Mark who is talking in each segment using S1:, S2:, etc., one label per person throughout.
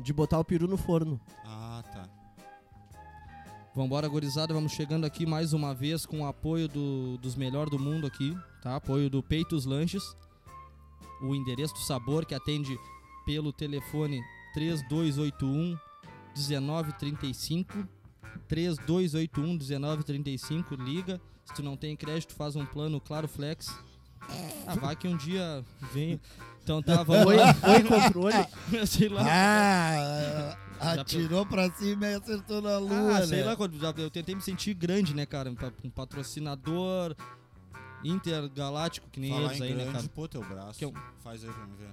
S1: de botar o peru no forno.
S2: Ah, tá.
S3: Vambora, gurizada, vamos chegando aqui mais uma vez com o apoio do- dos melhores do mundo aqui, tá? Apoio do Peitos Lanches, o endereço do sabor que atende pelo telefone 3281 1935 3281 1935, liga. Se tu não tem crédito, faz um plano Claro Flex. Ah, vai que um dia vem. Então tá, vamos
S1: Foi,
S3: lá.
S1: foi controle.
S3: Sei lá.
S2: Ah, atirou pra cima e acertou na lua,
S3: Ah,
S2: né?
S3: sei lá, quando- já- eu tentei me sentir grande, né, cara? Pa- Um patrocinador intergaláctico, que nem
S2: Falar
S3: eles
S2: em
S3: aí, né,
S2: grande,
S3: cara?
S2: pô, teu braço.
S3: Que eu-
S2: Faz aí pra me ver.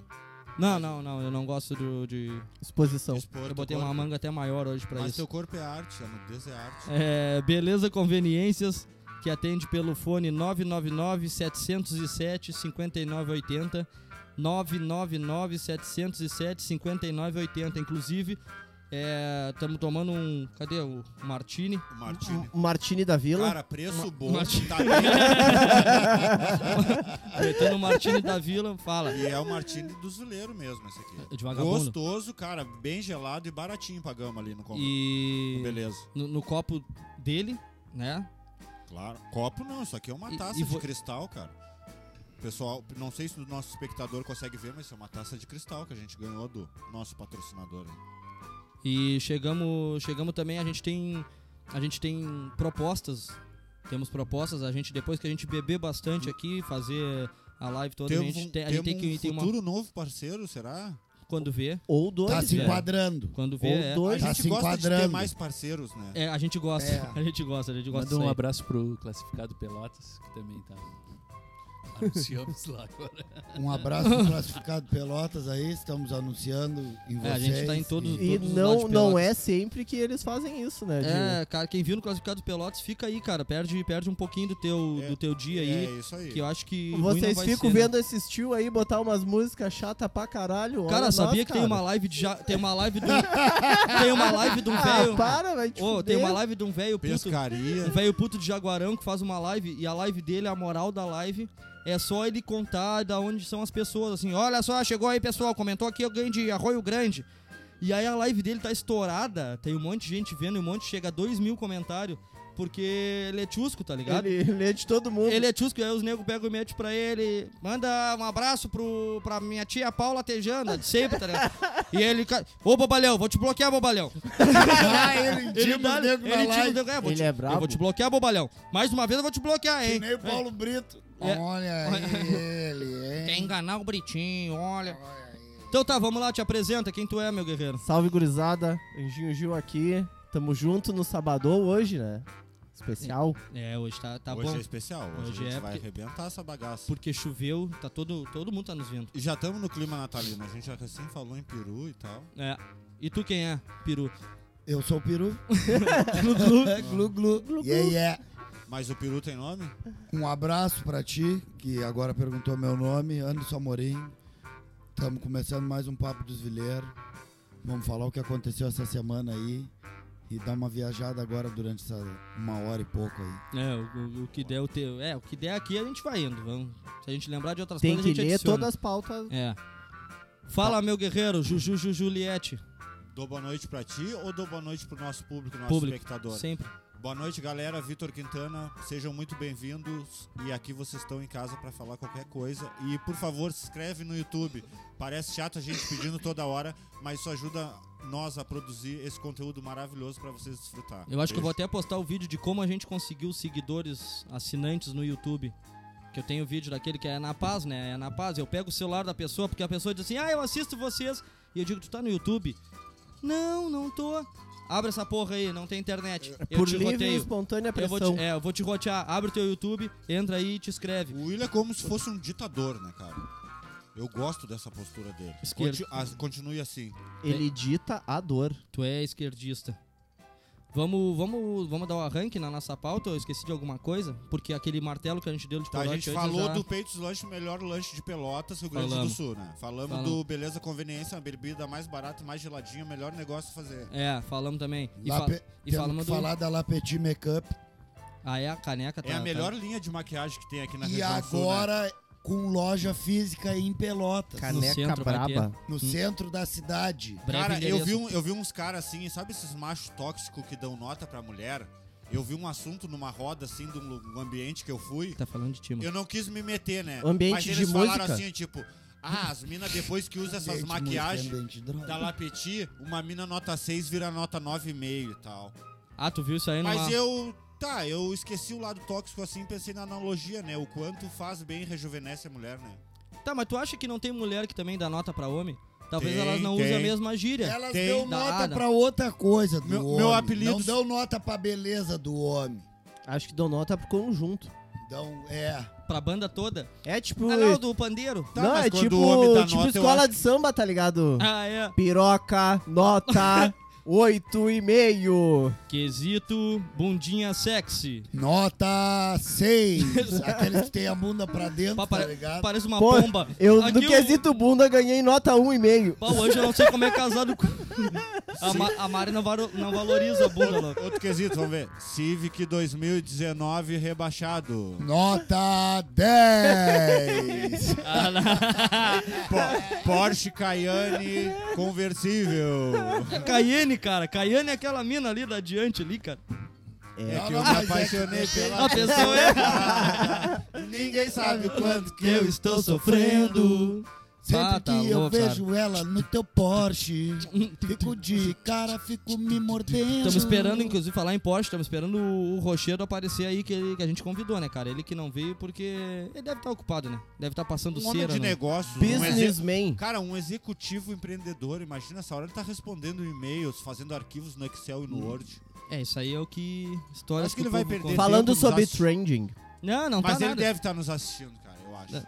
S3: Não, não, não, eu não gosto do, de.
S1: Exposição.
S2: Expor
S3: Então, Eu
S2: teu
S3: botei
S2: corpo.
S3: uma manga até maior hoje pra
S2: Mas
S3: isso.
S2: teu corpo é arte, a nudez é arte.
S3: É, Beleza Conveniências, que atende pelo fone 999-707-5980. 999-707-5980. Inclusive, estamos tomando um. Cadê o Martini?
S2: O Martini.
S1: O Martini da Vila.
S2: Cara, preço bom.
S3: Martini.
S2: Tá bem.
S3: Metendo o Martini da Vila, fala.
S2: e é o Martini do zuleiro mesmo, esse aqui.
S3: De vagabundo.
S2: Gostoso, cara, bem gelado e baratinho pagamos ali no copo.
S3: E
S2: Beleza.
S3: no, no copo dele, né?
S2: Claro. Copo não, isso aqui é uma
S3: E-
S2: taça
S3: e
S2: de
S3: vo-
S2: cristal, cara. Pessoal, não sei se o nosso espectador consegue ver, mas isso é uma taça de cristal que a gente ganhou do nosso patrocinador. aí.
S3: E chegamos, chegamos também, a gente tem a gente tem propostas. Temos propostas, a gente depois que a gente beber bastante aqui, fazer a live toda, a
S2: Temos
S3: gente
S2: um-
S3: tem, a gente tem
S2: temos
S3: que
S2: um
S3: tem uma
S2: futuro novo parceiro, será?
S3: quando vê,
S1: Ou dois.
S4: Tá se
S3: é.
S1: velho.
S4: enquadrando.
S3: quando vê,
S1: Ou
S3: assim, é,
S2: A
S1: dois.
S4: Tá
S2: gente
S4: se
S2: gosta de ter
S4: enquadrando.
S2: mais parceiros, né?
S3: é, a gente gosta,
S4: É.
S3: a gente gosta, a gente gosta
S5: Manda
S3: disso
S5: um
S3: aí.
S5: abraço pro Classificado Pelotas, que também tá. Anunciamos lá agora.
S4: Um abraço pro classificado Pelotas aí, estamos anunciando em vocês.
S3: É, a gente tá em todos-
S4: e-
S1: E
S3: Todos os lados
S1: não,
S3: de
S1: não
S3: Pelotas.
S1: é sempre que eles fazem isso, né? de-
S3: É, cara, quem viu no classificado Pelotas, fica aí, cara, perde perde um pouquinho do teu
S2: É.
S3: do teu dia
S2: É
S3: aí,
S2: isso aí.
S3: que eu acho que ruim não
S1: Vocês
S3: vai
S1: ficam
S3: ser, né?
S1: vendo esses tio aí botar umas músicas chata pra caralho. olha
S3: Cara,
S1: nós,
S3: sabia que tem
S1: cara.
S3: uma live de ja- tem uma live do tem uma live de um
S1: Ah,
S3: velho
S1: para, vai te
S3: Ô, tem
S1: fuder.
S3: uma live de um velho puto, um
S2: Pescaria.
S3: velho puto de Jaguarão que faz uma live e a live dele, a moral da live é só ele contar da onde são as pessoas, assim, olha só, chegou aí pessoal, comentou aqui alguém de Arroio Grande. E aí a live dele tá estourada, tem um monte de gente vendo, e um monte chega a dois mil comentários, porque ele é tchusco, tá ligado?
S1: Ele, ele é de todo mundo.
S3: Ele é tchusco, aí os negros pegam e metem pra ele. Manda um abraço pro, pra minha tia Paula Tejana, de sempre, tá ligado? E ele. ca- Ô, bobalhão, vou te bloquear, bobalhão.
S4: Ah, ele
S3: Ele
S4: intima
S3: dá-
S4: o nego na
S3: ele tira o
S4: live.
S3: nego, é, vou
S1: Ele
S3: te-
S1: é brabo.
S3: Eu vou te bloquear, bobalhão. Mais uma vez eu vou te bloquear,
S4: Que
S3: hein?
S4: nem o Paulo Brito.
S3: É.
S4: Olha ele,
S3: Quer
S4: hein?
S3: enganar o Britinho, olha. Então tá, vamos lá, te apresenta quem tu é, meu guerreiro.
S1: Salve, gurizada. Anjinho Gil aqui. Tamo junto no Sabadão hoje, né? Especial.
S3: É, hoje tá, tá
S2: hoje
S3: bom.
S2: é especial. Hoje,
S3: Hoje
S2: a gente
S3: é
S2: vai
S3: porque-
S2: arrebentar essa bagaça.
S3: Porque choveu, tá todo, todo mundo tá nos vendo.
S2: E já estamos no clima natalino. A gente já recém falou em peru e tal.
S3: É. E tu quem é, peru?
S4: Eu sou o Peru.
S1: Glu, glu.
S4: Glu, glu, glu. Yeah, yeah.
S2: Mas o peru tem nome?
S4: Um abraço pra ti, que agora perguntou meu nome, Anderson Amorim. Estamos começando mais um Papo dos Vileiros. Vamos falar o que aconteceu essa semana aí. E dar uma viajada agora durante essa uma hora e pouco aí.
S3: É, o, o- o que der o teu. É, o que der aqui a gente vai indo. Vamos. Se a gente lembrar de outras
S1: Tem
S3: coisas,
S1: que
S3: a gente
S1: ler
S3: adiciona.
S1: todas Tá. as pautas.
S3: É. Fala, meu guerreiro, Juju, Juju Juliette.
S2: Dou boa noite pra ti ou dou boa noite pro nosso público, nosso
S3: Público.
S2: espectador?
S3: Sempre.
S2: Boa noite, galera. Vitor Quintana, sejam muito bem-vindos. E aqui vocês estão em casa pra falar qualquer coisa. E por favor, se inscreve no YouTube. Parece chato a gente pedindo toda hora, mas isso ajuda nós a produzir esse conteúdo maravilhoso pra vocês desfrutar.
S3: Eu acho que eu vou
S2: Beijo.
S3: até postar o vídeo de como a gente conseguiu seguidores assinantes no YouTube. Que eu tenho vídeo daquele que é na paz, né? É na paz. Eu pego o celular da pessoa, porque a pessoa diz assim: Ah, eu assisto vocês. E eu digo: Tu tá no YouTube? Não, não tô. Abre essa porra aí, não tem internet. Eu
S1: É Por
S3: te
S1: livre e
S3: roteio.
S1: espontânea
S3: Eu vou
S1: pressão.
S3: te, é, eu vou te rotear. Abre o teu YouTube, entra aí e te inscreve.
S2: O Will é como se fosse um ditador, né, cara? Eu gosto dessa postura dele.
S3: Esquerdo.
S2: Conti- as- continue assim.
S3: é.
S1: Ele dita a dor.
S3: Tu é esquerdista. Vamos, vamos, vamos dar um arranque na nossa pauta? Eu esqueci de alguma coisa? Porque aquele martelo que a gente deu de
S2: Tá, a
S3: corote
S2: gente
S3: antes
S2: falou
S3: já-
S2: do Peitos Lanche, o melhor lanche de Pelotas, Rio Grande
S3: Falamos.
S2: do Sul, né? Falamos,
S3: Falamos.
S2: do Beleza Conveniência, uma bebida mais barata, mais geladinha, o melhor negócio a fazer.
S3: É, falamos também. E,
S4: La
S3: fa-
S4: Pe-
S3: e
S4: temos
S3: falamos
S4: que
S3: do...
S4: falar da La Petit Makeup.
S3: Ah, é a caneca, tá?
S2: é a
S3: tá-
S2: melhor linha de maquiagem que tem aqui na
S4: E
S2: região sul, né?
S4: agora com loja física em Pelotas,
S5: Cara, centro vai ter.
S3: Hum.
S4: no centro da cidade.
S3: Breve
S2: Cara, eu
S3: endereço.
S2: vi, um- eu vi uns caras assim, sabe esses machos tóxicos que dão nota pra mulher? Eu vi um assunto numa roda assim, de um lu- um ambiente que eu fui.
S3: Tá falando de ti, mano.
S2: Eu não quis me meter, né?
S1: Ambiente
S2: Mas eles
S1: de
S2: falaram
S1: música?
S2: assim, tipo, ah, as minas depois que usa essas
S4: Gente, música, é né?"
S2: maquiagens
S4: ambiente de droga.
S2: da La Petit, uma mina nota 6 vira nota 9,5 e tal.
S3: Ah, tu viu isso aí numa...
S2: Mas eu. Tá, eu esqueci o lado tóxico assim, pensei na analogia, né? O quanto faz bem e rejuvenesce a mulher, né?
S3: Tá, mas tu acha que não tem mulher que também dá nota pra homem? Talvez
S2: Tem,
S3: elas não
S2: tem.
S3: usem a mesma gíria.
S4: Elas
S2: Tem
S4: dão
S3: da ah,
S4: nota
S3: Ada.
S4: pra outra coisa do
S2: Meu- meu
S4: homem.
S2: apelido-
S4: Não dão nota pra beleza do homem.
S1: Acho que dou nota pro conjunto.
S4: Dão, é.
S3: Pra banda toda.
S1: É tipo.
S3: Ah, não, do pandeiro.
S2: Tá,
S1: não,
S2: mas
S1: é
S2: quando
S1: tipo,
S2: o homem dá
S1: tipo
S2: nota, eu
S1: escola
S2: acho-
S1: de samba, tá ligado?
S3: Ah, é.
S1: Piroca, nota, oito e meio.
S3: Quesito, bundinha sexy.
S2: Tá
S4: Nota 6. Aqueles que tem a bunda pra dentro,
S3: Pá,
S4: tá
S3: pare-
S4: ligado?
S3: Parece uma
S1: Pô,
S3: pomba.
S1: Eu,
S3: Aqui
S1: do
S3: o-
S1: quesito bunda, ganhei nota um e meio.
S3: Pá, hoje eu não sei como é casado com... A, Ma- a Mari não, varo- não valoriza a bunda, louco.
S2: Outro quesito, vamos ver. Civic 2019 rebaixado.
S4: Nota 10.
S2: Po- Porsche Cayenne conversível.
S3: Caiane, cara. Caiane é aquela mina ali da adiante ali, cara.
S2: É que
S4: Não,
S2: eu me
S4: não, mas é que-
S2: apaixonei pela.
S3: A pessoa é...
S2: Ninguém sabe o quanto que
S3: Eu estou sofrendo.
S4: Sempre
S3: Ah, tá
S4: que eu
S3: louco,
S4: vejo ela no teu Porsche, fico de cara, fico me mordendo.
S3: Estamos esperando, inclusive, falar em Porsche, estamos esperando o o Rochedo aparecer aí, que, ele- que a gente convidou, né, cara? Ele que não veio porque ele deve estar ocupado, né? Deve estar passando
S2: Um homem
S3: cera,
S2: de
S3: né?
S2: negócio. um exe-
S1: Businessman.
S2: Cara, um executivo empreendedor, imagina essa hora ele tá respondendo e-mails, fazendo arquivos no Excel e no Word.
S3: É, isso aí é o que... Histórias
S2: Acho que ele vai
S3: o povo
S2: perder.
S3: conta.
S1: Falando
S2: tempo,
S1: sobre
S2: nos ass-
S1: trending.
S3: Não, não
S2: Mas
S3: tá
S2: ele
S3: nada.
S2: deve estar nos assistindo, cara, eu acho.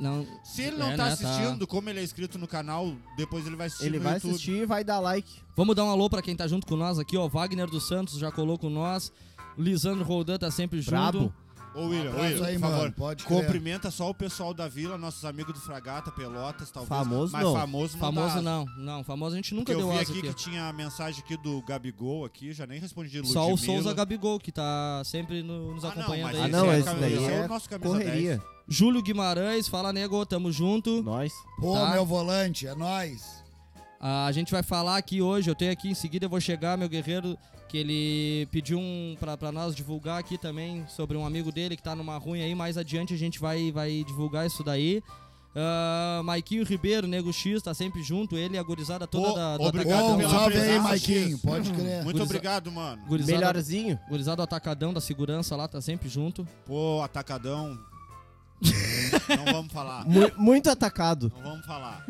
S3: Não,
S2: Se ele não
S3: É,
S2: tá
S3: né, tá.
S2: assistindo, como ele é inscrito no canal, depois ele vai assistir
S1: Ele
S2: no
S1: vai
S2: YouTube.
S1: assistir e vai dar like.
S3: Vamos dar um alô pra quem tá junto com nós aqui, ó. Wagner dos Santos já colou com nós. Lisandro Roldan tá sempre junto.
S1: Brabo.
S2: Ô, William,
S4: Abraço
S2: William,
S4: aí,
S2: por favor.
S4: mano,
S1: É.
S4: pode crer.
S2: Cumprimenta só o pessoal da vila, nossos amigos do Fragata, Pelotas, talvez.
S1: Famoso
S2: mas
S1: não.
S2: famoso não.
S3: Famoso
S2: dá.
S3: não, não. Famoso a gente
S2: Porque
S3: nunca
S2: eu
S3: deu
S2: vi
S3: asa
S2: aqui
S3: aqui.
S2: que tinha a mensagem aqui do Gabigol aqui, já nem respondi Ludmilla.
S3: Só o Souza Gabigol, que tá sempre no- nos
S2: Ah, não,
S3: acompanhando
S2: mas
S3: aí.
S1: Ah, não,
S2: é
S1: esse
S2: cam-
S1: daí
S2: esse é
S1: é
S2: o nosso camisa
S1: Correria.
S2: 10.
S3: Júlio Guimarães, fala nego, tamo junto.
S1: Nós.
S4: Pô,
S3: Tá.
S4: meu volante, é nóis.
S3: Ah, a gente vai falar aqui hoje, eu tenho aqui em seguida, eu vou chegar, meu guerreiro, que ele pediu um pra, pra nós divulgar aqui também sobre um amigo dele que tá numa ruim aí, mais adiante a gente vai, vai divulgar isso daí. Ah, Maiquinho Ribeiro, Nego X, tá sempre junto, ele e a gurizada toda
S2: Ô,
S3: da, do
S2: obrigado
S4: Bom,
S3: Atacadão.
S2: pela
S4: um salve aí,
S2: presença,
S4: Maiquinho,
S2: X.
S4: pode
S1: É.
S4: crer.
S2: Muito
S3: Guriza-
S2: obrigado, mano.
S3: Gurizada,
S1: Melhorzinho.
S3: gurizada do Atacadão, da segurança lá, tá sempre junto.
S2: Pô, atacadão. não vamos falar.
S1: Mu- muito atacado.
S2: Não vamos falar.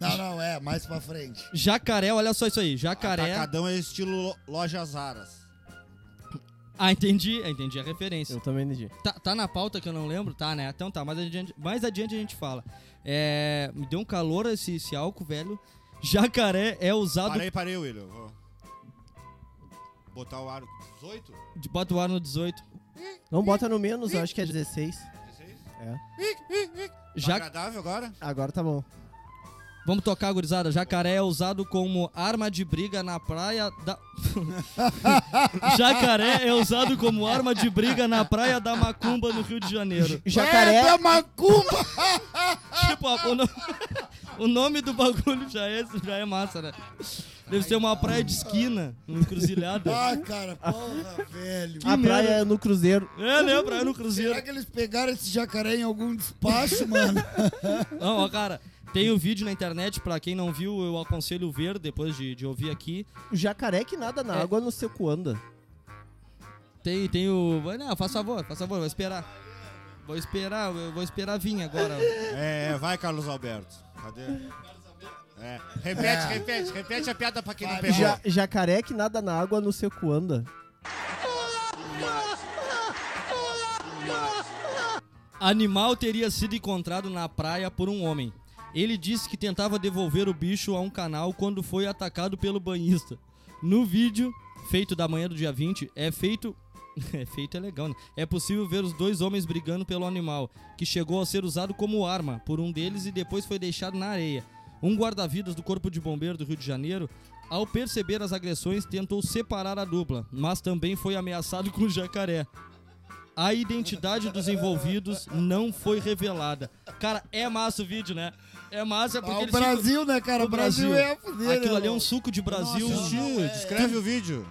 S4: Não, não, é, mais pra frente.
S3: Jacaré, olha só isso aí, Jacaré.
S2: Atacadão é estilo lo- lojas aras.
S3: Ah, entendi, ah, entendi a referência.
S1: Eu também entendi.
S3: Tá, tá na pauta que eu não lembro? Tá, né? Então tá, mais adiante, mais adiante a gente fala. É, me deu um calor esse, esse álcool, velho. Jacaré é usado.
S2: Parei, parei, William. Vou botar o aro 18?
S3: De, bota o ar no 18.
S1: Não bota no menos, eu acho que é 16.
S2: 16? Tá
S3: Ja,
S2: agradável agora?
S1: Agora tá bom.
S3: vamos tocar, gurizada. Jacaré é usado como arma de briga na praia da. Jacaré é usado como arma de briga na praia da Macumba, no Rio de Janeiro.
S1: Jacaré.
S4: É da macumba!
S3: Tipo, a- o, no- o nome do bagulho já é, já é massa, né? Deve ser uma praia de esquina, uma encruzilhada.
S4: Ah, cara, porra, velho.
S1: A praia é no Cruzeiro.
S3: É, né? Praia no Cruzeiro.
S4: Será que eles pegaram esse jacaré em algum despacho, mano?
S3: Não, ó, cara, tem o vídeo na internet, pra quem não viu, eu aconselho ver depois de, de ouvir aqui.
S1: O jacaré que nada na
S3: É.
S1: água no seu coanda.
S3: Tem, tem o. Não, faz favor, faz favor, vou esperar. Vou esperar, eu vou esperar vir agora.
S2: É, vai, Carlos Alberto. Cadê? É. Repete, repete, repete a piada pra quem não pegou.
S1: Ja-
S2: Tá
S1: jacaré que nada na água no seu coanda.
S3: Animal teria sido encontrado na praia por um homem. Ele disse que tentava devolver o bicho a um canal quando foi atacado pelo banhista. No vídeo, feito da manhã do dia 20, é feito. É feito é legal, né? É possível ver os dois homens brigando pelo animal, que chegou a ser usado como arma por um deles e depois foi deixado na areia. Um guarda-vidas do Corpo de Bombeiro do Rio de Janeiro, ao perceber as agressões, tentou separar a dupla, mas também foi ameaçado com o jacaré. A identidade dos envolvidos não foi revelada. Cara, é massa o vídeo, né? É massa porque
S4: Ah, o
S3: eles ficam-
S4: Brasil, né, cara?
S3: O
S4: O Brasil,
S3: Brasil.
S4: é a fuder,
S3: Aquilo
S4: né,
S3: ali é um
S4: irmão?
S3: suco de Brasil.
S2: Não assisti,
S4: Não, é-
S2: descreve o vídeo.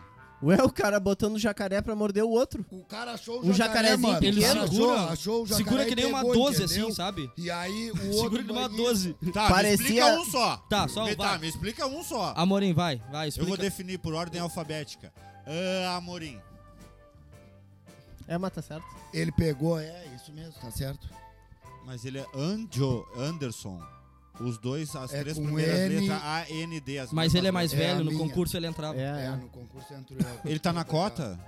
S1: Ué, o cara botando jacaré pra morder o outro.
S4: O cara achou o
S1: Um
S4: jacaré,
S1: jacarezinho
S4: mano.
S1: pequeno.
S4: O cara
S3: Segura-
S4: achou, achou o jacaré
S3: é Segura
S4: e
S3: que nem uma
S4: pegou,
S3: 12,
S4: entendeu?
S3: assim, sabe?
S4: E aí o outro...
S3: Segura que nem uma
S4: bandido-
S3: 12.
S2: Tá,
S1: Parecia-
S2: me explica um só.
S3: Tá, só
S2: me,
S3: vai.
S2: tá, me explica um só.
S3: Amorim, vai, vai,
S2: Eu vou
S3: explica.
S2: definir por ordem alfabética. Ah, Amorim.
S1: É, mas tá certo.
S4: Ele pegou, é, isso mesmo, tá certo.
S2: Mas ele é Anjo Anderson. Os dois, as
S4: É
S2: três
S4: com
S2: primeiras
S4: N.
S2: letras, A, N, D. as
S3: Mas
S2: mesmas
S3: ele é mais
S4: É a
S3: velho, no
S4: minha.
S3: concurso ele entrava.
S1: É,
S4: É,
S1: é.
S4: no concurso entrou eu.
S2: Ele tá na cota?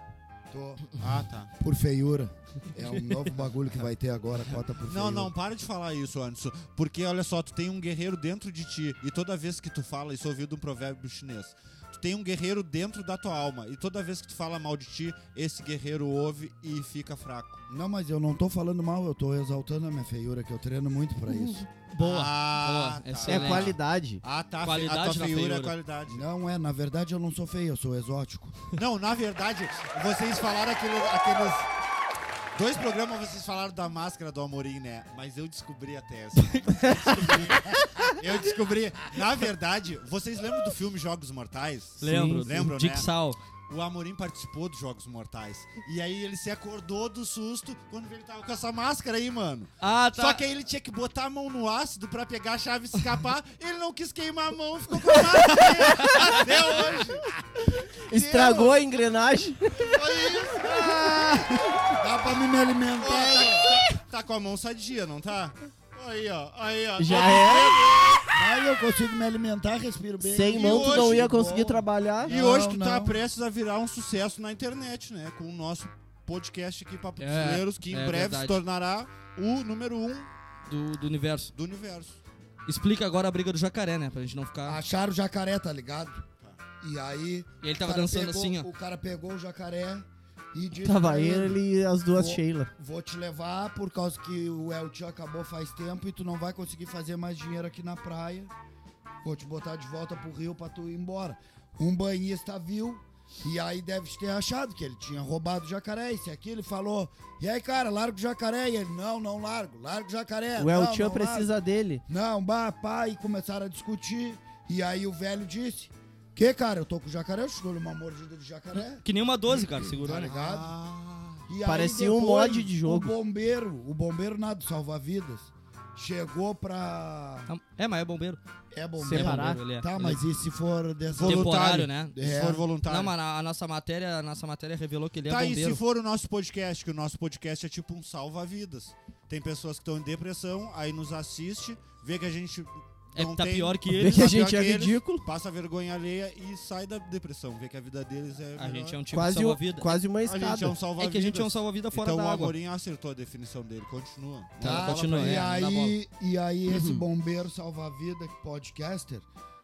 S4: Tô.
S2: Ah, tá.
S4: Por feiura. É um novo bagulho que vai ter agora, cota por feiura.
S2: Não, não, para de falar isso, Anderson. Porque olha só, tu tem um guerreiro dentro de ti. E toda vez que tu fala, isso eu ouvi de um provérbio chinês. Tu tem um guerreiro dentro da tua alma. E toda vez que tu fala mal de ti, esse guerreiro ouve e fica fraco.
S4: Não, mas eu não tô falando mal, eu tô exaltando a minha feiura, que eu treino muito pra
S3: Uhum.
S4: isso.
S3: Boa.
S2: Ah,
S3: boa,
S2: tá.
S1: É
S3: excelente.
S1: qualidade.
S2: Ah, tá. fe- a
S3: Qualidade
S2: tua
S3: na
S2: feiura é
S3: feiura.
S2: qualidade.
S4: Não é, na verdade eu não sou feio, eu sou exótico.
S3: Ah,
S2: Não, na verdade, vocês falaram aquilo, aqueles. Dois programas vocês falaram da máscara do Amorim, né? Mas eu descobri a tese. Eu descobri. Na verdade, vocês lembram do filme Jogos Mortais?
S3: Lembro, Um
S2: Sim, lembro,
S3: Dick
S2: né?
S3: Sal.
S2: O Amorim participou dos Jogos Mortais. E aí ele se acordou do susto quando ele tava com essa máscara aí, mano.
S3: Ah, tá.
S2: Só que aí ele tinha que botar a mão no ácido pra pegar a chave e escapar. Ele não quis queimar a mão, ficou com a máscara até hoje.
S1: Estragou a engrenagem.
S2: Foi isso.
S4: Dá pra me
S2: Ó,
S4: alimentar.
S2: tá, tá- tá com a mão sadia, não tá? Aí, ó, aí, ó.
S1: Já é.
S4: Ai, eu consigo me alimentar, respiro bem.
S1: Sem
S2: E
S1: mão tu não
S2: hoje,
S1: ia conseguir
S4: bom.
S1: trabalhar.
S2: E hoje tu
S4: Não,
S2: tá
S4: não.
S2: prestes a virar um sucesso na internet, né? Com o nosso podcast aqui, Papo dos
S3: É,
S2: Fuleiros, que em
S3: é
S2: breve se
S3: verdade.
S2: tornará o número um
S3: Do, do universo.
S2: do universo.
S3: Explica agora a briga do jacaré, né? Pra gente não ficar.
S4: Acharam o jacaré, tá ligado? E aí...
S3: E ele
S4: o
S3: tava
S4: cara
S3: dançando
S4: pegou-
S3: assim, ó.
S4: O cara pegou o jacaré e disse
S1: Tava
S4: pra
S1: ele e as duas
S4: Pô.
S1: Sheila.
S4: Vou te levar por causa que o El Tio acabou faz tempo e tu não vai conseguir fazer mais dinheiro aqui na praia. Vou te botar de volta pro rio pra tu ir embora. Um banhista viu e aí deve ter achado que ele tinha roubado o jacaré. Isso e aquilo, e falou: E aí, cara, larga o jacaré? E ele: Não, não largo, larga o jacaré.
S1: O El
S4: É, não,
S1: Tio
S4: não largo."
S1: precisa dele.
S4: Não, bah, pá, e começaram a discutir. E aí o velho disse: Que, cara, eu tô com o jacaré, eu te dou uma mordida de jacaré.
S3: Que nem uma 12, cara,
S4: Tá
S3: segurou. né?
S4: ligado? E aí
S1: Parecia um
S4: depois,
S1: mod de jogo.
S4: O bombeiro, o bombeiro nada, salva-vidas, chegou pra.
S3: É, mas é bombeiro.
S4: É bombeiro.
S1: Separar.
S3: É bombeiro, ele é.
S4: Tá,
S3: Ele
S4: mas e se for dessa.
S3: é temporário,
S2: voluntário.
S3: né?
S2: Se
S4: É.
S2: for voluntário.
S3: Não, mas a, a nossa matéria, a nossa matéria revelou que ele é
S2: Tá, e
S3: bombeiro.
S2: se for o nosso podcast, que o nosso podcast é tipo um salva-vidas. Tem pessoas que estão em depressão, aí nos assiste, vê que a gente
S3: É
S2: não
S3: que tá
S2: tem-
S3: pior que
S1: Vê
S3: ele.
S1: que a
S2: sabe
S1: gente é
S2: aqueles.
S1: ridículo.
S2: passa vergonha alheia e sai da depressão, vê que a vida deles é
S3: A
S2: melhor.
S3: gente é um time de
S1: Quase, o-
S3: salva-vida.
S1: quase uma
S2: A gente é
S1: escada.
S2: um salva-vidas.
S3: É que a gente é um salva-vida fora
S2: Então
S3: da
S2: o
S3: água.
S2: Amorim acertou a definição dele, continua.
S4: Tá,
S2: Bola
S3: continua,
S2: pra
S4: e
S2: ele.
S3: é. não dá Uhum.
S4: aí, e aí esse bombeiro salva-vida, que podcaster,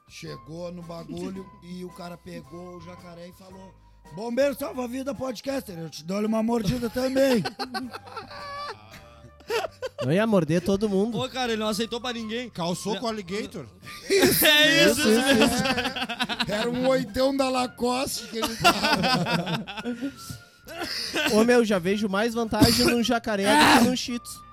S4: chegou no bagulho e o cara pegou o jacaré e falou: Bombeiro salva-vida, podcaster, eu te dou uma mordida também.
S1: Não ia morder todo mundo.
S3: Pô, cara, ele não aceitou pra ninguém.
S2: Calçou com o alligator?
S3: É isso, isso mesmo.
S4: Era um oitão da Lacoste que ele tava.
S1: Ô meu, já vejo mais vantagem num jacaré do que num shih tzu.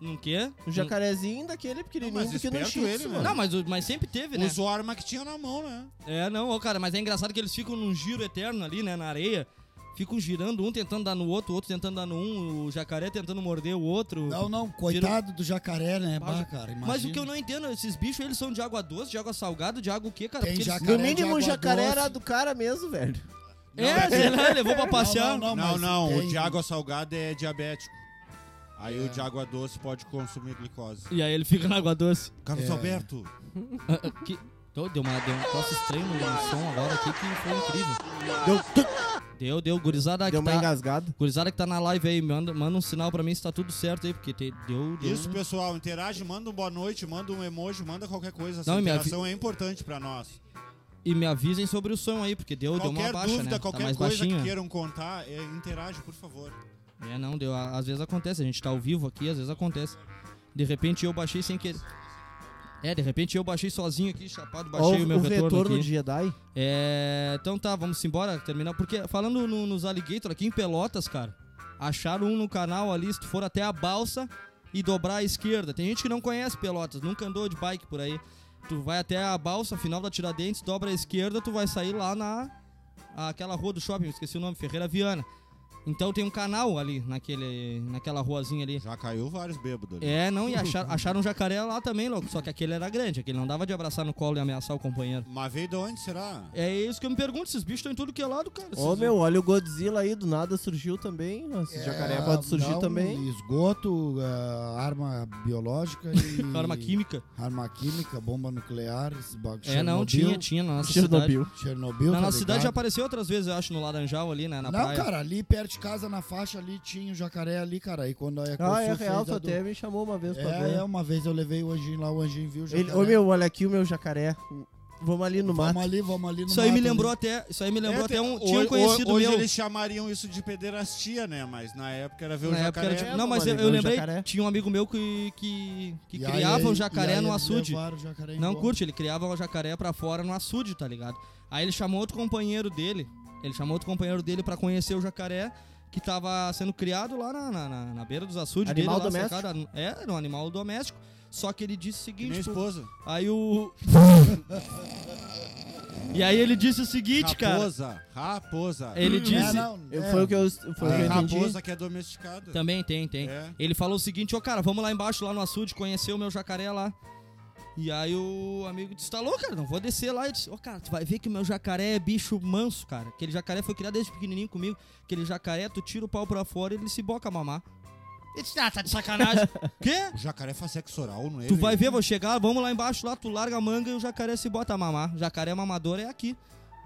S3: Num quê?
S1: Um jacarezinho daquele pequenininho
S2: Não, mas
S1: do que num
S2: esperto
S1: shih tzu,
S2: ele,
S1: mano.
S2: mano.
S3: Não, mas, o- mas sempre teve, né?
S2: Usou a arma que tinha na mão, né?
S3: É, não, ô, cara, mas é engraçado que eles ficam num giro eterno ali, né, na areia. Ficam girando, um tentando dar no outro, o outro tentando dar no um, o jacaré tentando morder o outro.
S4: Não, não, coitado do jacaré, né?
S3: Bah,
S4: Bah, cara, imagina.
S3: mas o que eu não entendo, esses bichos, eles são de água doce, de água salgada, de água o quê, cara?
S4: Tem
S3: Porque eles-
S4: jacaré
S1: No mínimo, o
S4: de água
S1: jacaré
S4: doce.
S1: era do cara mesmo, velho.
S3: É, sei lá, levou pra passear.
S4: Não,
S2: não,
S4: mas
S2: não, o
S4: tem-
S2: de água salgada é diabético. Aí
S3: É.
S2: o de água doce pode consumir glicose.
S3: E aí ele fica na água doce.
S2: Carlos
S4: É.
S2: Alberto,
S3: Ah, ah, que... Ô, Deu, uma, deu um tosse estranho no som agora aqui que foi incrível. Deu, deu, gurizada que
S1: Deu uma
S3: tá...
S1: engasgada.
S3: Gurizada que tá na live aí, manda, manda um sinal pra mim se tá tudo certo aí, porque te- deu, deu...
S2: isso
S3: um-
S2: pessoal, interage, manda um boa noite, manda um emoji, manda qualquer coisa. Essa
S3: Não, e minha
S2: interação é importante pra nós.
S3: E me avisem sobre o som aí, porque deu, deu
S2: qualquer
S3: uma baixa,
S2: dúvida,
S3: né? tá
S2: qualquer
S3: mais
S2: coisa
S3: baixinha.
S2: que queiram contar, é, interage, por favor.
S3: É, não, deu. a- Às vezes acontece, a gente tá ao vivo aqui, às vezes acontece. De repente eu baixei sem querer. É, de repente eu baixei sozinho aqui, chapado, baixei
S1: Ó,
S3: o meu
S1: o
S3: retorno,
S1: retorno
S3: aqui.
S1: de Jedi.
S3: É, então tá, vamos embora, terminar. Porque falando no- nos alligator aqui em Pelotas, cara, Achar um no canal ali, se tu for até a balsa e dobrar à esquerda. Tem gente que não conhece Pelotas, nunca andou de bike por aí. Tu vai até a balsa, final da Tiradentes, dobra à esquerda, tu vai sair lá na aquela rua do shopping, esqueci o nome, Ferreira Viana. Então tem um canal ali naquele, naquela ruazinha ali.
S2: Já caiu vários bêbados ali.
S3: É, não, e achar, acharam um jacaré lá também, louco. Só que aquele era grande, aquele não dava de abraçar no colo e ameaçar o companheiro.
S2: Mas veio de onde será?
S3: É isso que eu me pergunto, esses bichos estão em tudo que é lado, cara.
S1: Ô
S3: Esses-
S1: meu, olha o Godzilla aí, do nada surgiu também. Esse jacaré pode surgir
S4: É, não,
S1: também.
S4: Esgoto, ah, arma biológica e.
S3: Arma química.
S4: Arma química, bomba nuclear, esses bagulhos.
S3: É, não, tinha, tinha na nossa cidade.
S1: Chernobyl.
S4: Chernobyl,
S3: Na
S4: tá
S3: nossa cidade já
S4: ligado?
S3: apareceu outras vezes, eu acho, no Laranjal ali, né, na
S4: não,
S3: praia.
S4: cara, ali perto de casa, na faixa ali, tinha o jacaré ali, cara. E quando a Ecosul
S1: Ah, é
S4: fez
S1: real,
S4: a
S1: tu
S4: do-
S1: até me chamou uma vez pra
S4: É,
S1: ver.
S4: é, uma vez eu levei o anjinho lá, o anjinho viu o jacaré.
S1: Ele, ô meu, olha aqui o meu jacaré. Vamos ali no
S4: vamos
S1: mato.
S4: ali, vamos ali no
S3: Isso aí me
S4: mato né?
S3: lembrou
S4: ali.
S3: até, isso aí me lembrou
S2: É,
S3: até um,
S2: tem-
S3: tinha um
S2: hoje-
S3: conhecido
S2: hoje
S3: meu.
S2: eles chamariam isso de pederastia, né? Mas na época era ver
S3: na
S2: o
S3: época era
S2: jacaré.
S3: tipo,
S1: É,
S3: não, mas eu,
S1: mano,
S3: eu
S1: um
S3: lembrei,
S1: jacaré.
S3: tinha um amigo meu que, que, que
S4: E aí,
S3: criava um
S4: e
S3: jacaré
S4: aí
S3: no
S4: eles
S3: açude.
S4: levaram o jacaré
S3: Não
S4: embora.
S3: curte, ele criava um jacaré pra fora no açude, tá ligado? Aí ele chamou outro companheiro dele, ele chamou outro companheiro dele pra conhecer o jacaré que tava sendo criado lá na, na, na- na beira dos açudes
S1: Animal
S3: dele. lá,
S1: doméstico?
S3: cercado. É, era um animal doméstico. Só que ele disse o
S2: Que nem
S3: seguinte, pô,
S2: esposa.
S3: aí o... e aí ele disse o seguinte, cara.
S2: Raposa. Raposa.
S3: Ele
S4: É,
S3: disse...
S4: não,
S1: Eu-
S4: é. Ah,
S1: Foi o que eu, foi o que
S2: Tem
S1: eu entendi.
S2: raposa que é domesticada.
S3: Também tem, tem.
S2: É.
S3: Ele falou o seguinte, ô cara, vamos lá embaixo, lá no açude, conhecer o meu jacaré lá. E aí o amigo disse, tá louco, cara, não vou descer lá. Eu disse, ô cara, tu vai ver que o meu jacaré é bicho manso, cara. Aquele jacaré foi criado desde pequenininho comigo. Aquele jacaré, tu tira o pau pra fora e ele se boca a mamar. Ele disse, ah, tá de sacanagem. Quê?
S2: O jacaré faz sexo oral, não é?
S3: Tu vai ver, vou chegar, vamos lá embaixo lá, tu larga a manga e o jacaré se bota a mamar. Jacaré mamador é aqui.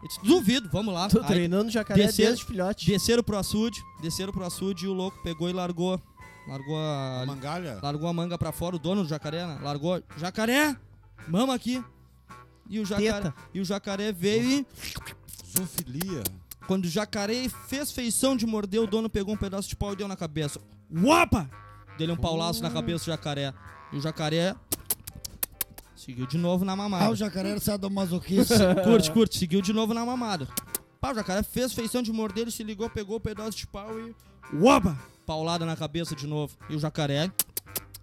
S3: Eu disse, duvido, vamos lá.
S1: Tô
S3: Aí
S1: treinando jacaré
S3: descer-
S1: desde filhote.
S3: desceram pro açude, desceram pro açude e o louco pegou e largou. Largou a
S2: Mangalha?
S3: Largou a manga pra fora, o dono do jacaré, né? Largou, jacaré, mama aqui. E o jacaré,
S1: Teta.
S3: e o jacaré veio e,
S2: Zoofilia.
S3: quando o jacaré fez feição de morder, o dono pegou um pedaço de pau e deu na cabeça. Uapa! Deu um paulaço na cabeça do jacaré. E o jacaré seguiu de novo na
S4: Ah, o
S3: mamada.
S4: jacaré era sadomasoquista.
S3: curte, curte, seguiu de novo na mamada. Pá, o jacaré fez feição de morder, ele se ligou, pegou o pedaço de pau e. Uapa! Paulada na cabeça de novo. E o jacaré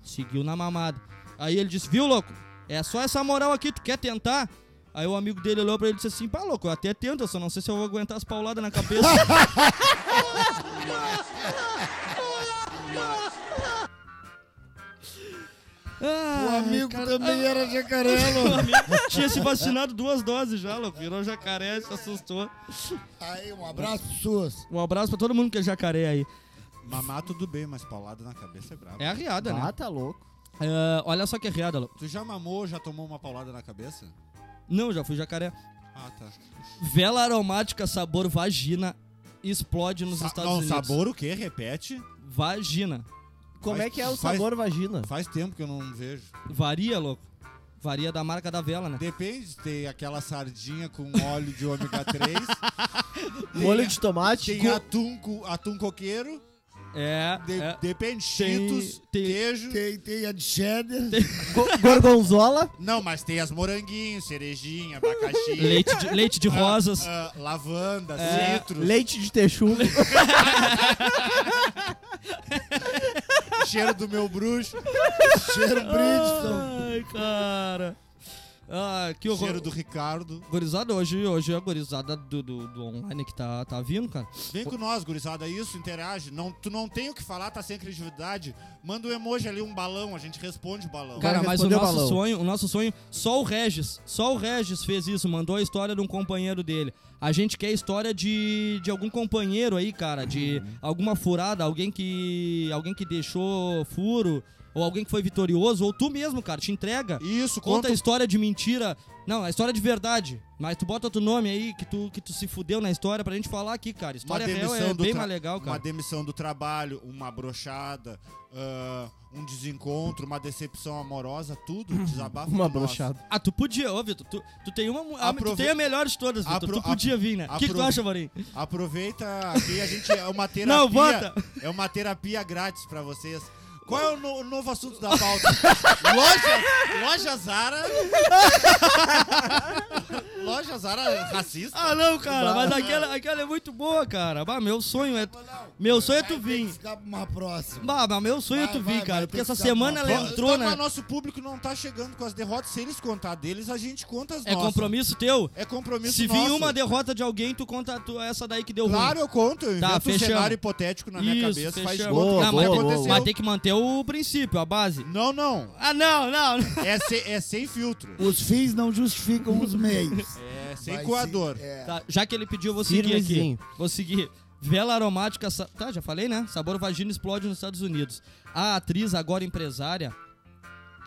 S3: seguiu na mamada. Aí ele disse, viu, louco? É só essa moral aqui, tu quer tentar? Aí o amigo dele olhou pra ele e disse assim, pá, louco, eu até tento, eu só não sei se eu vou aguentar as pauladas na cabeça.
S4: o
S3: Ah,
S4: amigo
S3: cara,
S4: também era jacaré,
S3: meu
S4: louco.
S3: amigo tinha se vacinado duas doses já, louco. Virou jacaré, se assustou.
S4: Aí, um abraço, suas.
S3: Um abraço pra todo mundo que é jacaré aí.
S2: Mamar tudo bem, mas paulada na cabeça é brabo.
S3: É arriada, né?
S1: Ah, tá louco.
S3: Ah, olha só que arriada, louco.
S2: Tu já mamou, já tomou uma paulada na cabeça?
S3: Não, já fui jacaré.
S2: Ah, tá.
S3: Vela aromática sabor vagina explode nos
S2: Sa-
S3: Estados
S2: não,
S3: Unidos.
S2: sabor o quê? Repete.
S3: Vagina.
S1: Como
S2: Faz-
S1: é que é o
S2: faz-
S1: sabor vagina?
S2: Faz tempo que eu não vejo.
S3: Varia, louco. Varia da marca da vela, né?
S2: Depende, tem aquela sardinha com óleo de ômega 3.
S1: Molho de tomate.
S2: Tem atum, co- atum coqueiro.
S3: É,
S2: de-
S3: é.
S2: Depende,
S3: Tem-
S2: cheetos,
S3: tem-
S2: queijo.
S4: Tem, tem a de cheddar.
S1: go- Gorgonzola.
S2: Não, mas tem as moranguinhos, cerejinha, abacaxi.
S3: Leite de, leite de
S2: ah,
S3: rosas. É.
S2: ah, lavanda, citro,
S1: Leite de texugo.
S2: cheiro do meu bruxo,
S4: Cheiro Bridgestone.
S3: Ai, cara. Ah, que horror.
S2: cheiro do Ricardo.
S3: Gorizada, hoje, hoje é a gorizada do, do, do online que tá, tá vindo, cara.
S2: Vem com nós, gurizada, é isso, interage. Não, tu não tem o que falar, tá sem criatividade. Manda um emoji ali, um balão, a gente responde o balão.
S1: Cara,
S3: Cara, mas o
S1: respondeu
S3: nosso
S1: balão.
S3: sonho, o nosso sonho, só o Regis, só o Regis fez isso, mandou a história de um companheiro dele. A gente quer a história de, de algum companheiro aí, cara, de
S2: Uhum.
S3: alguma furada, alguém que alguém que deixou furo, ou alguém que foi vitorioso, ou tu mesmo, cara, te entrega.
S2: Isso,
S3: Conta
S2: conta,
S3: a história de mentira. Não, a história de verdade. Mas tu bota teu nome aí, que tu, que tu se fudeu na história pra gente falar aqui, cara.
S2: uma
S3: História real
S2: demissão
S3: é
S2: do
S3: bem
S2: tra-
S3: mais legal,
S2: Uma
S3: cara.
S2: demissão do trabalho, uma brochada, ah, um desencontro, uma decepção amorosa, tudo desabafa.
S1: Uma
S2: com nós.
S1: brochada.
S3: Ah, tu podia, ô, Vitor. Tu, tu tem uma. mu- ah, mas
S2: Aprove-
S3: Tu tem a melhor de todas, Vitor.
S2: Apro-
S3: Tu podia vir, né? O que, que tu
S2: aprove-
S3: acha, Marinho?
S2: Aproveita aqui, a gente é uma terapia.
S3: Não, bota!
S2: É uma terapia grátis pra vocês. Qual é o, no- o novo assunto da pauta? loja, loja Zara. loja Zara racista.
S3: Ah, não, cara, mas aquela, aquela é muito boa, cara. Bah, meu sonho é. Meu sonho é tu vir.
S4: Ficar pra uma próxima.
S3: Bah, mas meu sonho é
S4: Vai,
S3: tu
S4: vai,
S3: vir,
S4: vai,
S3: cara.
S4: tem
S3: Porque
S4: que
S3: essa
S4: ficar
S3: semana
S4: com a
S3: ela
S2: Bom,
S3: entrou,
S2: então, mas
S3: né?
S2: nosso público não tá chegando com as derrotas. Se eles contar deles, a gente conta as
S3: É
S2: nossas.
S3: compromisso teu?
S2: É compromisso
S3: Se vir
S2: nosso.
S3: uma derrota de alguém, tu conta a tua- essa daí que deu
S2: Claro, eu
S3: ruim.
S2: conto. Eu
S3: Uhum. Tá,
S2: invento um
S3: fechamos.
S2: cenário hipotético na minha
S3: Isso,
S2: cabeça. Faz de
S3: fechamos.
S2: conta que
S1: Boa,
S2: não
S3: boa,
S2: aconteceu.
S1: boa.
S3: Mas tem que manter o princípio, a base.
S2: Não, não.
S3: Ah, não, não.
S2: É, se- é sem filtro.
S4: Os fins não justificam os meios.
S2: É sem
S4: Vai
S2: coador.
S4: se- é.
S3: Tá, já que ele pediu, eu vou seguir aqui.
S1: Firmezinho.
S3: Vou seguir. Vela aromática. sa- Tá, já falei, né? Sabor vagina explode nos Estados Unidos. A atriz, agora empresária.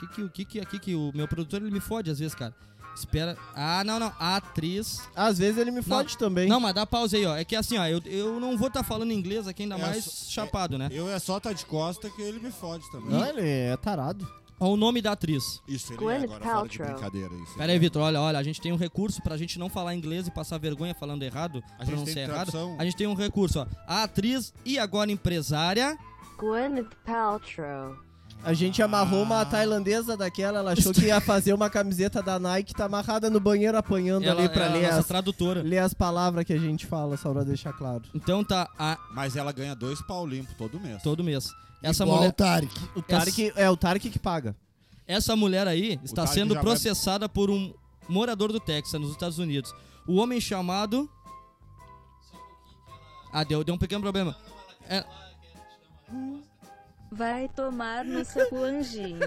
S3: Que que, o que que aqui que o meu produtor ele me fode às vezes, cara? Espera. Ah, não, não. A atriz.
S1: Às vezes ele me fode também.
S3: Não, mas dá pausa aí, ó. É que assim, ó, eu, eu não vou estar falando inglês aqui, ainda
S2: É,
S3: mais
S2: só-
S3: chapado, né?
S2: Eu é só tá de costa que ele me fode também.
S1: Não, ele é tarado.
S3: Ó, o nome da atriz.
S2: Isso, ele é
S6: Gwyneth
S2: agora fala de
S6: Paltrow.
S2: brincadeira. Isso.
S3: Pera aí, Vitor, olha, olha, a gente tem um recurso pra gente não falar inglês e passar vergonha falando errado,
S2: A gente
S3: pronunciar
S2: tem
S3: errado.
S2: tradução.
S3: A gente tem um recurso, ó. A atriz e agora empresária.
S6: Gwyneth Paltrow.
S1: A gente amarrou uma tailandesa daquela, ela achou que ia fazer uma camiseta da Nike, tá amarrada no banheiro apanhando ali pra
S3: ela é
S1: ler
S3: a nossa
S1: as,
S3: tradutora.
S1: ler as palavras que a gente fala, só pra deixar claro.
S3: Então tá, a,
S2: Mas ela ganha dois pau limpo todo mês.
S3: todo mês. Essa
S4: Igual
S3: mulher,
S1: tá-
S4: o Tarek.
S1: O Tarek, é o Tarek que paga.
S3: essa mulher aí está
S2: Tarek
S3: sendo
S2: já vai-
S3: processada por um morador do Texas, nos Estados Unidos. O homem chamado. Ah, deu, deu um pequeno problema. É,
S6: Vai tomar no seu anjinho.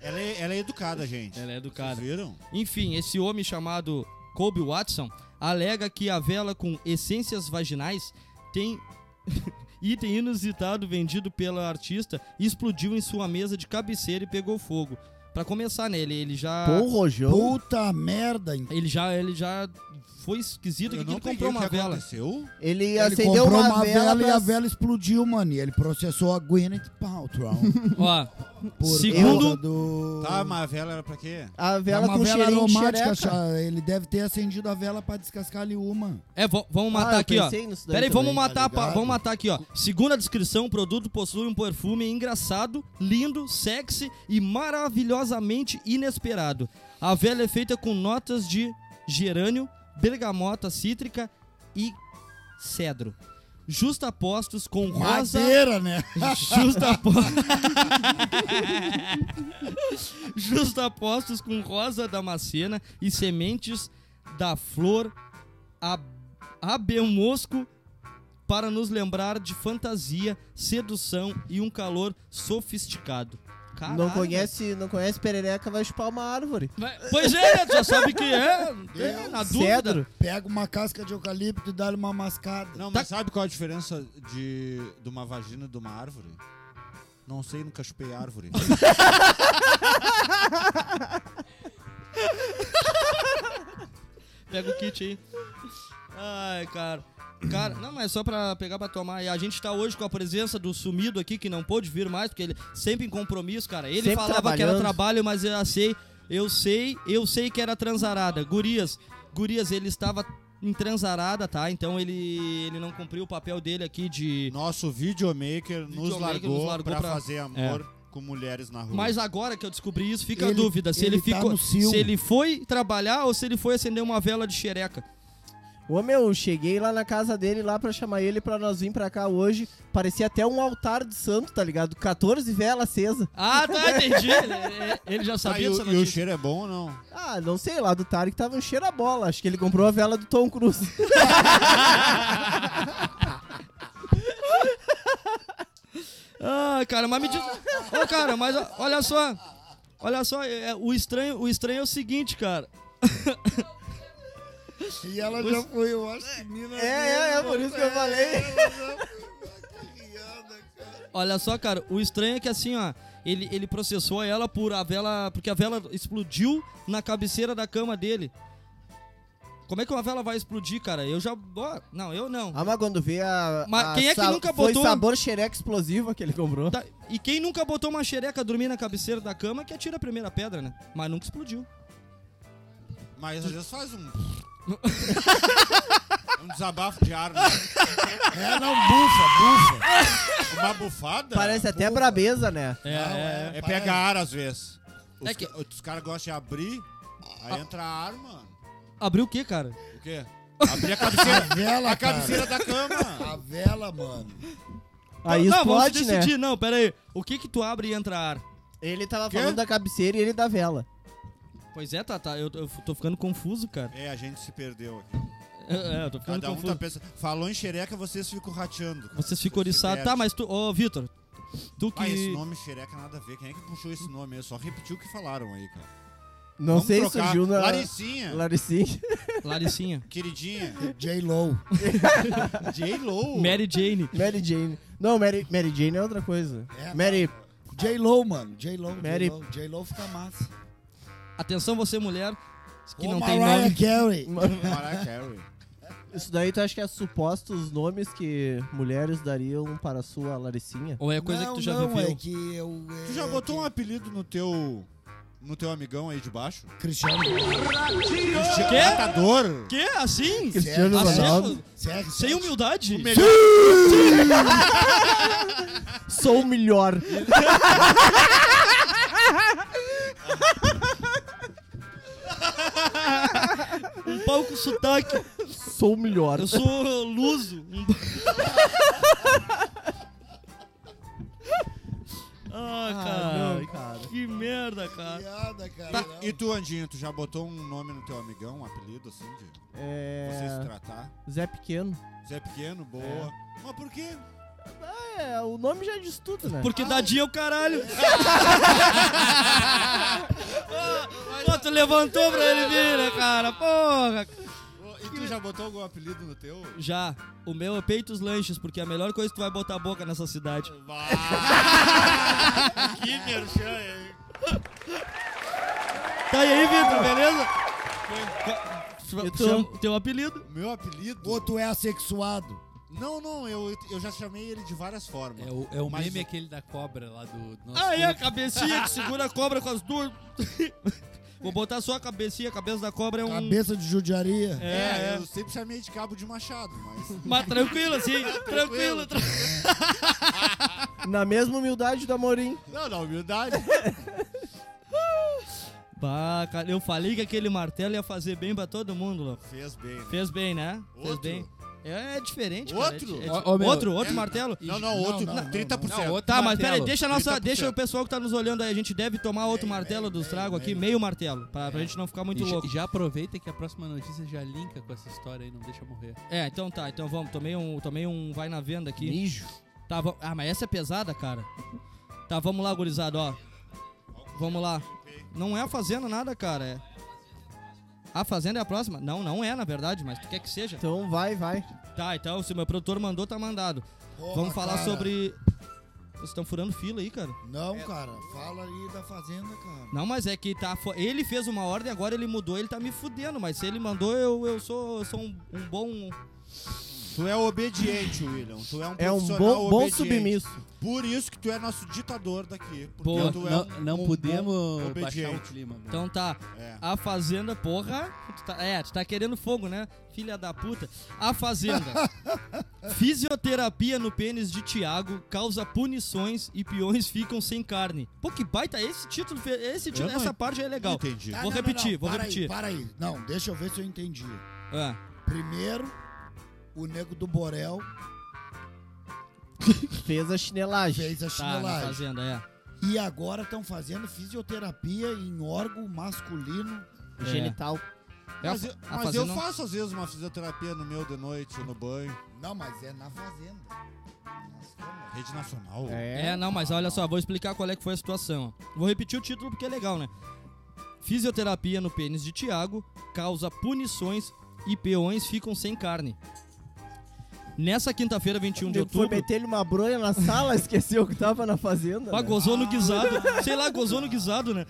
S2: Ela é, ela é educada, gente.
S5: Ela é educada.
S2: Vocês viram?
S3: enfim, esse homem chamado Kobe Watson alega que a vela com essências vaginais tem item inusitado vendido pela artista e explodiu em sua mesa de cabeceira e pegou fogo. Pra começar, né? Ele, ele já.
S1: Pô, o Rojão.
S4: Puta merda, hein?
S3: Ele já, ele já foi esquisito
S2: Eu
S3: que que
S2: não
S3: ele
S2: peguei
S3: comprou
S2: o que
S3: uma vela.
S2: aconteceu.
S1: Ele,
S4: Ele
S1: acendeu
S4: comprou
S1: uma, vela,
S4: e a
S1: pra-
S4: vela explodiu, mano. E ele processou a Gwyneth Paltrow.
S3: Ó,
S4: por
S3: Segundo-
S4: causa do...
S2: Tá, mas a vela era pra quê?
S1: A
S4: É
S1: vela
S4: uma
S1: com
S4: vela
S1: cheirinho de
S4: aromática,
S1: xereca.
S4: cha- ele deve ter acendido a vela pra descascar ali uma.
S3: é, vo- vamos matar
S1: Ah, eu
S3: aqui, ó.
S1: pensei nisso daí
S3: Peraí,
S1: também. tá
S3: vamos matar, a pa-
S4: ligado?
S3: vamos matar aqui, ó. Segundo a descrição, o produto possui um perfume engraçado, lindo, sexy e maravilhosamente inesperado. A vela é feita com notas de gerânio, bergamota cítrica e cedro. Justapostos com rosa.
S4: Madeira, né?
S3: Justapostos. Justapostos com rosa damascena e sementes da flor ab abelmosco para nos lembrar de fantasia, sedução e um calor sofisticado. Caralho,
S1: Não conhece, não conhece perereca, vai chupar uma árvore.
S3: né? Pois é, né? Tu já sabe que é. é na dúvida.
S1: Cedro.
S4: Pega uma casca de eucalipto e dá-lhe uma mascada.
S2: Não,
S3: Tá-
S2: mas sabe qual a diferença de, de uma vagina e de uma árvore? Não sei, nunca chupei árvore.
S3: Pega o kit aí. Ai, cara. Cara, não, mas é só pra pegar pra tomar. E a gente tá hoje com a presença do sumido aqui, que não pôde vir mais, porque ele sempre em compromisso, cara. Ele
S1: Sempre
S3: falava que era
S1: trabalhando.
S3: trabalho, mas eu sei, eu sei, eu sei que era transarada. Gurias, gurias, ele estava em transarada, tá? Então ele, ele não cumpriu o papel dele aqui de.
S2: Nosso videomaker, nos,
S3: Videomaker
S2: largou
S3: nos largou
S2: pra,
S3: pra-
S2: fazer amor com mulheres na rua.
S3: Mas agora que eu descobri isso, fica a
S4: Ele-
S3: dúvida se ele,
S4: ele tá
S3: ficou.
S4: no ciúme.
S3: se ele foi trabalhar ou se ele foi acender uma vela de xereca.
S1: Ô meu, cheguei lá na casa dele lá pra chamar ele pra nós vir pra cá hoje. Parecia até um altar de santo, tá ligado? 14 velas acesa.
S3: Ah, tá, entendi. Ele- Ele já
S2: Ah, e,
S3: sabia
S2: o-
S3: dessa
S2: e o
S3: notícia.
S2: cheiro é bom ou não?
S1: Ah, não sei lá, do Tarek tava um cheiro a bola. Acho que ele comprou a vela do Tom Cruise.
S3: Ah, cara, mas me diz. Ô, cara, mas ó, olha só. Olha só, é, é, o, estranho, o estranho é o seguinte, cara.
S4: E ela já foi, eu acho que mina
S1: É, é, é por isso que eu falei.
S3: Olha só, cara, o estranho é que assim, ó. Ele, ele processou ela por a vela. Porque a vela explodiu na cabeceira da cama dele. Como é que uma vela vai explodir, cara? Eu já. ó, não, eu não.
S1: Ah, mas quando vê a.
S3: Mas
S1: a
S3: quem é que
S1: sa-
S3: nunca
S1: Foi
S3: botou-
S1: sabor xereca explosiva que ele comprou.
S3: Tá, e quem nunca botou uma xereca dormir na cabeceira da cama que atira a primeira pedra, né? Mas nunca explodiu.
S2: Mas às vezes faz um. Um desabafo de ar, né?
S4: É, não, bufa, bufa.
S2: Uma bufada?
S1: Parece até brabeza, né?
S5: É,
S4: Não,
S5: é.
S2: É pega ar às vezes. Os,
S3: É que-
S2: ca- os caras gostam de abrir, aí entra ar, mano.
S3: Abriu o quê, cara?
S2: O quê? Abrir a cabeceira.
S4: A vela,
S2: a cabeceira da
S4: cara. A
S2: cama.
S4: vela, mano.
S1: Aí
S3: não,
S1: explode,
S3: vamos
S1: né?
S3: decidir. Não, pera aí. O que que tu abre e entra ar?
S1: Ele tava
S2: Quê?
S1: falando da cabeceira e ele da vela.
S3: Pois é, Tata, eu, eu tô ficando confuso, cara.
S2: É, a gente se perdeu aqui.
S3: É, eu tô ficando
S2: Cada um
S3: confuso.
S2: tá pensando. Falou em xereca, vocês ficam rateando. cara.
S3: Vocês ficam oriçados.
S2: perde.
S3: Tá, mas tu... Ô, Vitor, tu que...
S2: Ah, esse nome xereca nada a ver. Quem é que puxou esse nome? Eu só repetiu o que falaram aí, cara.
S1: Não
S2: Vamos
S1: sei,
S2: trocar.
S1: surgiu na.
S2: Laricinha,
S1: Laricinha.
S3: Laricinha.
S2: queridinha.
S4: J-Low.
S2: J-Lo.
S3: Mary Jane.
S1: Mary Jane. Não, Mary, Mary Jane é outra coisa.
S3: tá.
S4: É,
S1: Mary.
S4: J-Lo, mano. J-Lo,
S1: Mary-
S4: J-Lo. J-Lo fica massa.
S3: Atenção, você mulher, que
S4: Ô,
S3: não tem
S4: Mariah
S3: nome.
S4: Carey.
S2: Mariah Carey.
S1: Isso daí tu acha que é supostos nomes que mulheres dariam para sua Laricinha?
S3: Ou é coisa
S4: não,
S3: que tu já
S4: não,
S3: viveu.
S4: é que eu... é
S2: Tu já botou
S4: que-
S2: um apelido no teu. no teu amigão aí de baixo?
S4: Cristiano.
S3: Quê?
S2: Matador?
S3: Quê? Assim?
S1: Cristiano
S4: Sério,
S1: Ronaldo.
S4: Sério,
S3: Sem
S4: sério.
S3: humildade?
S1: Sou o melhor.
S3: Um pau com sotaque.
S1: Sou o melhor.
S3: Eu sou luso. Um- ah, cara.
S1: não, cara.
S3: Que merda, cara.
S4: Piada, Tá cara.
S1: Tá.
S4: não.
S2: Tá, E tu, Andinho, tu já botou um nome no teu amigão, um apelido assim, de você se
S1: É.
S2: tratar?
S1: Zé Pequeno.
S2: Zé Pequeno, boa. Mas por quê?
S1: É, o nome já diz tudo, né?
S3: Porque dadinho é o caralho. Ah, Pô, tu levantou pra ele vir, né, cara? Porra.
S2: E tu já botou algum apelido no teu?
S3: Já, o meu é peitos lanches, porque é a melhor coisa que tu vai botar a boca nessa cidade.
S2: que merchan, hein?
S3: Tá aí, Vitor, beleza?
S1: E tu?
S3: Chama- Teu apelido.
S2: Meu apelido?
S4: Ou tu é assexuado.
S2: Não, não, eu, eu já chamei ele de várias formas.
S5: É o, é o
S2: Mas
S5: meme
S2: o-
S5: aquele da cobra lá do do nosso.
S3: Aí a
S5: grupo.
S3: cabecinha que segura a cobra com as duas. Vou botar só a cabecinha, a cabeça da cobra é um.
S4: Cabeça de judiaria.
S3: É,
S2: É,
S3: é.
S2: eu sempre chamei de cabo de machado, mas.
S3: Mas tranquilo, assim, tranquilo. tra-
S1: Na mesma humildade do Amorim.
S2: Não, na humildade.
S3: Bah, cara, eu falei que aquele martelo ia fazer bem pra todo mundo, Lô.
S2: Fez bem.
S3: Fez bem, né? Fez
S2: Outro.
S3: bem. É, é diferente,
S2: Outro?
S3: cara. É, di- é, di-
S5: Ó, ó, meu-
S3: outro, outro martelo?
S2: Não, não, outro.
S4: não, não,
S2: 30%.
S5: Não, outro
S3: Tá, mas
S5: martelo.
S3: peraí, deixa a nossa.
S2: 30%.
S3: Deixa o pessoal que tá nos olhando aí. A gente deve tomar outro
S2: É,
S3: martelo dos tragos aqui, meio martelo. Pra, pra gente não ficar muito
S5: E já-
S3: louco.
S5: já aproveita que a próxima notícia já linka com essa história aí, não deixa morrer.
S3: É, então tá, então vamos. Tomei um, tomei um vai na venda aqui. Mijo. Tá, va- ah, mas essa é pesada, cara. Tá, vamos lá, gurizada, ó. Vamos lá. Não é a fazenda nada, cara. É. A fazenda é a próxima? Não, não é, na verdade, mas tu quer que seja?
S1: Então vai, vai.
S3: Tá, então se o meu produtor mandou, tá mandado.
S4: Porra,
S3: Vamos falar
S4: cara.
S3: sobre. Vocês estão furando fila aí, cara.
S4: Não, cara. Fala aí da fazenda, cara.
S3: Não, mas é que tá. fo- Ele fez uma ordem, agora ele mudou, ele tá me fudendo. Mas se ele mandou, eu, eu sou, eu sou um, um bom.
S2: Tu é obediente, William. Tu é um
S1: É um
S2: profissional
S1: bom, bom
S2: obediente.
S1: submisso.
S2: Por isso que tu é nosso ditador daqui. Porque
S3: Boa,
S2: tu é
S5: Não,
S2: um-
S5: não
S2: um
S5: podemos
S2: bom
S5: baixar o
S2: obediente.
S5: clima. Né?
S3: Então tá.
S2: É.
S3: A Fazenda, porra. tu tá- é, tu tá querendo fogo, né? Filha da puta. A Fazenda. Fisioterapia no pênis de Tiago causa punições e peões ficam sem carne. Pô, que baita esse título. fe- Esse título
S2: não
S3: essa parte é legal.
S2: Entendi.
S4: Tá, Ah,
S3: Vou repetir, vou
S4: para
S3: repetir.
S4: Aí, para aí. Não, deixa eu ver se eu entendi.
S3: É.
S4: Primeiro, o nego do Borel
S1: Fez a chinelagem.
S4: fez a
S3: Tá, na
S4: chinelagem.
S3: Fazenda, é.
S4: e agora estão fazendo fisioterapia em órgão masculino.
S3: É.
S1: Genital.
S3: É a-
S2: Mas, eu,
S3: a
S2: mas eu
S3: Fazenda-
S2: faço às vezes uma fisioterapia no meu de noite, no banho.
S4: Não, mas é na fazenda. Nas câmeras.
S2: Rede Nacional.
S3: É, não, mas olha só, vou explicar qual é que foi a situação. Vou repetir o título porque é legal, né? Fisioterapia no pênis de Tiago causa punições e peões ficam sem carne. Nessa quinta-feira, 21 de
S1: Foi
S3: outubro,
S1: meter ele uma bronha na sala, esqueceu que tava na fazenda. né?
S3: ah, gozou no guisado. Sei lá, gozou no guisado, né?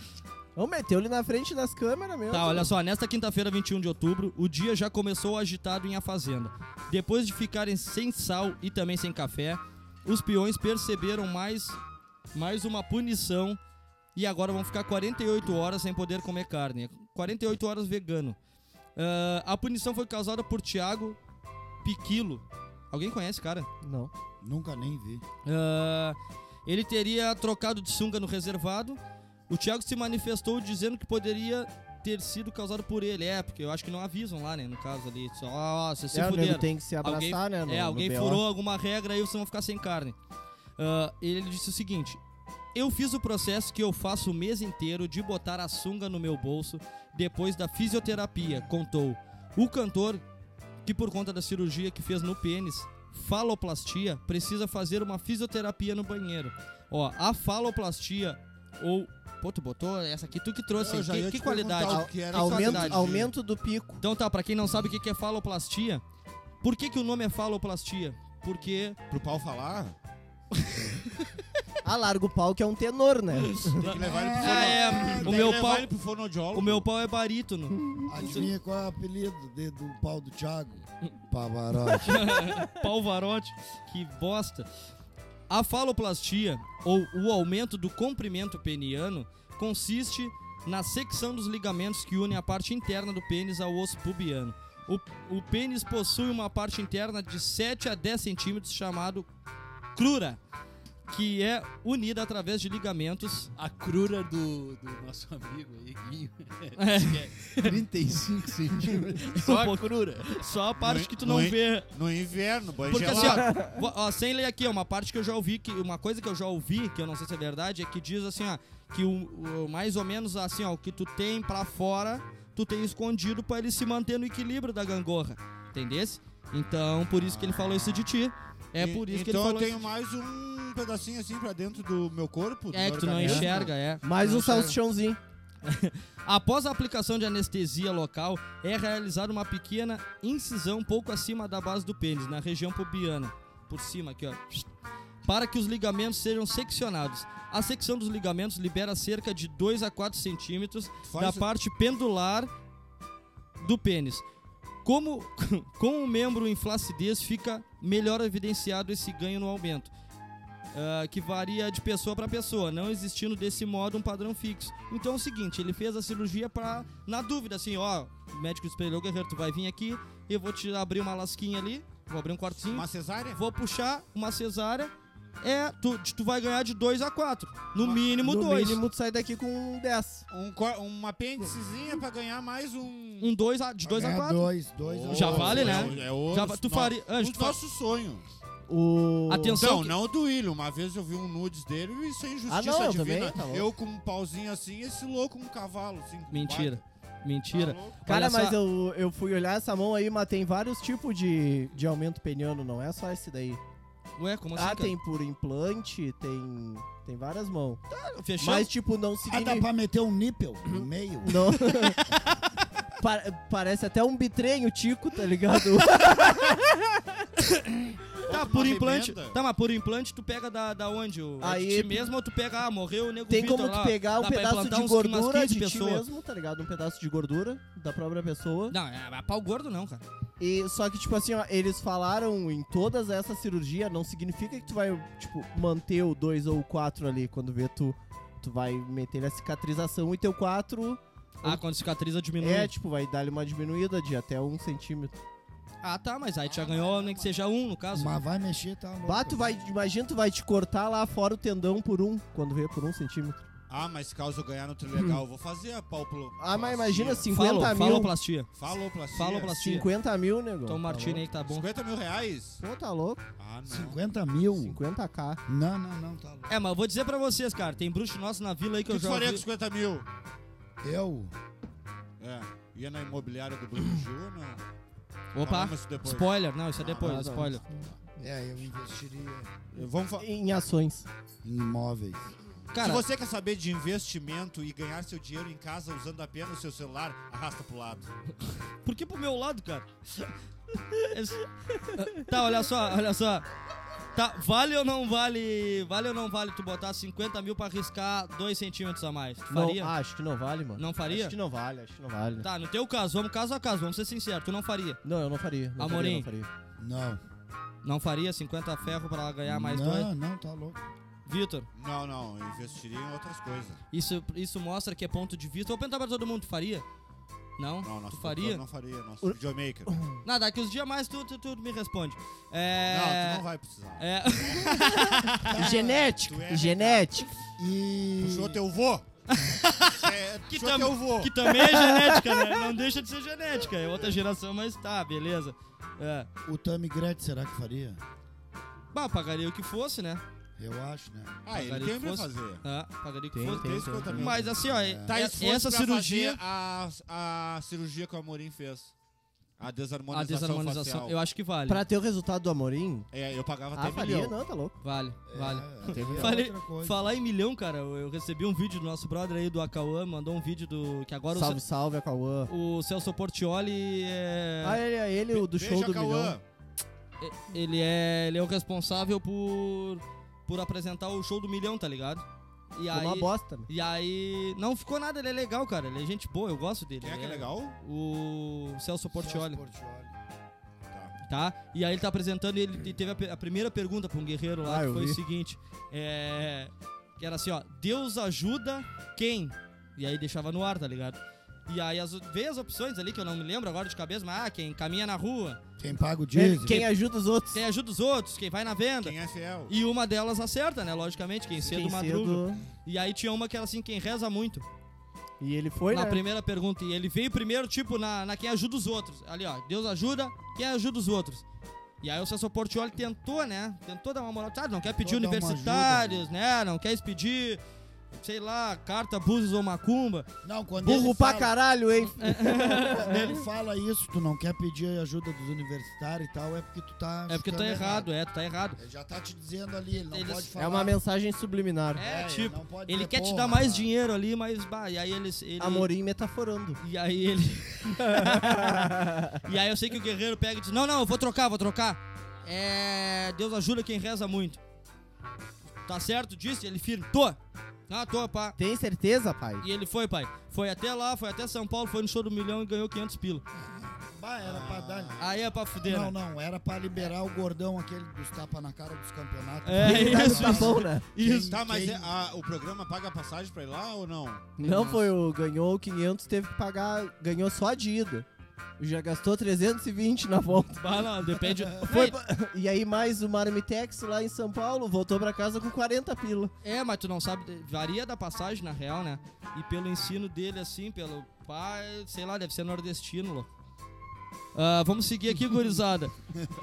S1: Vamos meteu ele na frente das câmeras mesmo.
S3: Tá, olha só, nesta quinta-feira, 21 de outubro, o dia já começou agitado em A Fazenda. Depois de ficarem sem sal e também sem café, os peões perceberam mais, mais uma punição e agora vão ficar 48 horas sem poder comer carne. 48 horas vegano. Ah, a punição foi causada por Tiago Piquilo. Alguém conhece, cara?
S1: Não.
S4: Nunca nem vi.
S3: Ah, ele teria trocado de sunga no reservado. O Thiago se manifestou dizendo que poderia ter sido causado por ele. É, porque eu acho que não avisam lá, né? No caso ali. Só, ó, ó, vocês se
S1: é, o nego
S3: fuderam.
S1: tem que se abraçar, né? no-
S3: é,
S1: no
S3: alguém
S1: BO.
S3: furou alguma regra e vocês vão ficar sem carne. Ah, ele disse o seguinte: Eu fiz o processo que eu faço o mês inteiro de botar a sunga no meu bolso depois da fisioterapia, contou. O cantor, que por conta da cirurgia que fez no pênis, faloplastia, precisa fazer uma fisioterapia no banheiro. Ó, a faloplastia ou. Pô, tu botou essa aqui, tu que trouxe,
S2: Eu
S3: hein?
S2: já ia
S3: Assim, Que, que
S2: te
S3: qualidade.
S2: perguntar o que era
S1: Aumento,
S3: qualidade.
S1: aumento do pico.
S3: Então tá, pra quem não sabe o que que é faloplastia, por que, que o nome é faloplastia? Porque
S2: Pro pau falar,
S1: Alarga o pau, que é um tenor, né?
S2: tem que levar ele pro
S3: Ah, é,
S2: fono-
S3: o
S2: tem que
S3: meu
S2: levar
S3: pau-
S2: ele pro fonoaudiólogo.
S3: o meu pau é barítono.
S4: Adivinha qual é o apelido de- do pau do Thiago? Pavarotti.
S3: pau varote, que bosta. A faloplastia, ou o aumento do comprimento peniano, consiste na secção dos ligamentos que unem a parte interna do pênis ao osso pubiano. O, o pênis possui uma parte interna de 7 a 10 centímetros chamado crura, que é unida através de ligamentos
S5: A crura do, do nosso amigo aí, Guinho. Diz que É. 35 centímetros. Só a crura.
S3: Um Só a
S2: Não
S3: parte
S2: é-
S3: que tu
S2: não
S3: não
S2: é-
S3: vê.
S2: No inverno, banho
S3: Porque assim,
S2: gelado.
S3: ó, vo- ó, sem ler aqui, ó, uma parte que eu já ouvi, que, uma coisa que eu já ouvi, que eu não sei se é verdade, é que diz assim, ó, que o, o- mais ou menos assim, ó, o que tu tem pra fora, tu tem escondido pra ele se manter no equilíbrio da gangorra. Entendesse? Então, por isso que ele falou isso de ti. É
S2: E-
S3: por isso que ele
S2: então
S3: falou
S2: eu tenho mais um pedacinho assim pra dentro do meu corpo. do
S3: É
S2: meu
S3: que tu não
S2: organismo.
S3: enxerga, é.
S1: Mais um
S3: Tu não enxerga.
S1: salsichãozinho.
S3: Após a aplicação de anestesia local, é realizada uma pequena incisão pouco acima da base do pênis, na região pubiana, por cima aqui, ó, para que os ligamentos sejam seccionados. A secção dos ligamentos libera cerca de 2 a 4 centímetros
S2: Faz-
S3: da parte pendular do pênis. Como com o membro em flacidez, fica melhor evidenciado esse ganho no aumento, ah, que varia de pessoa para pessoa, não existindo desse modo um padrão fixo. Então é o seguinte, ele fez a cirurgia para na dúvida, assim, ó, o médico espelhou, guerreiro, tu vai vir aqui, eu vou te abrir uma lasquinha ali, vou abrir um quartinho,
S2: Uma cesárea?
S3: vou puxar uma cesárea, é, tu, tu vai ganhar de 2 a 4, no
S2: No
S3: mínimo
S1: no
S3: 2.
S1: mínimo, tu sai daqui com um 10.
S2: Um, cor- um apêndicezinha pra ganhar mais um...
S3: Um 2 a de 2 a
S4: Ganhar
S3: 4.
S4: É Dois, dois. a
S3: Já
S4: dois.
S3: vale, né?
S2: É, é outro,
S3: Já va- tu
S2: no-
S3: faria-
S2: Um
S3: Anjo,
S2: dos
S3: tu fa-
S2: nossos sonhos.
S1: O...
S3: Atenção.
S2: Não,
S3: que-
S2: não o do William. Uma vez eu vi um nudes dele e isso é injustiça
S1: Ah, não, eu
S2: divina.
S1: também, tá louco.
S2: eu com um pauzinho assim esse louco com um cavalo. Assim, com
S3: Mentira.
S2: quatro.
S3: Mentira.
S2: Tá louco?
S1: Cara,
S3: Olha
S1: mas
S3: só.
S1: eu, eu fui olhar essa mão aí, mas tem vários tipos de, de aumento peniano, não é só esse daí.
S3: Ué, como assim?
S1: ah,
S3: cara?
S1: tem por implante, tem tem várias mãos.
S3: Fechou?
S1: Mas, tipo, não
S3: tá
S4: Ah, dá
S1: significa...
S4: pra meter um nípel no meio?
S1: Não. Pa- parece até um bitrem, o Tico, tá ligado?
S3: Tá, por
S2: Uma
S3: implante.
S2: remenda.
S3: Tá, mas por implante tu pega da, da onde? O, é de
S1: Aí-
S3: ti mesmo ou tu pega, ah, morreu o nego
S1: Tem
S3: Vitor
S1: como
S3: lá,
S1: tu pegar
S3: dá
S1: um
S3: pra
S1: pedaço
S3: implantar
S1: de
S3: uns-
S1: gordura
S3: umas
S1: de
S3: 15
S1: ti
S3: pessoas.
S1: mesmo, tá ligado? Um pedaço de gordura da própria pessoa.
S3: Não, é, é pau gordo não, cara.
S1: E só que, tipo assim, ó, eles falaram em todas essas cirurgias, não significa que tu vai, tipo, manter o 2 ou o 4 ali. Quando vê, tu, tu vai meter a cicatrização e teu 4
S3: Ah, quando cicatriza diminui.
S1: é, tipo, vai dar uma diminuída de até 1 um centímetro.
S3: Ah, tá, mas aí tu já ganhou, nem que seja um, no caso.
S4: Mas vai mexer, tá? louco.
S1: Bah, tu vai, imagina, tu vai te cortar lá fora o tendão por um, quando vê, por um centímetro.
S2: Ah, mas caso eu ganhar no Trilegal, eu vou fazer a palplo...
S1: Ah, mas imagina 50
S3: Falo,
S1: mil.
S3: faloplastia.
S2: Faloplastia.
S3: Faloplastia.
S1: 50 mil, negão.
S3: Então o Martini aí que tá bom.
S2: 50 mil reais?
S1: Pô, tá louco?
S2: Ah, não.
S4: 50 mil?
S3: Uh.
S1: 50k.
S4: Não, não, não, tá louco.
S3: É, mas eu vou dizer pra vocês, cara, tem bruxo nosso na vila aí
S2: O
S3: que
S2: que
S3: eu
S2: tu
S3: já
S2: faria com
S3: ouvi.
S2: 50 mil?
S4: Eu?
S2: É. Ia na imobiliária do Bruno Gil ou não?
S3: Opa,
S2: Falamos isso depois.
S3: spoiler. Não, isso é
S2: Ah,
S3: depois,
S1: nada,
S3: spoiler.
S4: É, eu investiria
S2: Vamos fa-
S1: Em ações.
S4: em imóveis.
S3: Cara,
S2: Se você quer saber de investimento e ganhar seu dinheiro em casa usando apenas o seu celular, arrasta pro lado.
S3: Por que pro meu lado, cara? Esse- tá, olha só, olha só. Tá, vale ou não vale? Vale ou não vale tu botar 50 mil pra arriscar 2 centímetros a mais? Tu faria?
S1: Não, ah, acho que não vale, mano.
S3: Não faria?
S1: Acho que não vale, acho que não vale.
S3: Tá, no teu caso, vamos caso a caso, vamos ser sinceros, tu não faria.
S1: Não, eu não faria. Não
S3: Amorim.
S1: Faria, não faria.
S4: Não.
S3: Não faria 50 ferro pra ganhar Ah, mais
S4: não,
S3: dois?
S4: não, tá louco.
S3: Vitor,
S2: Não, não, eu investiria em outras coisas.
S3: isso, isso mostra que é ponto de vista. Vou perguntar pra todo mundo, tu faria? Não?
S2: Não, nosso
S3: tu faria? Uhum.
S2: produtor não faria, nosso videomaker. Não,
S3: Não, daqui uns dias mais tu, tu, tu me responde.
S2: tu
S3: É.
S2: não vai precisar.
S3: É.
S1: Genético,
S2: Tu é
S1: genético.
S4: E.
S2: Puxou teu vô. É,
S3: Que,
S2: puxou
S3: tam-
S2: teu vô.
S3: que também é genética, né? Não deixa de ser genética. É outra geração, mas tá, beleza. É.
S4: O Tammy Gretchen, será que faria?
S3: Bah, pagaria o que fosse, né?
S4: Eu acho, né?
S2: Ah, ele
S3: pagaria
S2: tem
S3: que
S2: pra
S3: fosse.
S2: fazer.
S3: Ah, pagaria o que
S1: Tem,
S3: fosse.
S1: tem,
S2: Tem 50 mil.
S3: Mas assim, ó, é-
S2: Tá, e se fosse
S3: essa
S2: pra
S3: cirurgia.
S2: fazer A, a cirurgia que o Amorim fez. A
S3: A
S2: desarmonização,
S3: desarmonização,
S2: facial.
S3: eu acho que vale.
S1: Pra ter o resultado do Amorim,
S2: É, eu pagava
S1: ah,
S2: até
S1: faria,
S2: milhão.
S1: não, tá louco.
S3: Vale, vale.
S4: É,
S1: Teve-
S4: é
S3: Falei-
S4: outra coisa.
S3: Falar em milhão, cara, eu eu recebi um vídeo do nosso brother aí do Acauã, mandou um vídeo do. Que agora o
S1: Salve, salve, a Cauã.
S3: Ce- o, Celso Portioli é.
S1: Ah, ele é ele, o do
S2: Beijo,
S1: show do
S2: Cauã.
S1: milhão.
S3: e- Ele é. Ele é o responsável por. por apresentar o show do milhão, tá ligado? E
S1: Foi uma
S3: aí.
S1: bosta, né?
S3: E aí. Não ficou nada, ele é legal, cara. Ele é gente boa, eu gosto dele.
S2: Quem é que é legal?
S3: O Celso Portioli.
S4: Celso Portiolli.
S2: Tá.
S3: tá? E aí ele tá apresentando e ele teve a, pe- a primeira pergunta pra um guerreiro lá,
S1: Ah,
S3: que
S1: eu
S3: foi
S1: vi.
S3: o seguinte: é, que era assim, ó, Deus ajuda quem? E aí deixava no ar, tá ligado? E aí as, veio as opções ali, que eu não me lembro agora de cabeça, mas ah, quem caminha na rua,
S4: Quem paga o
S1: Quem,
S4: dízimo.
S1: quem ajuda os outros.
S3: quem ajuda os outros, quem vai na venda.
S2: Quem é fiel?
S3: E uma delas acerta, né? Logicamente, quem cedo
S1: Quem
S3: madruga. E aí tinha uma que era assim, quem reza muito.
S1: E ele foi,
S3: na
S4: é.
S1: né?
S3: primeira pergunta. E ele veio primeiro, tipo, na, na quem ajuda os outros. Ali, ó. Deus ajuda, quem ajuda os outros. E aí o Celso Portioli tentou, né? Tentou dar uma moral. Ah, não quer pedir
S4: Tentou dar uma
S3: universitários, né? Não quer expedir, sei lá, carta, buses ou macumba. É
S4: Não, quando
S1: Burro
S4: ele
S1: pra
S4: fala-
S1: caralho, hein?
S4: Quando ele fala isso, tu não quer pedir ajuda dos universitários e tal, é porque tu tá.
S3: É porque tá
S4: ficando
S3: errado, é, tá errado.
S4: Ele já tá te dizendo ali, ele não
S3: Ele-
S4: pode falar.
S1: É uma mensagem subliminar.
S3: É,
S4: É, ele
S3: tipo,
S4: não pode
S3: ele
S4: dizer,
S3: quer te
S4: "Porra,
S3: dar mais
S4: cara."
S3: dinheiro ali, mas, bah, e aí eles. Ele,
S1: Amorim metaforando.
S3: E aí ele. e aí eu sei que o guerreiro pega e diz: Não, não, eu vou trocar, vou trocar. É. Deus ajuda quem reza muito. Tá certo disso? Ele firme. Tô! Ah, tô, pá.
S1: Tem certeza, pai?
S3: E ele foi, pai. Foi até lá, foi até São Paulo, foi no show do milhão e ganhou 500 pila.
S4: Bah, era pra dar.
S1: Ah.
S3: Aí é pra fuder,
S4: Não,
S3: né?
S4: não, era pra liberar o gordão aquele dos tapa na cara dos campeonatos.
S3: É
S4: Quem
S3: isso,
S1: tá
S4: tava-
S1: bom, né?
S4: Isso.
S2: Tá, mas
S4: Quem-
S2: é- a- o programa paga a passagem pra ir lá ou não?
S1: Não foi o ganhou 500, teve que pagar, ganhou só a de ida. Já gastou 320 na volta.
S3: Bah, não, depende.
S1: Foi pa- e aí mais o Marmitex lá em São Paulo, voltou pra casa com 40 pila.
S3: É, mas tu não sabe, varia da passagem, na real, né? E pelo ensino dele, assim, pelo pai, sei lá, deve ser nordestino, louco. Ah, vamos seguir aqui, gurizada.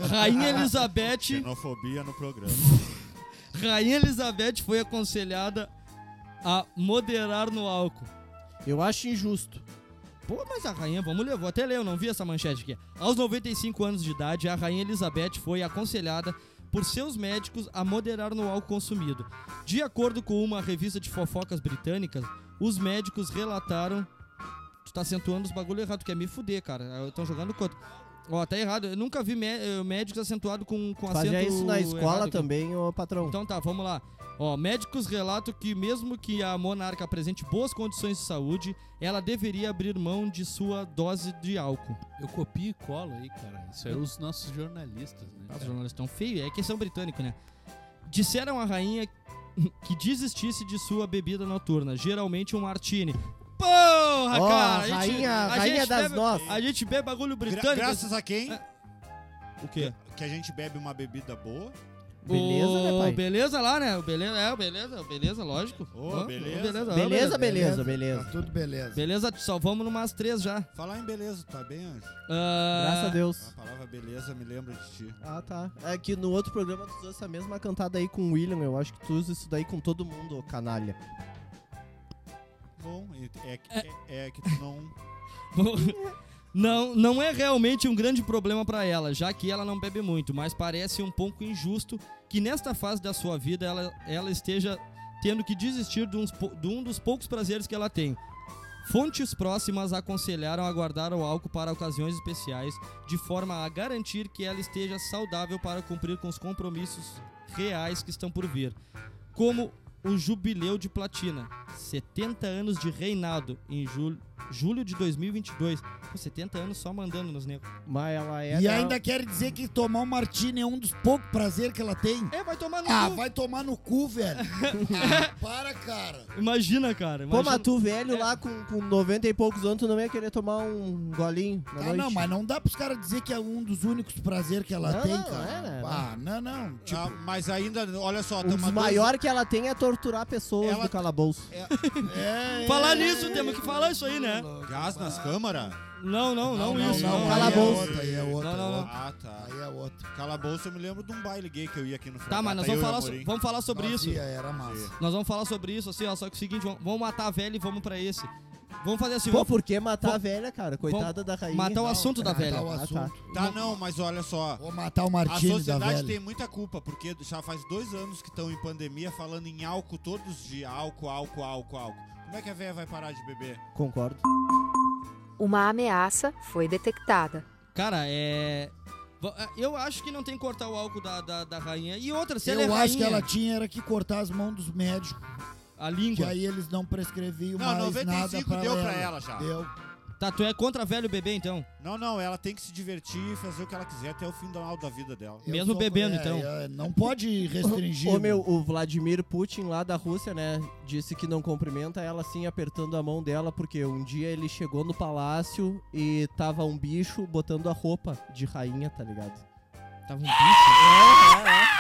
S3: Rainha Elizabeth,
S2: Xenofobia no programa.
S3: Rainha Elizabeth foi aconselhada a moderar no álcool.
S1: Eu acho injusto.
S3: Pô, mas a rainha, vamos ler, vou até ler, eu não vi essa manchete aqui. Aos 95 anos de idade, a rainha Elizabeth foi aconselhada por seus médicos a moderar no álcool consumido. De acordo com uma revista de fofocas britânicas, os médicos relataram. Tu tá acentuando os bagulho errado, quer me fuder, cara. Estão jogando contra. Ó, tá errado. Eu nunca vi mé- eh, médicos acentuado com, com acento
S1: Fazia isso na
S3: Tá errado é
S1: escola
S3: aqui.
S1: também, ô patrão.
S3: Então tá, vamos lá. Ó, médicos relatam que mesmo que a monarca apresente boas condições de saúde, ela deveria abrir mão de sua dose de álcool.
S5: Eu copio e colo aí, cara. Isso aí é os nossos jornalistas, né?
S3: Ah, Os jornalistas estão feios, é que são britânicos, né? Disseram à rainha que desistisse de sua bebida noturna, geralmente um martini. Porra,
S1: Ó,
S3: ah, cara! a gente-
S1: rainha,
S3: a
S1: rainha
S3: gente
S1: das
S3: bebe-
S1: nossas.
S3: A gente bebe bagulho
S2: Gra-
S3: britânico. assim,
S2: graças a quem?
S3: O quê?
S2: Ah. Que a gente bebe uma bebida boa.
S1: Beleza, né,
S3: O
S1: pai?
S3: Beleza lá, né? O beleza, é, o beleza, o beleza, lógico.
S2: Ô,
S3: Ó,
S2: beleza.
S3: beleza, ó,
S1: Beleza, beleza,
S4: Tá
S1: beleza.
S4: tudo beleza.
S3: Beleza, só vamos numas três já.
S2: Falar em beleza, tá bem, Anjo?
S3: Ah,
S1: Graças a
S2: A
S1: Deus.
S2: palavra beleza me lembra de ti.
S1: Ah, tá. É que no outro programa tu usou essa mesma cantada aí com o William. Eu acho que tu usa isso daí com todo mundo, ô canalha.
S2: Bom, é, é, que- é, é que tu não.
S3: Não, não é realmente um grande problema pra ela, já que ela não bebe muito, mas parece um pouco injusto que nesta fase da sua vida ela, ela esteja tendo que desistir de, uns pou- de um dos poucos prazeres que ela tem. Fontes próximas aconselharam a guardar o álcool para ocasiões especiais, de forma a garantir que ela esteja saudável para cumprir com os compromissos reais que estão por vir, como o jubileu de platina, 70 anos de reinado em julho, Julho de 2022. Pô, 70 anos só mandando nos negros.
S1: Mas ela é.
S4: e
S1: da-
S4: ainda quer dizer que tomar um martini é um dos poucos prazeres que ela tem?
S3: É, vai tomar no
S4: Ah,
S3: cu.
S4: vai tomar no cu, velho. Ah, para, cara.
S3: Imagina, cara.
S1: Pô,
S3: Imagina.
S1: mas tu
S3: é.
S1: velho lá com, com 90 e poucos anos, tu não ia querer tomar um golinho na
S4: Ah,
S1: noite?
S4: não, mas não dá pros caras dizer que é um dos únicos prazeres que ela
S1: Não,
S4: tem,
S1: não,
S4: cara.
S1: é, né?
S4: Ah, não, não. Tipo,
S2: Ah, mas ainda, olha só,
S1: Um
S2: tem
S1: dos
S2: uma
S1: maiores que ela tem é torturar pessoas
S2: Ela-
S1: no calabouço.
S4: é,
S3: Falar
S4: é,
S3: nisso, temos que falar isso aí, né?
S2: coisa- Gás nas câmaras?
S3: Não, não, não, isso.
S1: não,
S3: não.
S1: cala a
S4: aí é
S1: boca.
S4: outra, aí é outra,
S3: Não, não, não.
S2: Ah, tá.
S4: Aí é outra.
S2: Calabouço, eu me lembro de um baile gay que eu ia aqui no
S3: Tá,
S2: Fragata,
S3: mas nós
S2: eu
S3: vamos
S2: e o
S3: falar, so-
S2: Amorim.
S3: vamos falar sobre isso.
S4: Fazia, era massa.
S3: Nós vamos falar sobre isso, assim, ó. Só que é o seguinte, vamos- vamos matar a velha e vamos pra esse. Vamos fazer assim,
S1: Pô,
S3: vamos
S1: por que matar
S3: Pô,
S1: a velha, cara? Coitada da rainha.
S3: matar o assunto da
S4: Matar
S3: velha.
S4: o
S1: Ah,
S4: assunto.
S1: tá.
S2: Tá, não, mas olha só.
S4: Vou matar o
S2: A
S4: Martini da
S2: sociedade
S4: velha.
S2: tem muita culpa, porque já faz dois anos que estão em pandemia falando em álcool todos os dias. Álcool, álcool, álcool, álcool. Como é que a velha vai parar de beber?
S1: Concordo.
S6: Uma ameaça foi detectada.
S3: Cara, é. va- Eu acho que não tem que cortar o álcool da, da, da rainha. E outra, se
S4: Eu
S3: ela é
S4: acho
S3: rainha,
S4: que ela tinha era que cortar as mãos dos médicos,
S3: a
S4: que
S3: língua.
S4: aí eles não prescreviam
S2: Não,
S4: mais nada
S2: 95
S4: pra
S2: deu
S4: ela.
S2: pra ela já.
S4: Deu.
S3: Tá, tu é contra velho bebê, então?
S2: Não, não, ela tem que se divertir e fazer o que ela quiser até o final da vida dela.
S4: Eu
S3: Mesmo
S4: sou-
S3: bebendo,
S4: é,
S3: então.
S4: é, não pode restringir.
S1: Ô, meu, o Vladimir Putin lá da Rússia, né, disse que não cumprimenta ela assim apertando a mão dela, porque um dia ele chegou no palácio e tava um bicho botando a roupa de rainha, tá ligado?
S3: Tava um bicho. Ah,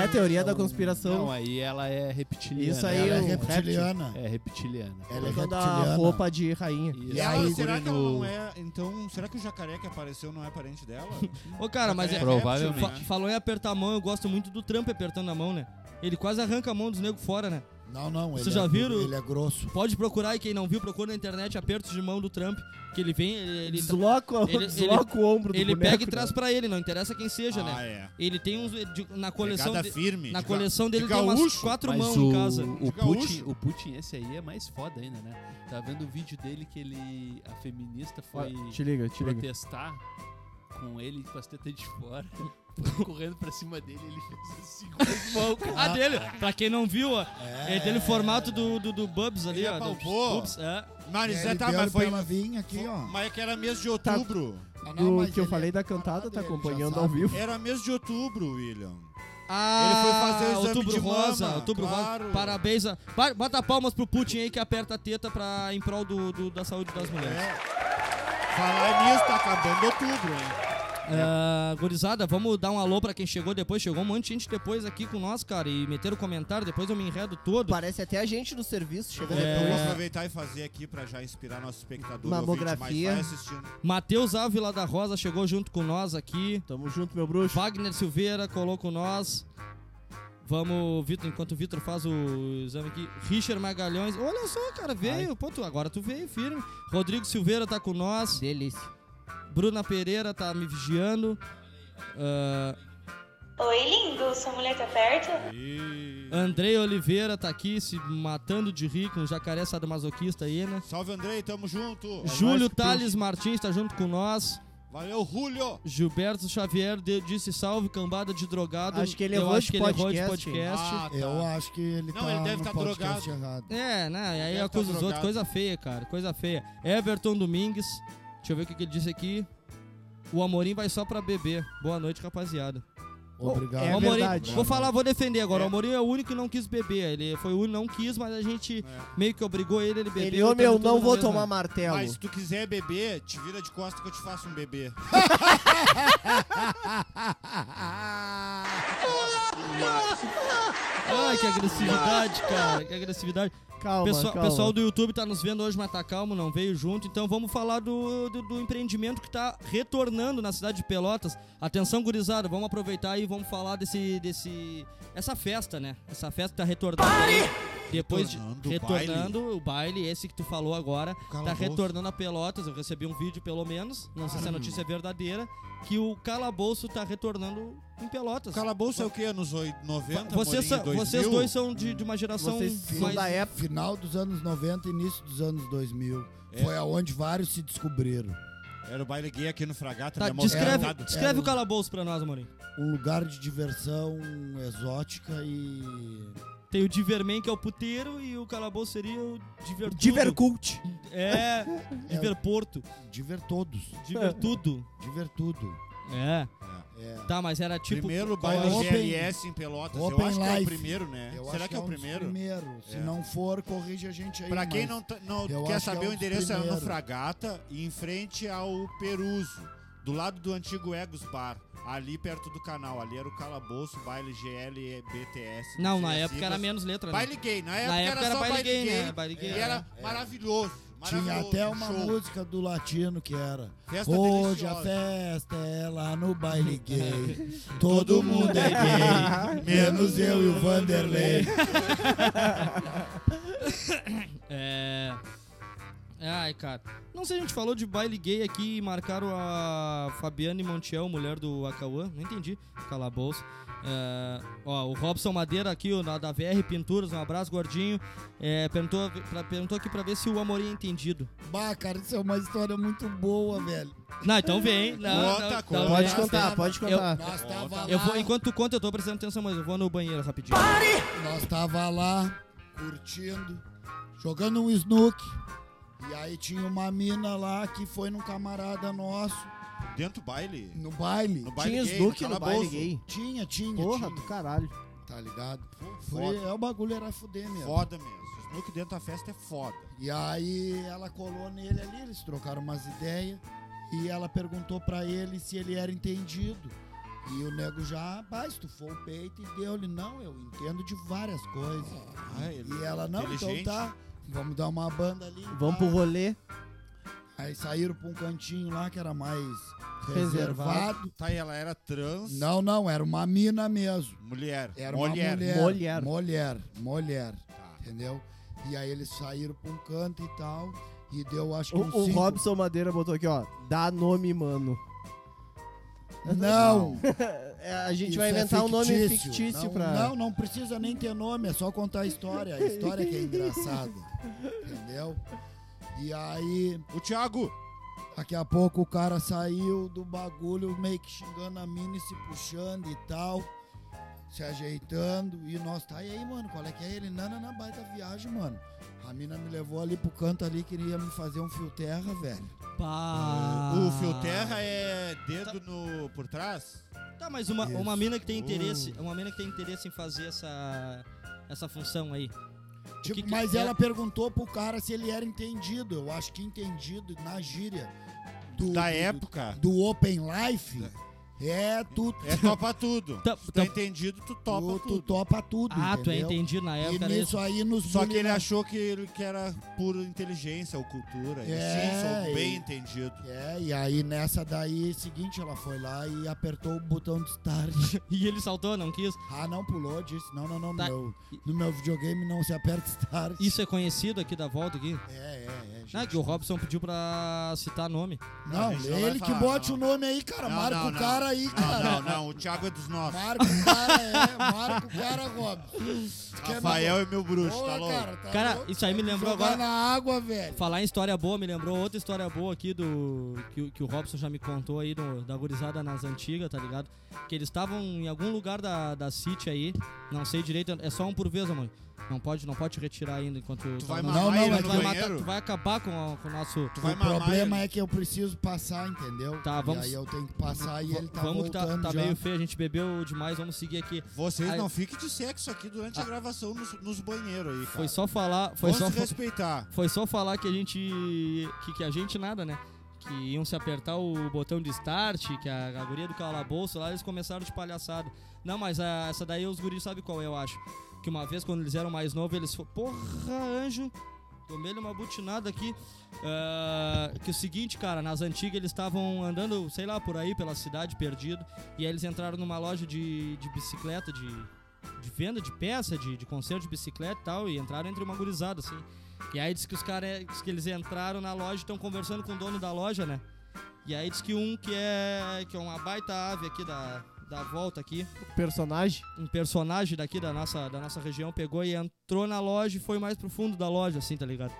S1: É a teoria da conspiração.
S5: Não, aí ela é reptiliana.
S1: Isso aí,
S4: Ela é
S1: o
S4: reptiliana.
S5: É reptiliana.
S4: Ela é
S1: botando
S4: reptiliana.
S1: a roupa de rainha.
S5: Isso.
S4: E
S2: Ela-
S4: aí,
S2: será
S5: guri,
S2: que ela
S5: no-
S2: não é. Então, será que o jacaré que apareceu não é parente dela?
S3: Ô, cara, mas é.
S5: Pro- Provavelmente.
S3: fa- falou em apertar a mão, eu gosto muito do Trump apertando a mão, né? Ele quase arranca a mão dos negros fora, né?
S4: Não, não.
S3: Vocês
S4: ele
S3: já
S4: é-
S3: viram?
S4: Ele é grosso.
S3: Pode procurar e quem não viu, procura na internet apertos de mão do Trump. Que ele vem, ele, ele,
S1: Desloca,
S3: ele-
S1: desloca o ombro do
S3: ele
S1: boneco, né?
S3: pega e traz pra ele, não interessa quem seja,
S2: ah,
S3: né?
S2: é.
S3: Ele tem uns. de- na coleção.
S2: Pegada
S3: de-
S2: firme.
S3: na
S2: de ga-
S3: coleção dele
S2: de
S3: tem umas
S2: gaúcho.
S3: quatro
S5: Mas
S3: mãos
S5: o,
S3: em casa.
S5: O Putin,
S2: gaúcho.
S5: o Putin, esse aí é mais foda ainda, né? Tá vendo um vídeo dele que ele. A feminista foi
S1: Ó, Te liga, te liga.
S5: protestar com ele com as tetas de fora. Foi correndo pra cima dele, ele fez assim com as mãos, cara.
S3: Ah, dele, pra quem não viu, ó.
S4: É.
S3: Ele tem o formato do, do, do Bubs ali,
S2: Ele
S3: ó. do-
S2: apalpou.
S3: Bubs, é.
S2: Mas,
S4: Ele
S2: é, tá,
S4: deu
S2: mas foi.
S4: Ela vir aqui, ó.
S2: Mas é que era mês de outubro.
S4: Ah, não,
S1: Do
S4: mas
S1: que eu
S4: ele
S1: falei
S4: é
S1: da cantada,
S4: camarada,
S1: tá
S4: ele já
S1: acompanhando
S4: sabe.
S1: ao vivo.
S2: Era mês de outubro, William.
S3: Ah,
S2: foi fazer o exame
S3: outubro
S2: de
S3: rosa,
S2: mama,
S3: outubro rosa.
S2: claro.
S3: Parabéns a... Ba- Bota palmas pro Putin aí que aperta a teta pra, em prol do, do- da saúde das mulheres.
S2: É. Falar nisso, tá acabando outubro, hein?
S3: Ah, gurizada, vamos dar um alô pra quem chegou depois. Chegou um monte de gente depois aqui com nós, cara. E meteram comentário, depois eu me enredo todo.
S1: Parece até a gente do serviço chegando
S2: Eu vou
S1: depois.
S2: aproveitar e fazer aqui pra já inspirar nosso espectador. Ouvinte,
S1: Mamografia.
S2: mas vai assistindo.
S3: Matheus Ávila da Rosa chegou junto com nós aqui.
S1: Tamo junto, meu bruxo.
S3: Wagner Silveira colou com nós. Vamos, Vitor, enquanto o Vitor faz o exame aqui. Richard Magalhães. Olha só, cara, veio. Pô, tu- agora tu veio firme. Rodrigo Silveira tá com nós.
S1: Delícia.
S3: Bruna Pereira tá me vigiando. Ah,
S7: Oi, lindo, sua mulher tá perto?
S2: E...
S3: Andrei Oliveira tá aqui se matando de rir com o jacaré sadomasoquista aí, né?
S2: Salve, Andrei, tamo
S1: É
S2: junto.
S3: Júlio
S1: nóis,
S3: Thales Martins tá junto com nós.
S2: Valeu, Julio.
S3: Gilberto Xavier de- disse salve, cambada de drogado.
S1: Acho que ele
S3: Eu
S1: errou
S3: acho
S1: de
S3: que ele errou de
S1: podcast.
S3: podcast.
S2: Ah, tá.
S4: Eu acho que ele
S2: Não,
S4: tá
S2: ele deve
S4: no
S2: tá
S4: podcast
S2: drogado.
S4: errado.
S3: É, né? E aí
S2: Deve tá
S3: acusa os outros.
S2: drogado.
S3: Coisa feia, cara. Coisa feia. Everton Domingues. Deixa eu ver o que, que ele disse aqui. O Amorim vai só pra beber. Boa noite, rapaziada.
S4: Obrigado.
S1: É
S3: o Amorim,
S1: verdade.
S3: Vou falar, vou defender agora.
S2: É.
S3: O Amorim é o único que não quis beber. Ele foi o único que não quis, mas a gente meio que obrigou ele, ele bebeu.
S1: É. Ele, ô
S3: então
S1: meu,
S3: tudo
S1: não
S3: na
S1: vou
S3: mesma.
S1: tomar martelo.
S2: Mas se tu quiser beber, te vira de costa que eu te faço um bebê.
S3: Ai, que agressividade, cara. Que agressividade.
S1: Calma,
S3: Pessoal,
S1: calma.
S3: pessoal do YouTube tá nos vendo hoje, mas tá calmo, não veio junto. Então vamos falar do, do, do empreendimento que tá retornando na cidade de Pelotas. Atenção, gurizada, vamos aproveitar e vamos falar desse. desse essa festa, né? Essa festa tá retornando. aí. Depois de-
S2: Retornando o
S3: retornando o baile, esse que tu falou agora, tá
S2: Calabouço.
S3: retornando a Pelotas. Eu recebi um vídeo, pelo menos, não sei se a notícia é verdadeira, que o calabouço tá retornando em Pelotas.
S2: Calabouço é o que? Anos oi- 90,
S3: Vocês,
S2: Amorim,
S3: são- vocês
S2: 2000?
S3: dois são de, de uma geração
S1: Vocês são
S3: mais
S1: da época.
S4: Final dos anos 90 início dos anos 2000.
S2: É.
S4: Foi aonde vários se descobriram.
S2: Era o baile gay aqui no Fragata,
S3: Tá,
S2: né,
S3: descreve,
S2: movimentado.
S3: descreve
S4: Era
S3: o calabouço pra nós, Amorim.
S4: Um lugar de diversão exótica e
S3: Tem o Diverman, que é o puteiro, e o calabouço seria o Divertudo.
S1: Divercult.
S3: É, Diverporto,
S4: Divertodos.
S3: Divertudo.
S4: Divertudo.
S3: É.
S4: É.
S3: Tá, mas era tipo...
S2: primeiro
S4: qual é
S2: baile
S4: o-
S2: GLS em Pelotas. Eu
S4: Open
S2: acho que é o
S4: Life.
S2: primeiro, né?
S4: Eu
S2: Será
S4: acho
S2: que é o
S4: um dos
S2: primeiro?
S4: primeiros. Se
S2: É.
S4: não for, corrige a gente aí.
S2: Pra quem
S4: mas
S2: não, tá- não quer
S4: eu acho que é
S2: saber,
S4: um
S2: o
S4: dos
S2: endereço é no
S4: primeiros.
S2: Fragata, em frente ao Peruso, do lado do antigo Egos Bar, ali perto do canal. Ali era o calabouço, baile GLBTS.
S3: Não,
S2: sei
S3: na
S2: as
S3: época era
S2: siglas.
S3: menos letra, né?
S2: é Baile gay, na época,
S3: Na época era
S2: só
S3: baile gay, né? Baile
S2: E
S3: gay.
S2: era maravilhoso.
S4: Tinha
S2: maravilhoso
S4: até uma
S2: show.
S4: música do latino que era.
S2: Festa
S4: Hoje a
S2: deliciosa.
S4: festa é lá no baile gay. Todo mundo é gay. Menos eu e o Vanderlei.
S3: É. Ai, cara. Não sei, a gente falou de baile gay aqui e marcaram a Fabiane Montiel, mulher do Acauã. Não entendi. Calabouço. É, ó, o Robson Madeira aqui, o na- da VR Pinturas, um abraço, gordinho. É, perguntou, pra- perguntou aqui pra ver se o Amorim é entendido.
S4: Bah, cara, isso é uma história muito boa, velho.
S3: Não, então vem. Não,
S2: Conta,
S3: não,
S2: conta.
S3: não,
S1: Pode
S3: é.
S1: contar, pode contar.
S4: Nós tava lá,
S3: Eu vou, enquanto tu conta, eu tô prestando atenção, mas eu vou no banheiro rapidinho.
S4: nós tava lá, curtindo, jogando um snook. E aí tinha uma mina lá que foi num camarada nosso,
S2: Dentro do baile.
S4: no baile.
S2: No baile
S1: Tinha
S2: gay,
S1: Snook
S3: tá
S1: no
S2: calabouço.
S1: baile gay.
S4: Tinha, tinha,
S1: Porra do
S4: tinha,
S1: caralho.
S4: tá ligado? Foi-
S2: Foda,
S4: é o bagulho era fuder mesmo.
S2: foda mesmo. Snook dentro da festa é foda.
S4: E aí ela colou nele ali, eles trocaram umas ideias e ela perguntou pra ele se ele era entendido. E o nego já, pá, estufou o peito e deu-lhe, não, eu entendo de várias coisas.
S2: Ah, ele-
S4: e ela, não, então
S2: inteligente.
S4: tá, vamos dar uma banda ali.
S1: Vamos
S4: pá.
S1: pro rolê.
S4: Aí saíram pra um cantinho lá que era mais
S1: Reservado.
S4: reservado.
S2: Tá, e ela era trans,
S4: Não, não, era uma mina mesmo.
S2: mulher.
S4: Era
S2: mulher.
S4: uma mulher.
S1: Mulher.
S4: Mulher, mulher,
S2: Tá.
S4: entendeu? E aí eles saíram pra um canto e tal, e deu acho que
S1: O,
S4: uns
S1: o
S4: cinco
S1: Robson Madeira botou aqui, ó. Dá nome, mano.
S4: Não.
S1: É, a gente
S4: Isso
S1: vai
S4: é
S1: inventar um nome
S4: fictício.
S1: fictício
S4: não,
S1: pra.
S4: Não, não precisa nem ter nome, é só contar a história. A história que é engraçada. Entendeu? E aí,
S2: O Thiago,
S4: daqui a pouco o cara saiu do bagulho meio que xingando a mina e se puxando e tal. Se ajeitando. E nós, tá, e aí, mano, qual é que é ele? Não, não, não, baita viagem, mano. A mina me levou ali pro canto ali, queria me fazer um fio terra, velho.
S3: Pá.
S2: o Fio Terra é dedo no, por trás?
S3: Tá, mas uma,
S4: Isso.
S3: uma mina que tem interesse, uma mina que tem interesse em fazer essa essa função aí. O
S4: Tipo,
S3: que é? que-
S2: é?
S4: mas ela perguntou pro cara se ele era entendido. Eu acho que entendido na gíria do,
S2: da
S4: do-
S2: época.
S4: do Open Life é tu,
S2: É topa tudo.
S3: Tá-
S2: Se
S3: tá-
S2: tá entendido, tu topa
S4: tu, tu
S2: tudo.
S4: topa tudo.
S3: Ah, tu é
S4: entendeu?
S3: entendido na época.
S4: E
S3: era
S4: nisso
S3: isso.
S4: aí nos
S2: Só que ele é
S4: bullying-
S2: achou que, ele- que era pura inteligência ou cultura. Eu,
S4: É,
S2: sim, sou bem
S4: e-
S2: entendido.
S4: É, e aí nessa daí, seguinte, ela foi lá e apertou o botão de start.
S3: E ele saltou, não quis.
S4: ah, não pulou, disse, não, não, não, no,
S3: Tá.
S4: meu, no meu videogame não se aperta start.
S3: Isso é conhecido aqui da volta aqui.
S4: É, é, é. gente.
S3: Não, é que o Robson pediu pra citar nome.
S4: Não,
S2: a gente não vai
S4: ele que
S2: falar,
S4: bote
S2: não.
S4: o nome aí, cara.
S2: Não,
S4: marca
S2: não,
S4: o
S2: não.
S4: cara aí, cara.
S2: Não, não, não. O Thiago é dos nossos.
S4: Marca o cara, é. Marca o cara, Rob.
S2: Rafael é meu bruxo, tá louco?
S3: Cara, isso aí me lembrou agora-
S4: na água, velho.
S3: Falar em história boa me lembrou outra história boa aqui do que, o- que o Robson já me contou aí do- da gurizada nas antigas, tá ligado? Que eles estavam em algum lugar da, da City aí, não sei direito, é só um por vez, mãe. Não pode, não pode retirar ainda enquanto
S2: Tu vai
S3: não,
S2: mamar
S4: não,
S2: ele
S4: mas
S2: no
S3: tu
S4: tu
S3: vai,
S2: banheiro?
S3: matar- tu vai acabar com, a- com o nosso
S2: Tu vai
S4: o
S2: mamar
S4: problema
S2: ele?
S4: é que eu preciso passar, entendeu?
S3: Tá, vamos-
S4: E aí eu tenho que passar e ele tá
S3: vamos que tá,
S4: voltando
S3: tá
S4: já.
S3: meio feio, a gente bebeu demais, vamos seguir aqui.
S2: Vocês
S3: Aí-
S2: não fiquem de sexo aqui durante a gravação nos, nos banheiros aí, cara.
S3: Ah. Foi só falar, foi
S2: Tá. Vamos
S3: só, um
S2: se respeitar.
S3: foi só falar que a gente que, que a gente nada, né? Que iam se apertar o botão de start, que a, a guria do calabouço lá, eles começaram de palhaçada. Não, mas a- essa daí os guris sabe qual é, eu acho. Que uma vez, quando eles eram mais novos, eles falaram, porra, anjo, tomei-lhe uma butinada aqui. Ah, que o seguinte, cara, nas antigas eles estavam andando, sei lá, por aí, pela cidade, perdido. E aí eles entraram numa loja de, de bicicleta, de, de venda de peça, de, de conserto de bicicleta e tal, e entraram entre uma gurizada, assim. E aí diz que os caras, diz que eles entraram na loja, estão conversando com o dono da loja, né? E aí diz que um que é, que é uma baita ave aqui da, da volta aqui,
S1: Personagem.
S3: um personagem daqui da nossa, da nossa região pegou e entrou na loja e foi mais pro fundo da loja, assim, tá ligado?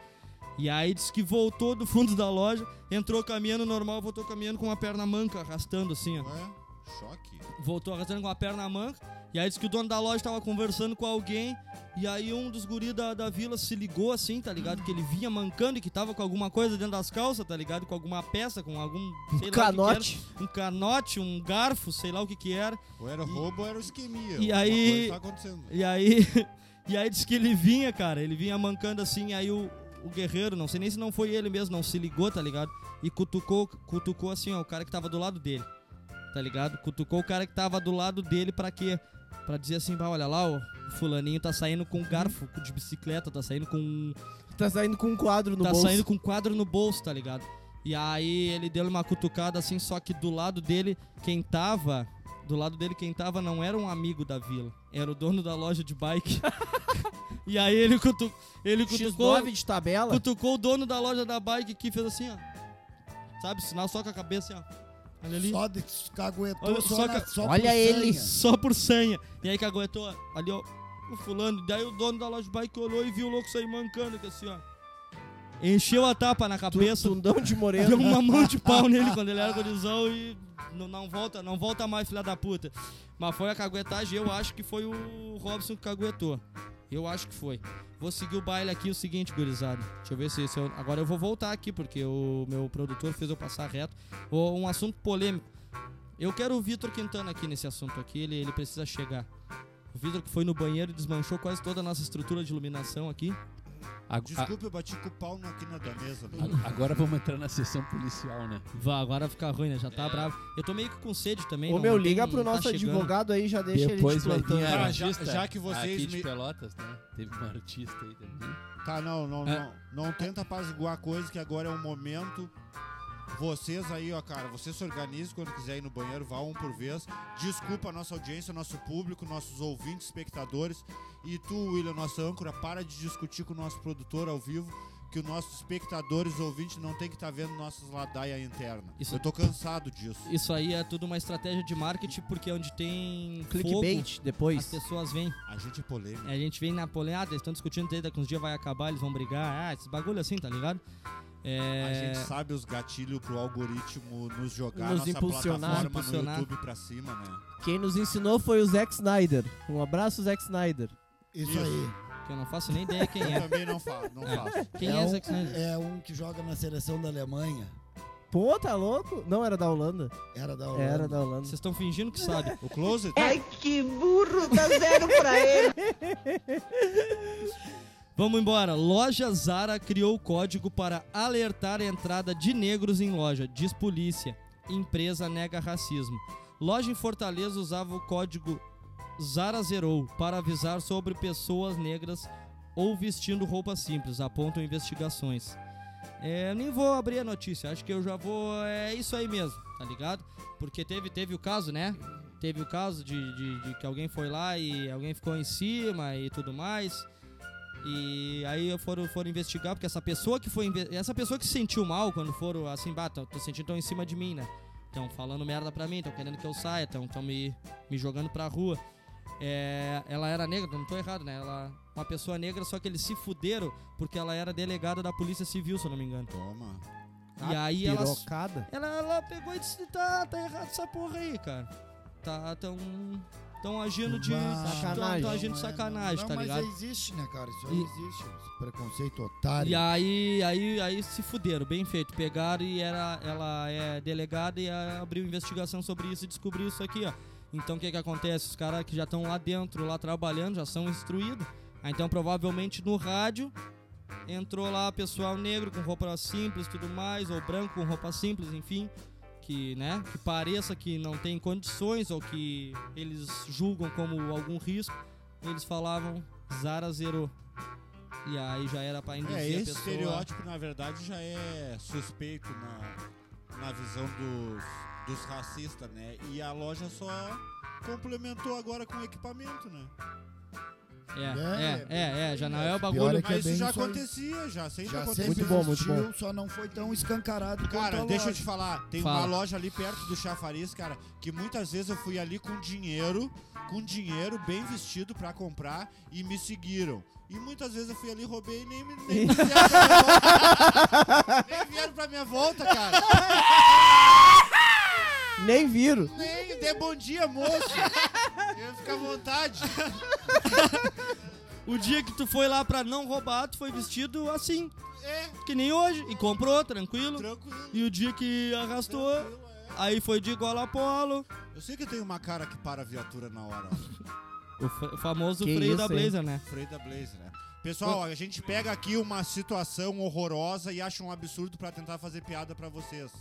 S3: E aí disse que voltou do fundo da loja, entrou caminhando normal, voltou caminhando com uma perna manca, arrastando assim, ó.
S2: Ué? Choque?
S3: voltou arrastando com a perna manca. E aí disse que o dono da loja tava conversando com alguém. E aí um dos guris da, da vila se ligou assim, tá ligado? Que ele vinha mancando e que tava com alguma coisa dentro das calças, tá ligado? Com alguma peça, com algum. sei lá o que que era.
S1: Canote.
S3: um canote, um garfo, sei lá o que que era.
S2: Ou era roubo ou era isquemia.
S3: e
S2: Alguma
S3: aí- Ah.
S2: coisa Tá acontecendo.
S3: E aí, e aí disse que ele vinha, cara, ele vinha mancando assim, aí o, o guerreiro, não sei nem se não foi ele mesmo, não se ligou, tá ligado? E cutucou, cutucou assim, ó, o cara que tava do lado dele. Tá ligado? Cutucou o cara que tava do lado dele pra quê? Pra dizer assim, bah, olha lá, ó, o fulaninho tá saindo com garfo de bicicleta, tá saindo com
S1: Tá saindo com um quadro no
S3: tá
S1: bolso.
S3: saindo com um quadro no bolso, tá ligado? E aí ele deu uma cutucada assim, só que do lado dele, quem tava. Do lado dele, quem tava não era um amigo da vila, era o dono da loja de bike. e aí ele, cutu... ele cutucou,
S1: X9 de tabela.
S3: cutucou o dono da loja da bike que fez assim, ó. Sabe, sinal só com a cabeça, assim, ó. Olha ali. Só,
S4: Só de caguetou,
S3: Olha,
S4: só,
S3: só
S4: na-
S3: ca-
S4: só
S1: Olha
S4: por
S1: ele.
S4: sanha.
S3: por senha. E aí caguetou, ó, ali, ó, o fulano. Daí o dono da loja de bike olhou e viu o louco sair mancando, que assim, ó. Encheu a tapa na
S1: Tu-
S3: cabeça.
S1: Tundão de moreno.
S3: Deu uma mão de pau nele quando ele era gurizão e não, não volta, não volta mais, filha da puta. Mas foi a caguetagem, eu acho que foi o Robson que caguetou. Eu acho que foi. Vou seguir o baile aqui, o seguinte, gurizada. Deixa eu ver se, se eu- Agora eu vou voltar aqui, porque o meu produtor fez eu passar reto. Ô, Um assunto polêmico. Eu quero o Vitor Quintana aqui nesse assunto aqui, ele, ele precisa chegar. O Vitor que foi no banheiro e desmanchou quase toda a nossa estrutura de iluminação aqui.
S5: Ag- a-
S2: Desculpa, eu bati com o pau na- aqui na da mesa.
S3: Ah.
S2: ali.
S5: a- agora vamos entrar na sessão policial, né?
S3: Vá, agora fica ruim, né? Já tá bravo. Eu tô meio que com sede também.
S1: Ô
S3: não-
S1: meu,
S3: não tem-
S1: liga pro
S3: não tá
S1: nosso
S3: chegando.
S1: advogado aí, já deixa
S5: Depois
S1: ele
S5: vai
S1: de plantão.
S5: vir a
S2: Ah, já-
S5: artista
S2: já que vocês
S5: aqui de
S2: me-
S5: Pelotas, né? Teve uma artista aí também.
S2: Tá, não, não,
S5: É.
S2: não. Não tenta apaziguar a coisa, que agora é o momento. Vocês aí, ó, cara, vocês se organizem quando quiser ir no banheiro, vá um por vez. Desculpa a nossa audiência, nosso público, nossos ouvintes, espectadores. E tu, William, nossa âncora, para de discutir com o nosso produtor ao vivo, que os nossos espectadores, ouvintes, não tem que estar vendo nossas ladaia interna.
S3: Isso.
S2: Eu tô cansado disso.
S3: Isso aí é tudo uma estratégia de marketing, porque é onde tem
S1: Clickbait
S3: fogo, as
S1: depois.
S3: pessoas vêm.
S2: A gente é polêmico.
S3: A gente vem na polêmica, ah, eles estão discutindo desde que uns dias vai acabar, eles vão brigar. Ah, esses bagulho assim, tá ligado? É...
S2: A gente sabe os gatilhos pro algoritmo nos jogar
S1: Nos
S2: nossa
S1: impulsionar,
S2: plataforma
S3: impulsionar.
S2: no YouTube pra cima, né?
S1: Quem nos ensinou foi o Zack Snyder. Um abraço, Zack Snyder.
S4: Isso
S2: Isso.
S4: aí.
S3: Que eu não faço nem ideia quem
S2: Eu
S3: é.
S2: também não faço, não faço.
S3: Quem é,
S4: um,
S3: Zack Snyder?
S4: É um que joga na seleção da Alemanha.
S1: Pô, tá louco? Não, era da Holanda.
S4: Era da Holanda.
S1: Era da Holanda.
S3: Vocês estão fingindo que sabe.
S2: O Closet?
S3: Vamos embora. Loja Zara criou código para alertar a entrada de negros em loja. Diz polícia. Empresa nega racismo. Loja em Fortaleza usava o código Zara Zerou para avisar sobre pessoas negras ou vestindo roupa simples, apontam investigações. É, nem vou abrir a notícia, acho que eu já vou. É isso aí mesmo, tá ligado? Porque teve, teve o caso, né? Teve o caso de- de- de que alguém foi lá e alguém ficou em cima e tudo mais. E aí foram, foram investigar, porque essa pessoa que foi. inve- Essa pessoa que se sentiu mal quando foram assim, bah, tô, tô sentindo tão em cima de mim, né? Estão falando merda pra mim, estão querendo que eu saia, estão tão me, me jogando pra rua. É, ela era negra, não tô errado, né? Ela, uma pessoa negra, só que eles se fuderam porque ela era delegada da Polícia Civil, se eu não me engano.
S2: Toma.
S3: e aí ela,
S1: Pirocada.
S3: ela, ela pegou e disse: tá, tá errado essa porra aí, cara. Tá, tão. Tão agindo de.
S4: Bah,
S1: sacanagem.
S3: Tão
S4: não
S3: agindo
S4: é,
S3: de sacanagem,
S4: não,
S3: tá
S4: não,
S3: ligado?
S4: Mas existe, né, cara? Isso aí
S3: E-
S4: existe. Esse preconceito otário.
S3: E aí, aí, aí se fuderam, bem feito. Pegaram e era, ela é delegada e ah, abriu investigação sobre isso e descobriu isso aqui, ó. Então o que que acontece? Os caras que já estão lá dentro, lá trabalhando, já são instruídos. Ah, então provavelmente no rádio entrou lá pessoal negro com roupa simples e tudo mais, ou branco com roupa simples, enfim. Que, né, que pareça que não tem condições ou que eles julgam como algum risco. Eles falavam Zara zerou. E aí já era pra induzir
S2: É,
S3: a
S2: esse
S3: pessoa.
S2: estereótipo, na verdade, já é suspeito na, na visão dos, dos racistas, né? E a loja só complementou agora com equipamento, né?
S3: É, é, é, é, já não é o
S4: Pior
S3: bagulho.
S4: é que
S2: Mas isso
S4: bem
S2: já
S4: isso aí.
S2: acontecia, já sempre
S4: Já
S2: aconteceu.
S4: sempre
S1: Muito bom, muito
S4: existiu,
S1: bom.
S4: só não foi tão escancarado quanto a
S2: Cara, deixa eu te
S4: loja.
S2: falar, tem
S3: Fala.
S2: uma loja ali perto do Chafariz, cara, que muitas vezes eu fui ali com dinheiro, com dinheiro bem vestido pra comprar e me seguiram. E muitas vezes eu fui ali, roubei e nem me nem me vieram pra minha volta. Nem vieram pra minha volta, cara.
S1: Nem viro.
S2: Nem dê bom dia, moço. Eu fico à vontade.
S3: O dia que tu foi lá pra não roubar, tu foi vestido assim,
S2: É,
S3: que nem hoje. E comprou, tranquilo.
S2: tranquilo.
S3: E o dia que arrastou,
S2: tranquilo, é.
S3: aí foi de igual a Apolo.
S2: Eu sei que eu tenho uma cara que para a viatura na hora.
S3: O fa- famoso
S1: Que
S3: freio
S1: isso,
S3: da
S1: hein?
S3: Blazer, né?
S2: Freio da Blazer, né? Pessoal, ó, a gente pega aqui uma situação horrorosa e acha um absurdo pra tentar fazer piada pra vocês.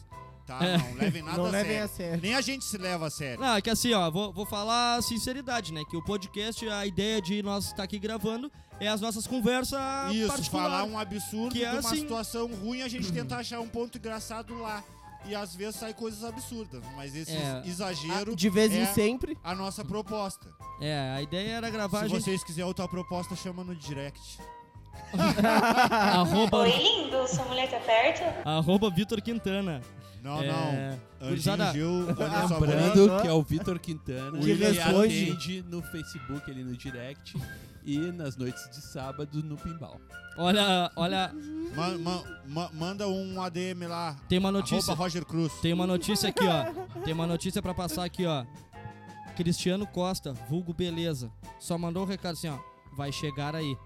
S2: Tá?
S3: É.
S2: Não levem nada
S1: Não
S2: a
S1: levem
S2: sério.
S1: a sério.
S2: Nem a gente se leva a sério.
S3: Não, é que assim, ó, vou, vou falar a sinceridade, né? Que o podcast, a ideia de nós estar aqui gravando é as nossas conversas
S2: Isso,
S3: particulares.
S2: falar um absurdo
S3: Que é
S2: de uma
S3: assim.
S2: situação ruim, a gente tenta achar um ponto engraçado lá. E às vezes sai coisas absurdas, mas esse
S3: É.
S2: exagero
S1: Ah, De vez
S2: é
S1: em sempre.
S2: a nossa proposta.
S3: É, a ideia era gravar a
S2: um- Se
S3: gente...
S2: vocês quiserem outra proposta, chama no direct. tá-
S3: arroba,
S7: Oi, lindo, sua mulher tá perto?
S3: arroba Vitor Quintana.
S2: Não, Oh, não.
S3: é...
S2: Anjinho
S3: gurizada,
S2: Gil, olha só,
S5: Lembrando que é o Vitor Quintana.
S1: Que
S5: ele
S1: responde.
S5: atende no Facebook, ali no direct. E nas noites de sábado no Pimbal.
S3: Olha, olha,
S2: ma- ma- ma- manda um ADM lá.
S3: tem uma notícia.
S2: Arroba Roger Cruz.
S3: Tem uma notícia aqui, ó. Tem uma notícia pra passar aqui, ó. Cristiano Costa, vulgo beleza. Só mandou um recado assim, ó. Vai chegar aí.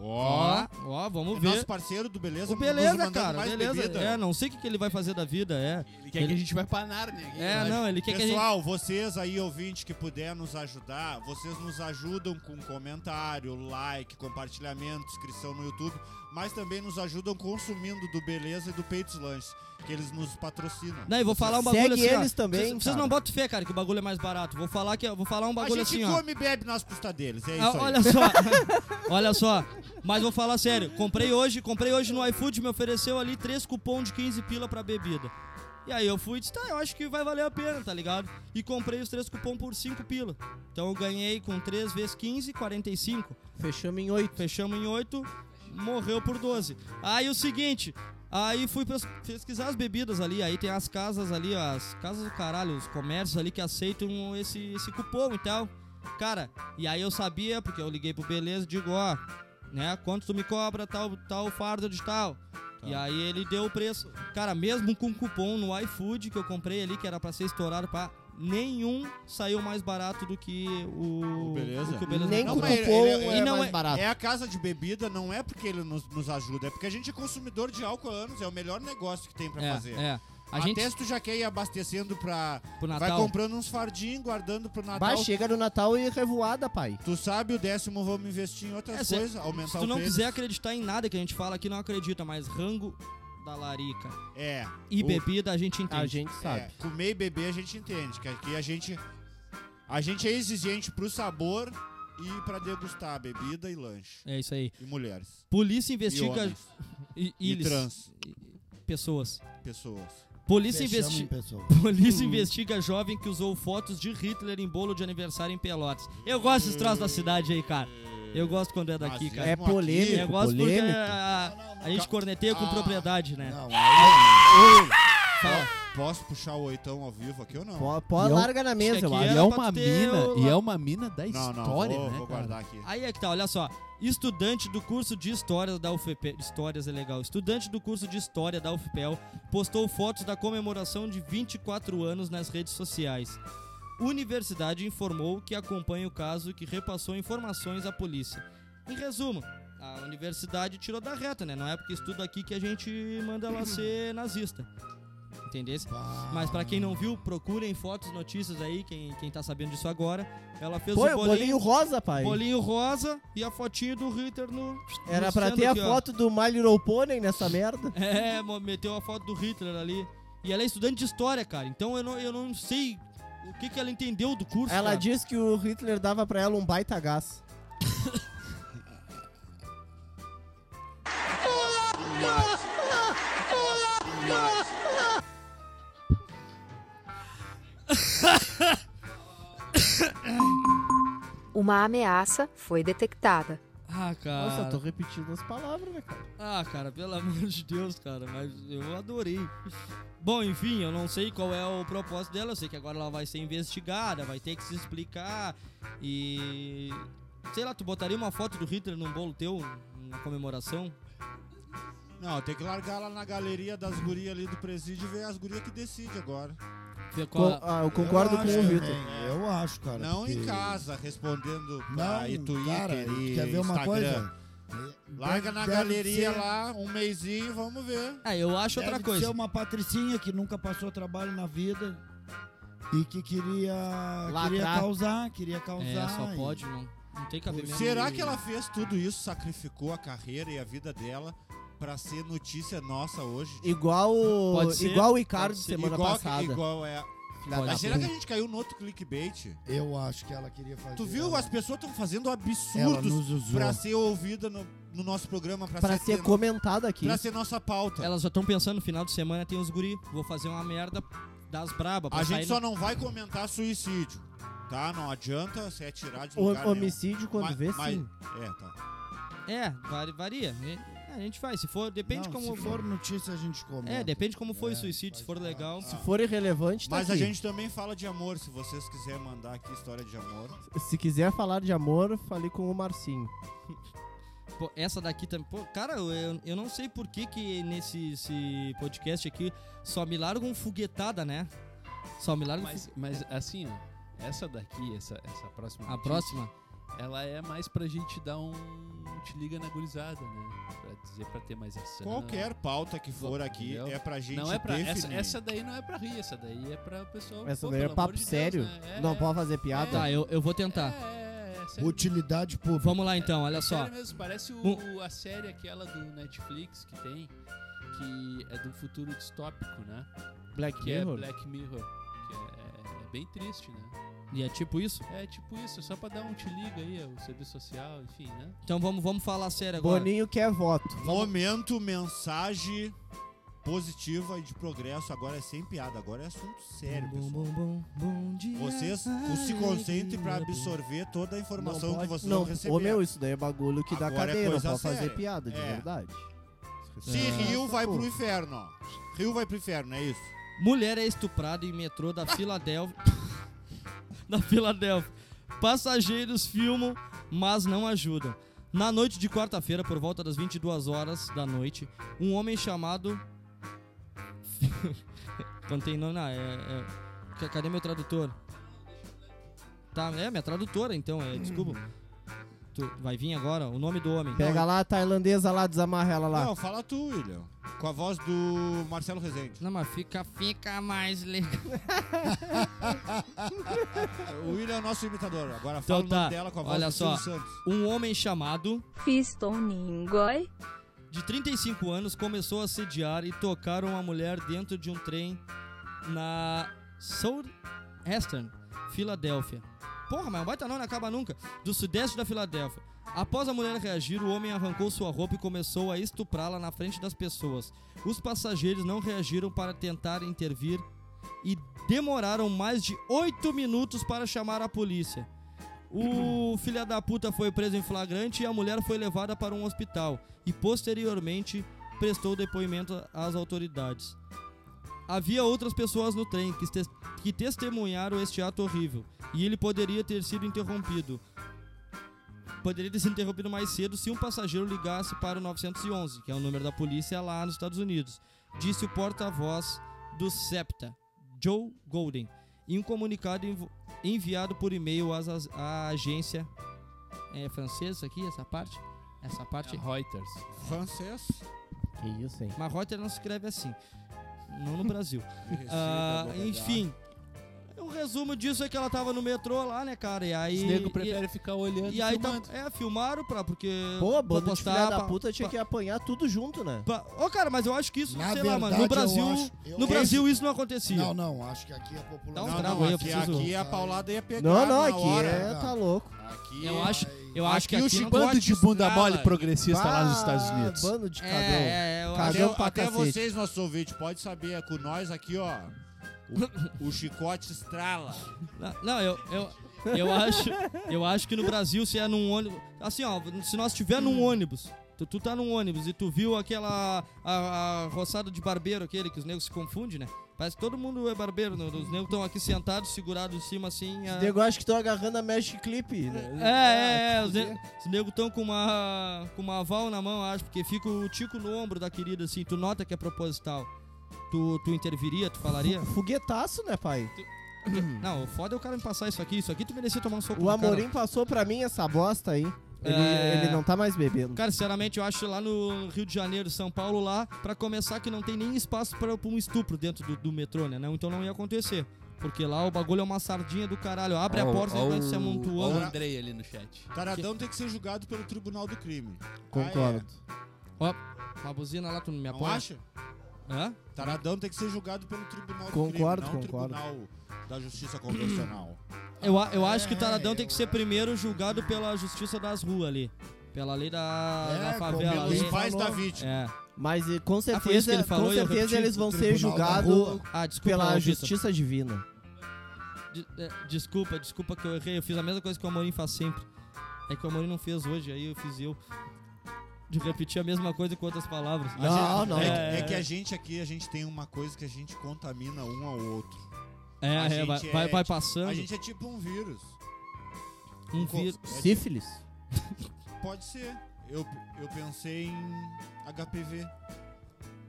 S2: Ó.
S3: ó, vamos
S2: É
S3: ver.
S2: Nosso parceiro do Beleza.
S3: O
S2: nos
S3: beleza,
S2: mandando
S3: cara,
S2: mais
S3: beleza.
S2: bebida.
S3: É, não sei o que, que ele vai fazer da vida, é.
S5: Ele quer
S3: Ele-
S5: que a gente vá pra Nárnia. aqui,
S3: É,
S5: sabe?
S3: não, ele quer que a gente.
S2: Pessoal, vocês aí, ouvinte, que puder nos ajudar, vocês nos ajudam com comentário, like, compartilhamento, inscrição no YouTube, mas também nos ajudam consumindo do Beleza e do Peitos Lanches, que eles nos patrocinam.
S3: Não, eu vou falar um bagulho
S1: Segue
S3: assim, ó.
S1: eles também.
S3: Vocês- Vocês
S1: cara.
S3: não botam fé, cara, que o bagulho é mais barato. Vou falar que vou falar um
S2: A
S3: bagulho
S2: gente
S3: assim, ó.
S2: come e bebe nas custas deles, é isso
S3: Ah,
S2: aí.
S3: olha só, olha só. Mas vou falar sério. Comprei hoje, comprei hoje no iFood, me ofereceu ali três cupom de 15 pila pra bebida. E aí eu fui e disse, tá, eu acho que vai valer a pena, tá ligado? E comprei os três cupom por 5 pila. Então eu ganhei com 3 vezes 15, 45.
S1: Fechamos em oito.
S3: Fechamos em 8, morreu por 12. Aí o seguinte, aí fui pes- pesquisar as bebidas ali, aí tem as casas ali, ó, as casas do caralho, os comércios ali que aceitam esse, esse cupom e tal. Cara, e aí eu sabia, porque eu liguei pro Beleza e digo, ó, né, quanto tu me cobra tal, tal fardo de tal.
S2: Tá.
S3: E aí ele deu o preço. Cara, mesmo com cupom no iFood que eu comprei ali, que era pra ser estourado pra nenhum saiu mais barato do que o,
S2: O Beleza?
S3: o que o Beleza
S1: Nem
S3: me
S1: com
S2: Não,
S1: o
S3: cobrou.
S2: mas ele-
S1: cupom
S2: ele-
S1: é
S3: e não
S1: mais
S3: é-
S1: barato.
S2: É a casa de bebida, não é porque ele nos, nos ajuda, é porque a gente é consumidor de álcool há anos, é o melhor negócio que tem pra
S3: é,
S2: fazer.
S3: é. A
S2: Até
S3: gente
S2: se tu já quer ir abastecendo pra.
S3: pro Natal.
S2: Vai comprando uns fardinhos, guardando pro Natal.
S1: Bah, chega no Natal e revoada, pai.
S2: Tu sabe, o décimo vamos investir em outras
S3: É, se-
S2: coisas, aumentar
S3: Se tu
S2: o
S3: não
S2: preço.
S3: quiser acreditar em nada que a gente fala aqui, não acredita, mas rango da larica
S2: É,
S3: e
S2: O-
S3: bebida a gente entende.
S1: A gente sabe.
S2: é, comer e beber a gente entende, que aqui a gente a gente é exigente pro sabor e pra degustar bebida e lanche
S3: É isso aí.
S2: e mulheres.
S3: Polícia
S2: e,
S3: investiga
S2: homens,
S3: e,
S2: e
S3: eles-
S2: trans
S3: pessoas.
S2: pessoas.
S3: Polícia,
S4: Fechamos
S3: investi-
S4: em pessoa.
S2: Hum.
S3: Polícia investiga jovem que usou fotos de Hitler em bolo de aniversário em Pelotas. Eu gosto dos
S2: Hum.
S3: troços da cidade aí, cara. Eu gosto quando é daqui,
S2: Nazismo
S3: cara.
S1: É polêmico.
S3: Eu gosto porque é-
S1: polêmico.
S3: a, a gente corneteia com
S2: Ah.
S3: propriedade, né?
S4: Não, aí,
S2: Posso puxar o oitão ao vivo aqui ou não?
S1: Pó, pó
S5: E é um-
S1: larga na mesa,
S3: Isso
S1: eu
S3: aqui
S1: acho.
S5: E
S3: Era
S5: é
S3: pra
S5: uma
S3: ter o-
S5: mina, e é uma mina da
S2: não, não,
S5: história,
S2: vou,
S5: né?
S2: vou
S5: cara?
S2: guardar aqui.
S3: Aí é que tá, olha só. Estudante do curso de História da UFPEL. Histórias é legal. Estudante do curso de História da UFPEL postou fotos da comemoração de 24 anos nas redes sociais. Universidade informou que acompanha o caso e que repassou informações à polícia. Em resumo, a universidade tirou da reta, né? Não é porque estuda aqui que a gente manda ela ser nazista. Entendesse? Mas pra quem não viu, procurem fotos, notícias aí, quem, quem tá sabendo disso agora. Ela fez
S1: Pô,
S3: o
S1: o
S3: bolinho,
S1: bolinho rosa, pai.
S3: Bolinho rosa e a fotinha do Hitler no.
S1: Era
S3: no
S1: pra
S3: stand
S1: ter a
S3: aqui, ó.
S1: foto do My Little Pony nessa merda.
S3: É, mo- meteu a foto do Hitler ali. E ela é estudante de história, cara. Então eu não, eu não sei o que, que ela entendeu do curso.
S1: Ela
S3: cara.
S1: disse que o Hitler dava pra ela um baita gás.
S6: Uma ameaça foi detectada.
S3: Ah, cara.
S1: Nossa, eu tô repetindo as palavras, né, cara?
S3: Ah, cara, pelo amor de Deus, cara. Mas eu adorei. Bom, enfim, eu não sei qual é o propósito dela. Eu sei que agora ela vai ser investigada, vai ter que se explicar. E. Sei lá, tu botaria uma foto do Hitler num bolo teu, na comemoração?
S2: Não, tem que largar lá na galeria das gurias ali do presídio e ver as gurias que decide agora.
S5: Tem
S1: Com-
S3: é?
S5: qual-
S1: ah, eu concordo
S4: Eu
S1: com
S4: acho
S1: o Vitor.
S4: também, Eu acho, cara.
S2: Não em
S4: porque-
S2: casa, respondendo pra
S4: Não,
S2: e Twitter
S4: cara,
S2: e
S4: quer ver uma
S2: Instagram.
S4: coisa?
S2: Larga na
S4: Deve
S2: galeria
S4: ser-
S2: lá, um mêsinho, vamos ver.
S3: É, eu acho
S4: Deve
S3: outra coisa.
S4: ser uma patricinha que nunca passou trabalho na vida e que queria, queria
S3: Ladrar.
S4: causar, queria causar.
S3: É, só
S4: e-
S3: pode, não. Não tem cabimento.
S2: Será que ela fez tudo isso, sacrificou a carreira e a vida dela pra ser notícia nossa hoje?
S1: Igual, o-
S3: Pode ser,
S1: igual o
S3: pode
S1: Icardo
S3: ser.
S1: semana
S2: igual,
S1: passada.
S2: igual é.
S1: Filha da
S2: Mas será que
S1: puta.
S2: a gente caiu no outro clickbait?
S4: Eu acho que ela queria fazer.
S2: Tu viu?
S4: ela-
S2: As pessoas estão fazendo
S4: ela
S2: absurdos
S4: nos usou.
S2: pra ser ouvida no, no nosso programa, pra,
S1: Pra ser
S2: tema-
S1: comentado aqui.
S2: pra ser nossa pauta.
S3: Elas já estão pensando, no final de semana tem os guri, vou fazer uma merda das braba. pra
S2: A
S3: sair
S2: gente só não vai comentar suicídio, tá? Não adianta se atirar de
S1: O-
S2: um lugar nenhum.
S1: homicídio, quando
S2: Mas-
S1: vê,
S2: mas-
S1: sim.
S2: É, tá.
S3: no- É, vari- varia. É, A gente vai, se for, depende
S4: Não,
S3: como
S4: se for notícia, a gente comenta.
S3: É, depende como foi
S4: É,
S3: o suicídio, se for
S4: pode
S3: legal.
S4: falar.
S1: Se for irrelevante, tá
S2: ah. Mas a
S1: aqui.
S2: gente também fala de amor, se vocês quiserem mandar aqui história de amor.
S1: Se quiser falar de amor, fale com o Marcinho.
S2: Ah.
S3: Pô, essa daqui também. Pô, cara, eu- eu, eu não sei por que, que nesse esse podcast aqui só me largam foguetada, né? Só me largam.
S5: Mas, mas assim, ó, essa daqui, essa, essa próxima.
S3: A
S5: notícia,
S3: próxima?
S5: Ela é mais pra gente dar um. Te liga na gurizada, né? Pra dizer pra ter mais ação.
S2: Qualquer pauta que for aqui
S5: Entendeu?
S2: é pra gente né?
S5: Não é pra. Essa,
S2: definir.
S5: essa daí não é pra rir, essa daí é pra pessoal.
S1: Essa
S5: pô,
S1: daí é
S5: pelo amor
S1: papo
S5: de Deus,
S1: sério.
S5: né? É,
S1: Não
S5: é,
S1: pode fazer piada.
S3: Tá, eu, eu vou tentar.
S5: É, é, é sério mesmo.
S4: Utilidade pública.
S3: Vamos lá então, olha só.
S5: É Sério mesmo, parece o-
S3: Um-
S5: a série aquela do Netflix que tem, que é do futuro distópico, né?
S1: Black
S5: Que é
S1: Mirror?
S5: Black Mirror. Que é, é- é bem triste, né?
S3: E é tipo isso?
S5: É tipo isso, só pra dar um te liga aí, o serviço social, enfim, né?
S3: Então vamos, vamos falar sério agora.
S1: Boninho quer voto.
S2: Momento, mensagem positiva e de progresso. Agora é sem piada, agora é assunto sério,
S3: Bom,
S2: pessoal.
S3: bom, bom, bom dia,
S2: Vocês se concentrem pra
S3: alegria.
S2: absorver toda a informação
S1: pode-
S2: que vocês
S1: não,
S2: vão receber.
S1: Ô meu, isso daí é bagulho que dá
S2: Agora é
S1: cadeia, não
S2: coisa
S1: pode
S2: séria.
S1: fazer piada, de
S2: É.
S1: verdade. É.
S2: Se
S3: Ah,
S2: Rio vai
S1: pô.
S2: pro inferno, ó. Rio vai pro inferno, é isso.
S3: Mulher é estuprada em metrô da Filadélfia. da Filadélfia. Passageiros filmam, mas não ajudam. Na noite de quarta-feira, por volta das 22 horas da noite, um homem chamado. Quando tem nome, não, é, é- ca- Cadê meu tradutor? Tá, é minha tradutora, então, é, desculpa. Tu- vai vir agora o nome do homem.
S1: Pega lá a tailandesa lá, desamarra ela lá.
S2: Não, fala tu, William. Com a voz do Marcelo Rezende.
S3: Não, mas fica, fica mais legal.
S2: O William é o nosso imitador. Agora
S3: Então
S2: fala o
S3: tá,
S2: nome dela com a voz
S3: olha
S2: do
S3: só.
S2: Silvio Santos.
S3: Um homem chamado
S8: Fiston Ningoy,
S3: de 35 anos, começou a sediar e tocar uma mulher dentro de um trem na Southeastern, Filadélfia. Porra, mas baita não, não acaba nunca. Do sudeste da Filadélfia. Após a mulher reagir, o homem arrancou sua roupa e começou a estuprá-la na frente das pessoas. Os passageiros não reagiram para tentar intervir e demoraram mais de oito minutos para chamar a polícia. O filho da puta foi preso em flagrante e a mulher foi levada para um hospital e posteriormente prestou depoimento às autoridades. Havia outras pessoas no trem que, tes- que testemunharam este ato horrível e ele poderia ter sido interrompido. Poderia ter sido interrompido mais cedo se um passageiro ligasse para o 911, que é o número da polícia lá nos Estados Unidos, disse o porta-voz do SEPTA, Joe Golden, em um comunicado envo- enviado por e-mail às- às- à agência é francesa aqui, essa parte, essa parte
S5: É Reuters.
S2: Francês.
S1: Que isso, hein?
S3: mas Reuters não se escreve assim. Não no Brasil.
S2: Me receba,
S3: Ah,
S2: Bogotá.
S3: enfim. O resumo disso é que ela tava no metrô lá, né, cara? E aí.
S5: Os nego prefere ficar olhando
S3: e, e
S5: e
S3: aí tá,
S5: filmando.
S3: É, filmaram pra. Porque.
S1: Pô,
S3: pra
S1: bando de filha da
S3: pra-
S1: puta tinha
S3: pra-
S1: que apanhar tudo junto, né?
S3: pra- Ô, cara, mas eu acho que isso,
S4: Na
S3: sei lá,
S4: verdade,
S3: mano. No
S4: eu
S3: Brasil.
S4: acho- eu
S3: no
S4: acho-
S3: Brasil isso não acontecia.
S4: Não, não, acho que aqui a população.
S3: Dá uns
S2: Não,
S3: trago
S2: não,
S3: aí, eu
S2: aqui,
S3: preciso-
S2: aqui é a paulada ia pegar
S1: Não, não,
S2: na
S1: aqui
S2: hora.
S1: é,
S4: cara.
S1: tá louco.
S2: Aqui
S5: Eu acho, eu
S3: Ai.
S5: acho que
S3: Aqui
S5: aqui
S3: o
S5: não
S3: chibando
S5: pode
S3: de bunda
S5: estrala.
S3: mole
S5: progressista
S1: Ah, Bando de
S3: É,
S1: cagão.
S3: é, eu acho.
S1: Cadê?
S2: Até,
S1: Cagão pra
S2: até
S1: cacete.
S2: vocês, nossos ouvintes, pode saber. É com nós aqui, ó. O, o chicote estrala.
S3: Não, Não, eu, eu, eu acho. Eu acho que no Brasil, se é num ônibus. Assim, ó, se nós estiver num ônibus. Tu, tu tá num ônibus e tu viu aquela. A, a roçada de barbeiro, aquele que os negros se confundem, né? Parece que todo mundo é barbeiro, né? os negros estão aqui sentados, segurados em cima assim.
S1: Os né?
S3: a-
S1: nego acho que estão agarrando a Magic Clip.
S3: É,
S1: Né?
S3: é, é, os, ne os negros estão com uma. com uma aval na mão, acho, porque fica o tico no ombro da querida, assim, tu nota que é proposital. tu, tu interviria, tu falaria?
S1: Fu- Foguetaço, né, pai?
S3: Não, o foda é o cara me passar isso aqui. Isso aqui tu merecia tomar um soco
S1: Hum. O
S3: na cara.
S1: Amorim passou pra mim essa bosta aí. Ele,
S3: É.
S1: ele não tá mais bebendo.
S3: Cara, sinceramente, eu acho lá no Rio de Janeiro, São Paulo, lá, pra começar, que não tem nem espaço pra pra um estupro dentro do, do metrô, né? Não- Então não ia acontecer. Porque lá o bagulho é uma sardinha do caralho. Abre
S5: um-
S3: a porta e vai um se
S5: Olha o
S3: amontoando.
S5: Andrei ali no chat.
S2: Taradão tem que ser julgado pelo tribunal do crime.
S1: Concordo.
S3: Uma buzina lá, tu não me
S2: Ah, é. Não
S3: apoia?
S2: acha?
S3: Hã?
S2: Taradão tem que ser julgado pelo tribunal do
S1: Concordo,
S2: crime, não
S1: concordo.
S2: tribunal da justiça convencional.
S3: Eu, a- eu acho que o Taradão
S2: É,
S3: tem que ser primeiro julgado pela justiça das ruas ali. Pela lei da,
S4: É,
S3: da favela.
S4: como
S2: Os
S4: ele
S3: ali.
S2: pais
S4: falou.
S2: da vítima.
S3: É.
S1: Mas e, com
S3: Ah, foi isso
S1: certeza,
S3: que ele falou,
S1: com
S3: eu repeti,
S1: certeza eles vão
S4: o
S1: ser
S4: tribunal da
S1: julgados
S4: rua.
S3: Ah, desculpa.
S1: pela
S3: Laurita.
S1: justiça divina.
S3: De- é, desculpa, desculpa que eu errei. Eu fiz a mesma coisa que o Amorim faz sempre. É que o Amorim não fez hoje, aí eu fiz eu. De repetir a mesma coisa com outras palavras.
S2: A gente-
S1: não.
S2: É,
S3: É,
S2: é que a gente aqui, a gente tem uma coisa que a gente contamina um ao outro.
S3: É,
S2: a
S3: é,
S2: gente
S3: vai,
S2: é-
S3: vai- vai passando.
S2: A gente é tipo um vírus.
S3: um vírus.
S2: É.
S1: Sífilis?
S2: tipo, Pode ser. Eu, eu pensei em HPV,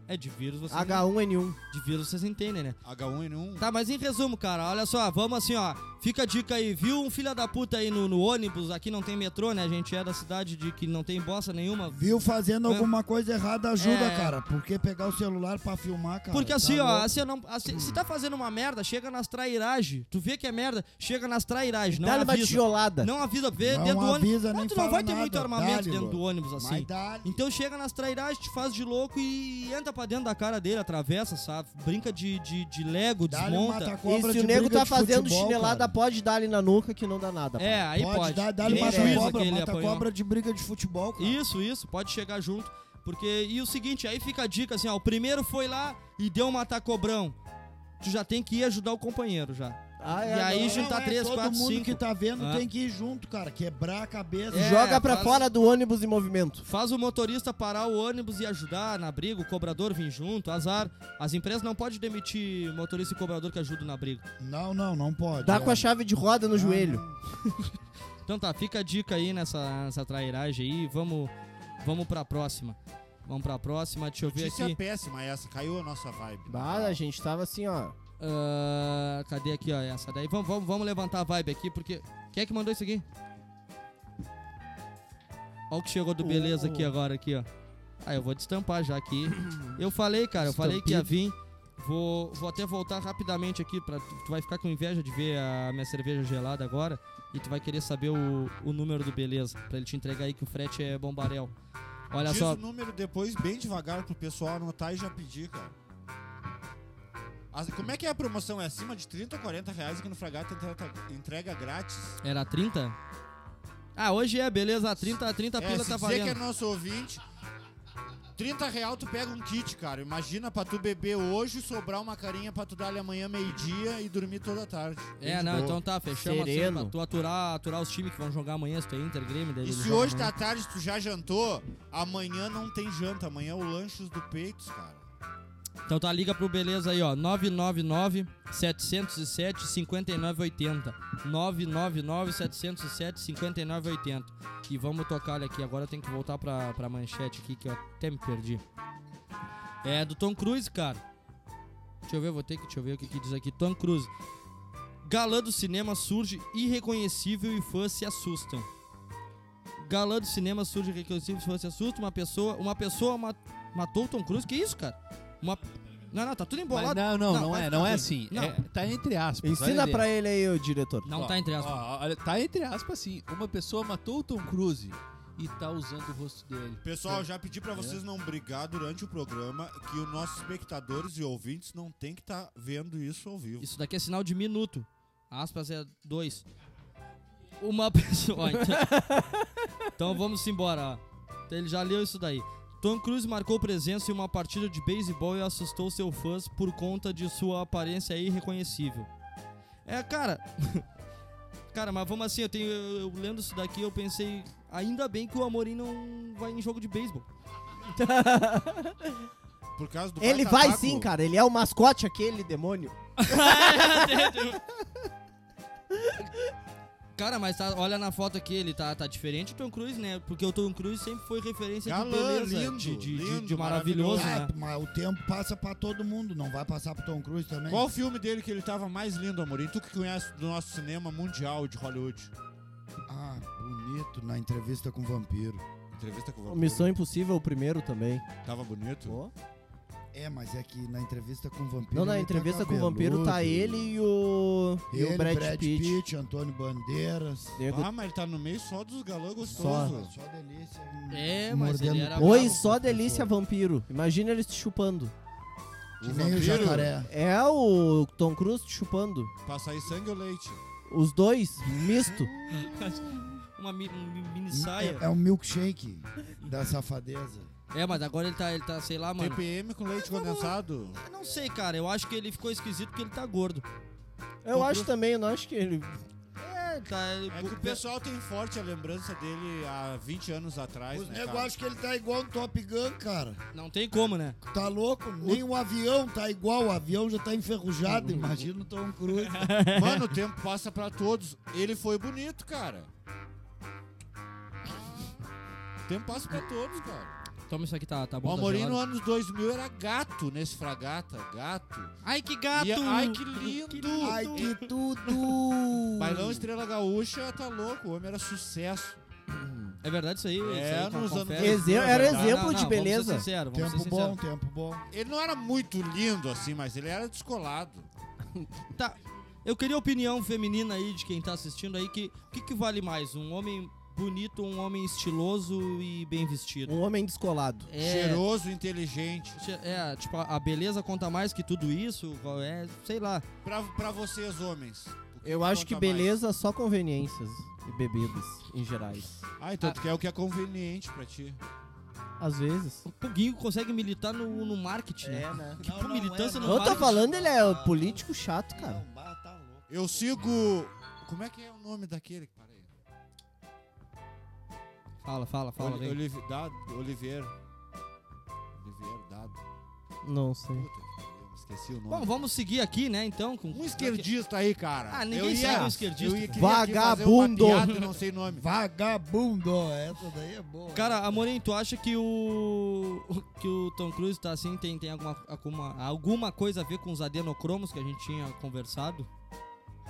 S3: É, de vírus, vocês,
S1: H1N1.
S3: de vírus vocês entendem, né?
S2: H1N1.
S3: Tá, mas em resumo, cara, olha só, vamos assim, ó. Fica a dica aí, viu um filho da puta aí no, no ônibus, aqui não tem metrô, né? A gente é da cidade de que não tem bosta nenhuma.
S4: Viu fazendo
S3: É.
S4: alguma coisa errada, ajuda,
S3: É.
S4: cara. Por que pegar o celular pra filmar, cara?
S3: Porque
S4: Tá
S3: assim, ó,
S4: louco.
S3: assim, eu não, assim, se tá fazendo uma merda, chega nas trairagem. Tu vê que é merda, chega nas trairagem, não
S1: Dá-lhe uma
S3: avisa.
S1: tijolada.
S3: Não avisa, vê
S4: Não
S3: dentro do ônibus.
S4: avisa,
S3: Mas
S4: nem
S3: tu não
S4: fala
S3: vai ter
S4: nada.
S3: muito armamento
S4: Dá-lhe,
S3: dentro do
S4: louco.
S3: ônibus assim.
S4: Mas dá
S3: Então chega nas trairagens, te faz de louco e entra pra dentro da cara dele, atravessa, sabe? Brinca de, de, de Lego,
S4: Dá-lhe um
S3: desmonta.
S4: mata-cobra
S1: e se
S4: de
S1: o nego
S4: briga
S1: tá
S4: de
S1: fazendo
S4: futebol,
S1: chinelada,
S4: cara.
S1: pode dar ali na nuca que não dá nada.
S3: É, aí pode. é
S4: Pode dar,
S3: Que
S4: dá-lhe
S3: nem
S1: uma
S3: juízo
S1: cobra,
S3: que
S4: mata-cobra,
S3: ele apanhou.
S4: mata-cobra de briga de futebol, cara.
S3: Isso, isso, pode chegar junto. Porque, e o seguinte, aí fica a dica assim, ó, o primeiro foi lá e deu um matar cobrão. Tu já tem que ir ajudar o companheiro já.
S1: Ah,
S3: E aí
S1: não.
S3: junta- juntar três,
S4: é. todo
S3: quatro,
S4: mundo
S3: cinco.
S4: que tá vendo
S3: Ah.
S4: tem que ir junto, cara. Quebrar a cabeça.
S3: É,
S1: Joga pra
S3: faz-
S1: fora do ônibus em movimento.
S3: Faz o motorista parar o ônibus e ajudar na briga, o cobrador vir junto, azar. As empresas não podem demitir motorista e cobrador que ajudam na briga.
S4: Não, não, não pode.
S1: Dá
S4: é.
S1: com a chave de roda no
S4: Ah,
S1: joelho.
S3: Então tá, fica a dica aí nessa, nessa trairagem aí. Vamos, vamos pra próxima. Vamos pra próxima, deixa eu ver
S2: Notícia
S3: aqui.
S2: péssima essa, caiu a nossa vibe.
S1: Bah, a gente tava assim, ó.
S3: Ah, cadê aqui, ó, essa daí? Vamos, vamos, vamos levantar a vibe aqui, porque... Quem é que mandou isso aqui? Olha o que chegou do Beleza aqui agora, aqui, ó. Ah, eu vou destampar já aqui. Eu falei, cara, eu falei que ia vir. Vou, vou até voltar rapidamente aqui, pra, tu tu vai ficar com inveja de ver a minha cerveja gelada agora. E tu vai querer saber o, o número do Beleza, pra ele te entregar aí que o frete é bombarel. Olha
S2: Diz
S3: só,
S2: o número depois bem devagar pro pessoal anotar e já pedir, cara. As- como é que é a promoção? É acima de 30 ou 40 reais aqui no Fragata entrega, entrega grátis.
S3: era 30? Ah, hoje é, beleza, 30, 30
S2: é,
S3: pila
S2: se
S3: tá
S2: dizer que é
S3: valendo.
S2: nosso ouvinte, 30 real tu pega um kit, cara. Imagina pra tu beber hoje, sobrar uma carinha pra tu dar ali amanhã meio-dia e dormir toda a tarde.
S3: É, não, então tá, fechamos assim
S1: Sereno.
S3: pra tu aturar, aturar os times que vão jogar amanhã, se tu é Inter, Grêmio, daí
S2: E
S3: eles
S2: se
S3: jogam
S2: hoje
S3: amanhã.
S2: da tarde tu já jantou, amanhã não tem janta. Amanhã é o lanches do Peitos, cara.
S3: Então tá, liga pro Beleza aí, ó, 999-707-5980, 999-707-5980. E vamos tocar ele aqui, agora eu tenho que voltar pra, pra manchete aqui, que eu até me perdi. É, do Tom Cruise, cara. Deixa eu ver, vou ter que, deixa eu ver o que, que diz aqui, Tom Cruise. Galã do cinema surge irreconhecível e fãs se assustam. Galã do cinema surge irreconhecível e fãs se assustam. Uma pessoa, uma pessoa ma- matou o Tom Cruise. Que isso, cara? Uma... Não, não, tá tudo
S5: Mas
S3: embolado.
S5: não, não,
S3: Não,
S5: não,
S3: vai
S5: é,
S3: ficar
S5: não é
S3: bem.
S5: assim.
S3: Não.
S5: É, tá entre aspas.
S1: Ensina
S5: olha
S1: pra
S5: ali.
S1: ele aí, ô diretor.
S3: Não,
S5: Ó,
S3: tá entre aspas.
S5: ó, olha, tá entre aspas assim. Uma pessoa matou o Tom Cruise e tá usando o rosto dele.
S2: Pessoal, já pedi pra vocês não brigar durante o programa, que os nossos espectadores e ouvintes não tem que estar vendo isso ao vivo.
S3: Isso daqui é sinal de minuto. Aspas é dois. Uma pessoa. ó, então... então vamos embora. ó. Então Ele já leu isso daí. Tom Cruise marcou presença em uma partida de beisebol e assustou seus fãs por conta de sua aparência irreconhecível. É, cara. cara, mas vamos assim, eu tenho. Eu, eu lendo isso daqui, eu pensei. Ainda bem que o Amorim não vai em jogo de beisebol.
S2: Por causa do
S1: Ele vai
S2: baita
S1: sim,
S2: taco,
S1: cara. Ele é o mascote, aquele demônio.
S3: Cara, mas tá- olha na foto aqui, ele tá, tá diferente do Tom Cruise, né? Porque o Tom Cruise sempre foi referência
S2: Galã,
S3: de beleza,
S2: lindo,
S3: de, de- de-
S2: lindo,
S3: de maravilhoso,
S4: Ah,
S3: né?
S4: mas o tempo passa pra todo mundo, não vai passar pro Tom Cruise também?
S2: Qual o filme dele que ele tava mais lindo, Amorim? Tu que conhece do nosso cinema mundial de Hollywood.
S4: Ah, bonito, na entrevista com o vampiro.
S2: Entrevista com o Vampiro.
S1: Missão Impossível, o primeiro também.
S2: Tava bonito?
S4: É, mas é que na entrevista com o vampiro.
S1: Não, na
S4: ele tá
S1: entrevista com o vampiro tá
S4: cabeludo.
S1: ele e o. E
S4: Ele,
S1: o Brad, Pitt.
S4: Antônio Bandeiras.
S1: Nego-
S2: Ah, mas ele tá no meio só dos galãs
S4: Só,
S2: gostosos.
S4: só delícia.
S3: É, mas ele era
S4: o
S1: Oi,
S3: bravo,
S1: só delícia vampiro. Imagina eles te chupando.
S4: Que nem o jacaré.
S1: É o Tom Cruise te chupando.
S2: Pra sair sangue ou leite?
S1: Os dois, misto.
S3: Uma mi- mi- mini saia.
S4: É, é um milkshake da safadeza.
S3: É, mas agora ele tá, ele tá, sei lá, mano.
S2: TPM com leite condensado?
S3: Eu não sei, cara. Eu acho que ele ficou esquisito porque ele tá gordo.
S1: Eu acho também, eu não acho que ele.
S3: É, tá.
S2: É que o pessoal tem forte a lembrança dele há 20 anos atrás,
S4: Os
S2: né, cara?
S4: negócios que ele tá igual um Top Gun, cara.
S3: Não tem como, né?
S4: Tá louco? Nem o avião tá igual. O avião já tá enferrujado.
S2: Uhum.
S4: Imagina o Tom Cruise.
S2: Mano, o tempo passa pra todos. Ele foi bonito, cara. O tempo passa pra todos, cara.
S3: Toma isso aqui, tá, tá bom.
S2: O é-
S3: tá
S2: Amorim no
S3: gelado.
S2: anos 2000 era gato nesse fragata. Gato.
S3: Ai, que gato!
S2: E- é- ai, que lindo!
S4: Ai, que tudo!
S3: Hum.
S2: Bailão Estrela Gaúcha tá louco. O homem era sucesso.
S3: É verdade isso aí?
S2: É,
S3: isso aí,
S2: nos anos
S3: confere.
S2: 80.
S1: Exe- era
S2: Não,
S1: exemplo
S3: Tá, Não, não,
S1: de
S3: Vamos ser
S1: beleza.
S3: sincero, vamos ser
S4: Tempo
S3: sincero.
S4: bom, tempo bom.
S2: Ele não era muito lindo assim, mas ele era descolado.
S3: Tá. Eu queria a opinião feminina aí de quem tá assistindo aí que o que, que vale mais, um homem bonito, um homem estiloso e bem vestido?
S1: Um homem descolado.
S3: É,
S2: Cheiroso, inteligente.
S3: che- É, tipo, a a beleza conta mais que tudo isso, qual é, sei lá.
S2: Pra, pra vocês, homens. o
S1: Eu acho que
S2: conta mais?
S1: beleza só conveniências e bebidas em gerais.
S2: Ah, então tu quer o que é conveniente pra ti.
S1: Às vezes.
S3: O Puguinho consegue militar no, no marketing, né?
S1: né?
S2: É,
S3: Que pô, militância no
S1: Eu tô
S3: marketing.
S1: falando, ele é o político chato, cara.
S2: Eu sigo. Como é que é o nome daquele? Para aí.
S3: Fala, fala, fala.
S2: Oli-
S3: vem.
S2: Olive- Dado, Oliveira. Oliveira, Dado.
S1: Não sei.
S2: Puta que pariu, esqueci o
S3: Bom,
S2: nome.
S3: vamos seguir aqui, né, então. Com...
S2: um esquerdista aí, cara.
S3: Ah, ninguém segue um esquerdista.
S2: eu ia- queria aqui fazer uma
S1: Vagabundo.
S2: piada e não sei o nome.
S4: Vagabundo! Essa daí é boa.
S3: Cara, Amorim, tu acha que o que o Tom Cruise tá assim tem, tem alguma, alguma alguma coisa a ver com os adenocromos que a gente tinha conversado?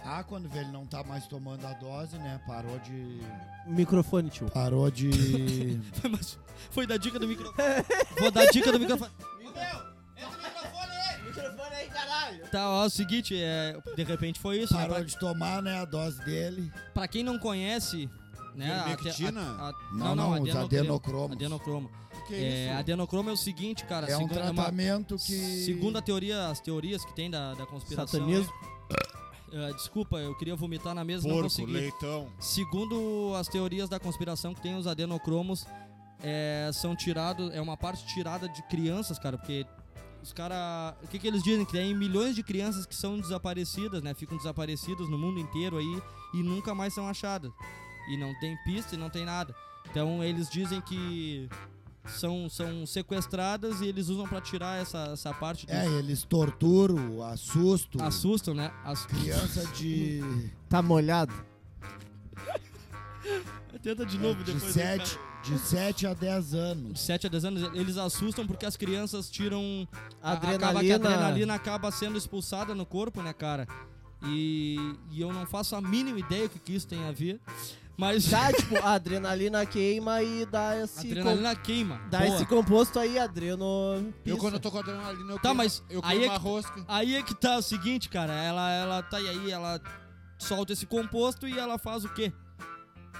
S4: Ah, quando vê, ele não tá mais tomando a dose, né? Parou de.
S1: Microfone, tio.
S4: Parou de.
S3: Foi, mas foi da dica do microfone. Vou dar a dica do microfone. Tá, ó, é o seguinte, é, de repente foi isso. Né?
S4: parou
S3: Pra,
S4: de tomar, né? A dose dele.
S3: pra quem não conhece,
S2: é
S3: né? a-
S2: Ivermectina?
S3: a- a-
S4: Não, não, os adenocromos.
S3: Adenocromo.
S2: Que
S3: É,
S2: isso?
S3: adenocromo é o seguinte, cara.
S4: é um
S3: segundo- uma-
S4: tratamento que.
S3: Segundo a teoria, as teorias que tem da, da conspiração.
S1: Satanismo.
S3: né? Ah, desculpa, eu queria vomitar na mesa, não
S2: Porco,
S3: consegui.
S2: leitão.
S3: Segundo as teorias da conspiração que tem os adenocromos, é, são tirados, é uma parte tirada de crianças, cara, porque os caras, o que, que eles dizem? Que tem milhões de crianças que são desaparecidas, né? Ficam desaparecidas no mundo inteiro aí e nunca mais são achadas. E não tem pista e não tem nada. Então eles dizem que são, são sequestradas e eles usam pra tirar essa, essa parte dos
S4: É, eles torturam, assustam.
S3: Assustam, né? As
S4: Criança de.
S1: Tá molhado?
S3: Tenta de
S4: é, de, 7, de 7 a 10
S3: De
S4: anos.
S3: 7 a 10 anos, eles assustam porque as crianças tiram. a- Acaba que a
S1: Adrenalina.
S3: adrenalina acaba sendo expulsada no corpo, né, cara? E, e eu não faço a mínima ideia o que, que isso tem a ver. Mas a
S1: Tá, tipo, a adrenalina queima e dá esse.
S3: adrenalina queima.
S1: com- Dá
S3: Boa.
S1: esse composto aí, adreno.
S2: Eu quando eu tô com adrenalina, eu
S3: Tá,
S2: queimo-
S3: mas
S2: eu
S3: aí
S2: queimo
S3: é
S2: a
S3: que-
S2: rosca.
S3: Aí é que tá o seguinte, cara. Ela, ela tá e aí, ela solta esse composto e ela faz o quê?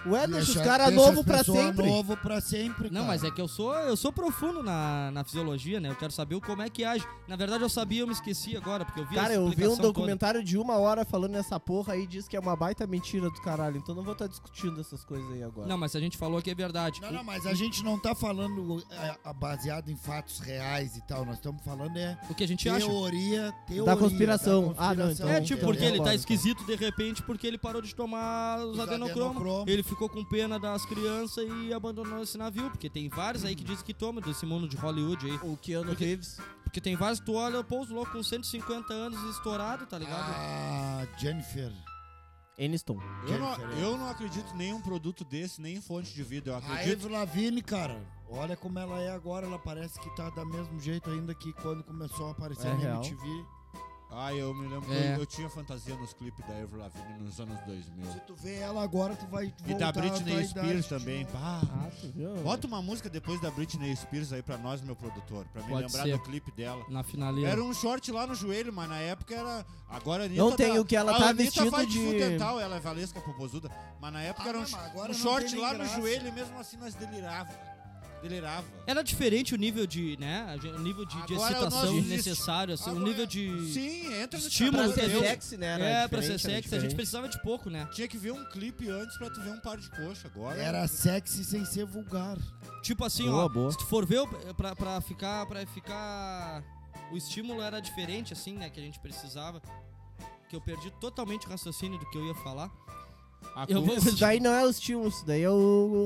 S1: Ué, É, deixa os
S4: Deixa-
S1: caras
S4: deixa as
S1: novos pra
S4: pessoas
S1: sempre.
S4: novo pra sempre.
S3: Não,
S4: cara.
S3: mas é que eu sou, eu sou profundo na, na fisiologia, né? Eu quero saber como é que age. Na verdade, eu sabia, eu me esqueci agora, porque eu vi
S1: Cara,
S3: essa
S1: eu vi um
S3: explicação toda.
S1: documentário de uma hora falando nessa porra aí, diz que é uma baita mentira do caralho. Então não vou estar discutindo essas coisas aí agora.
S3: Não, mas se a gente falou que é verdade.
S4: Não, não, mas a gente não tá falando é, baseado em fatos reais e tal. Nós estamos falando é
S3: O que a gente acha?
S4: teoria, teoria.
S1: Da conspiração. Ah, não, então-
S3: É, tipo,
S1: Então,
S3: porque ele
S1: concordo, então.
S3: tá esquisito de repente porque ele parou de tomar os,
S4: Os
S3: adenocromos.
S4: adenocromos.
S3: Ele ficou com pena das crianças e abandonou esse navio. Porque tem vários aí que dizem que toma desse mundo de Hollywood aí.
S1: O Keanu Reeves.
S3: Porque tem vários, tu olha, pô, os loucos com 150 anos estourado, tá ligado?
S4: Ah, Jennifer. é.
S1: Eniston.
S2: Eu não, eu não acredito em nenhum produto desse, nem em fonte de vida. Eu
S4: A
S2: acredito.
S4: Avril Lavigne, cara, olha como ela é agora. Ela parece que tá da mesmo jeito ainda que quando começou a aparecer
S1: É
S4: na
S1: real.
S4: MTV.
S2: Ah, eu me lembro.
S3: É.
S2: Eu, eu tinha fantasia nos clipes da Avril Lavigne nos anos 2000.
S4: Se tu vê ela agora, tu vai voltar
S2: E da
S4: à tua
S2: Britney
S4: idade
S2: Spears
S4: de
S2: também.
S4: novo.
S2: Pá.
S1: Ah, tu viu?
S2: Bota uma música depois da Britney Spears aí pra nós, meu produtor. Pra me
S3: Pode
S2: lembrar
S3: ser.
S2: do clipe dela.
S3: Na finaleira.
S2: Era um short lá no joelho, mas na época era. Agora a Anitta
S1: Não tem
S2: tá-
S1: o que ela
S2: a
S1: tá
S2: Anitta
S1: vestido
S2: faz
S1: de-
S2: full dental, ela é valesca popozuda. Mas na época
S4: Ah,
S2: era um,
S4: não, mas agora
S2: um
S4: não
S2: short
S4: tem nem
S2: lá no
S4: graça.
S2: joelho e mesmo assim nós delirava. Delirava.
S3: Era diferente o nível de, né? a gen- O nível de, de
S2: Agora
S3: excitação
S2: nós-
S3: necessário, assim, o
S2: Agora- é
S3: nível de.
S2: Sim, entra no
S3: Estímulo
S1: pra
S2: Pra
S1: ser
S3: Deus.
S1: sexy, né? Era
S3: É, pra
S1: diferente,
S3: ser
S1: era
S3: sexy, a gente
S1: diferente.
S3: precisava de pouco, né?
S2: Tinha que ver um clipe antes pra tu ver um par de coxa agora.
S4: Era sexy sem ser vulgar.
S3: Tipo assim,
S1: Boa,
S3: ó,
S1: boa.
S3: se tu for ver, o- pra, pra ficar, pra ficar... O estímulo era diferente, assim, né, que a gente precisava. Que eu perdi totalmente o raciocínio do que eu ia falar.
S2: A
S3: Eu vou...
S2: culpa-
S1: Isso daí não é os estímulos, isso daí é o-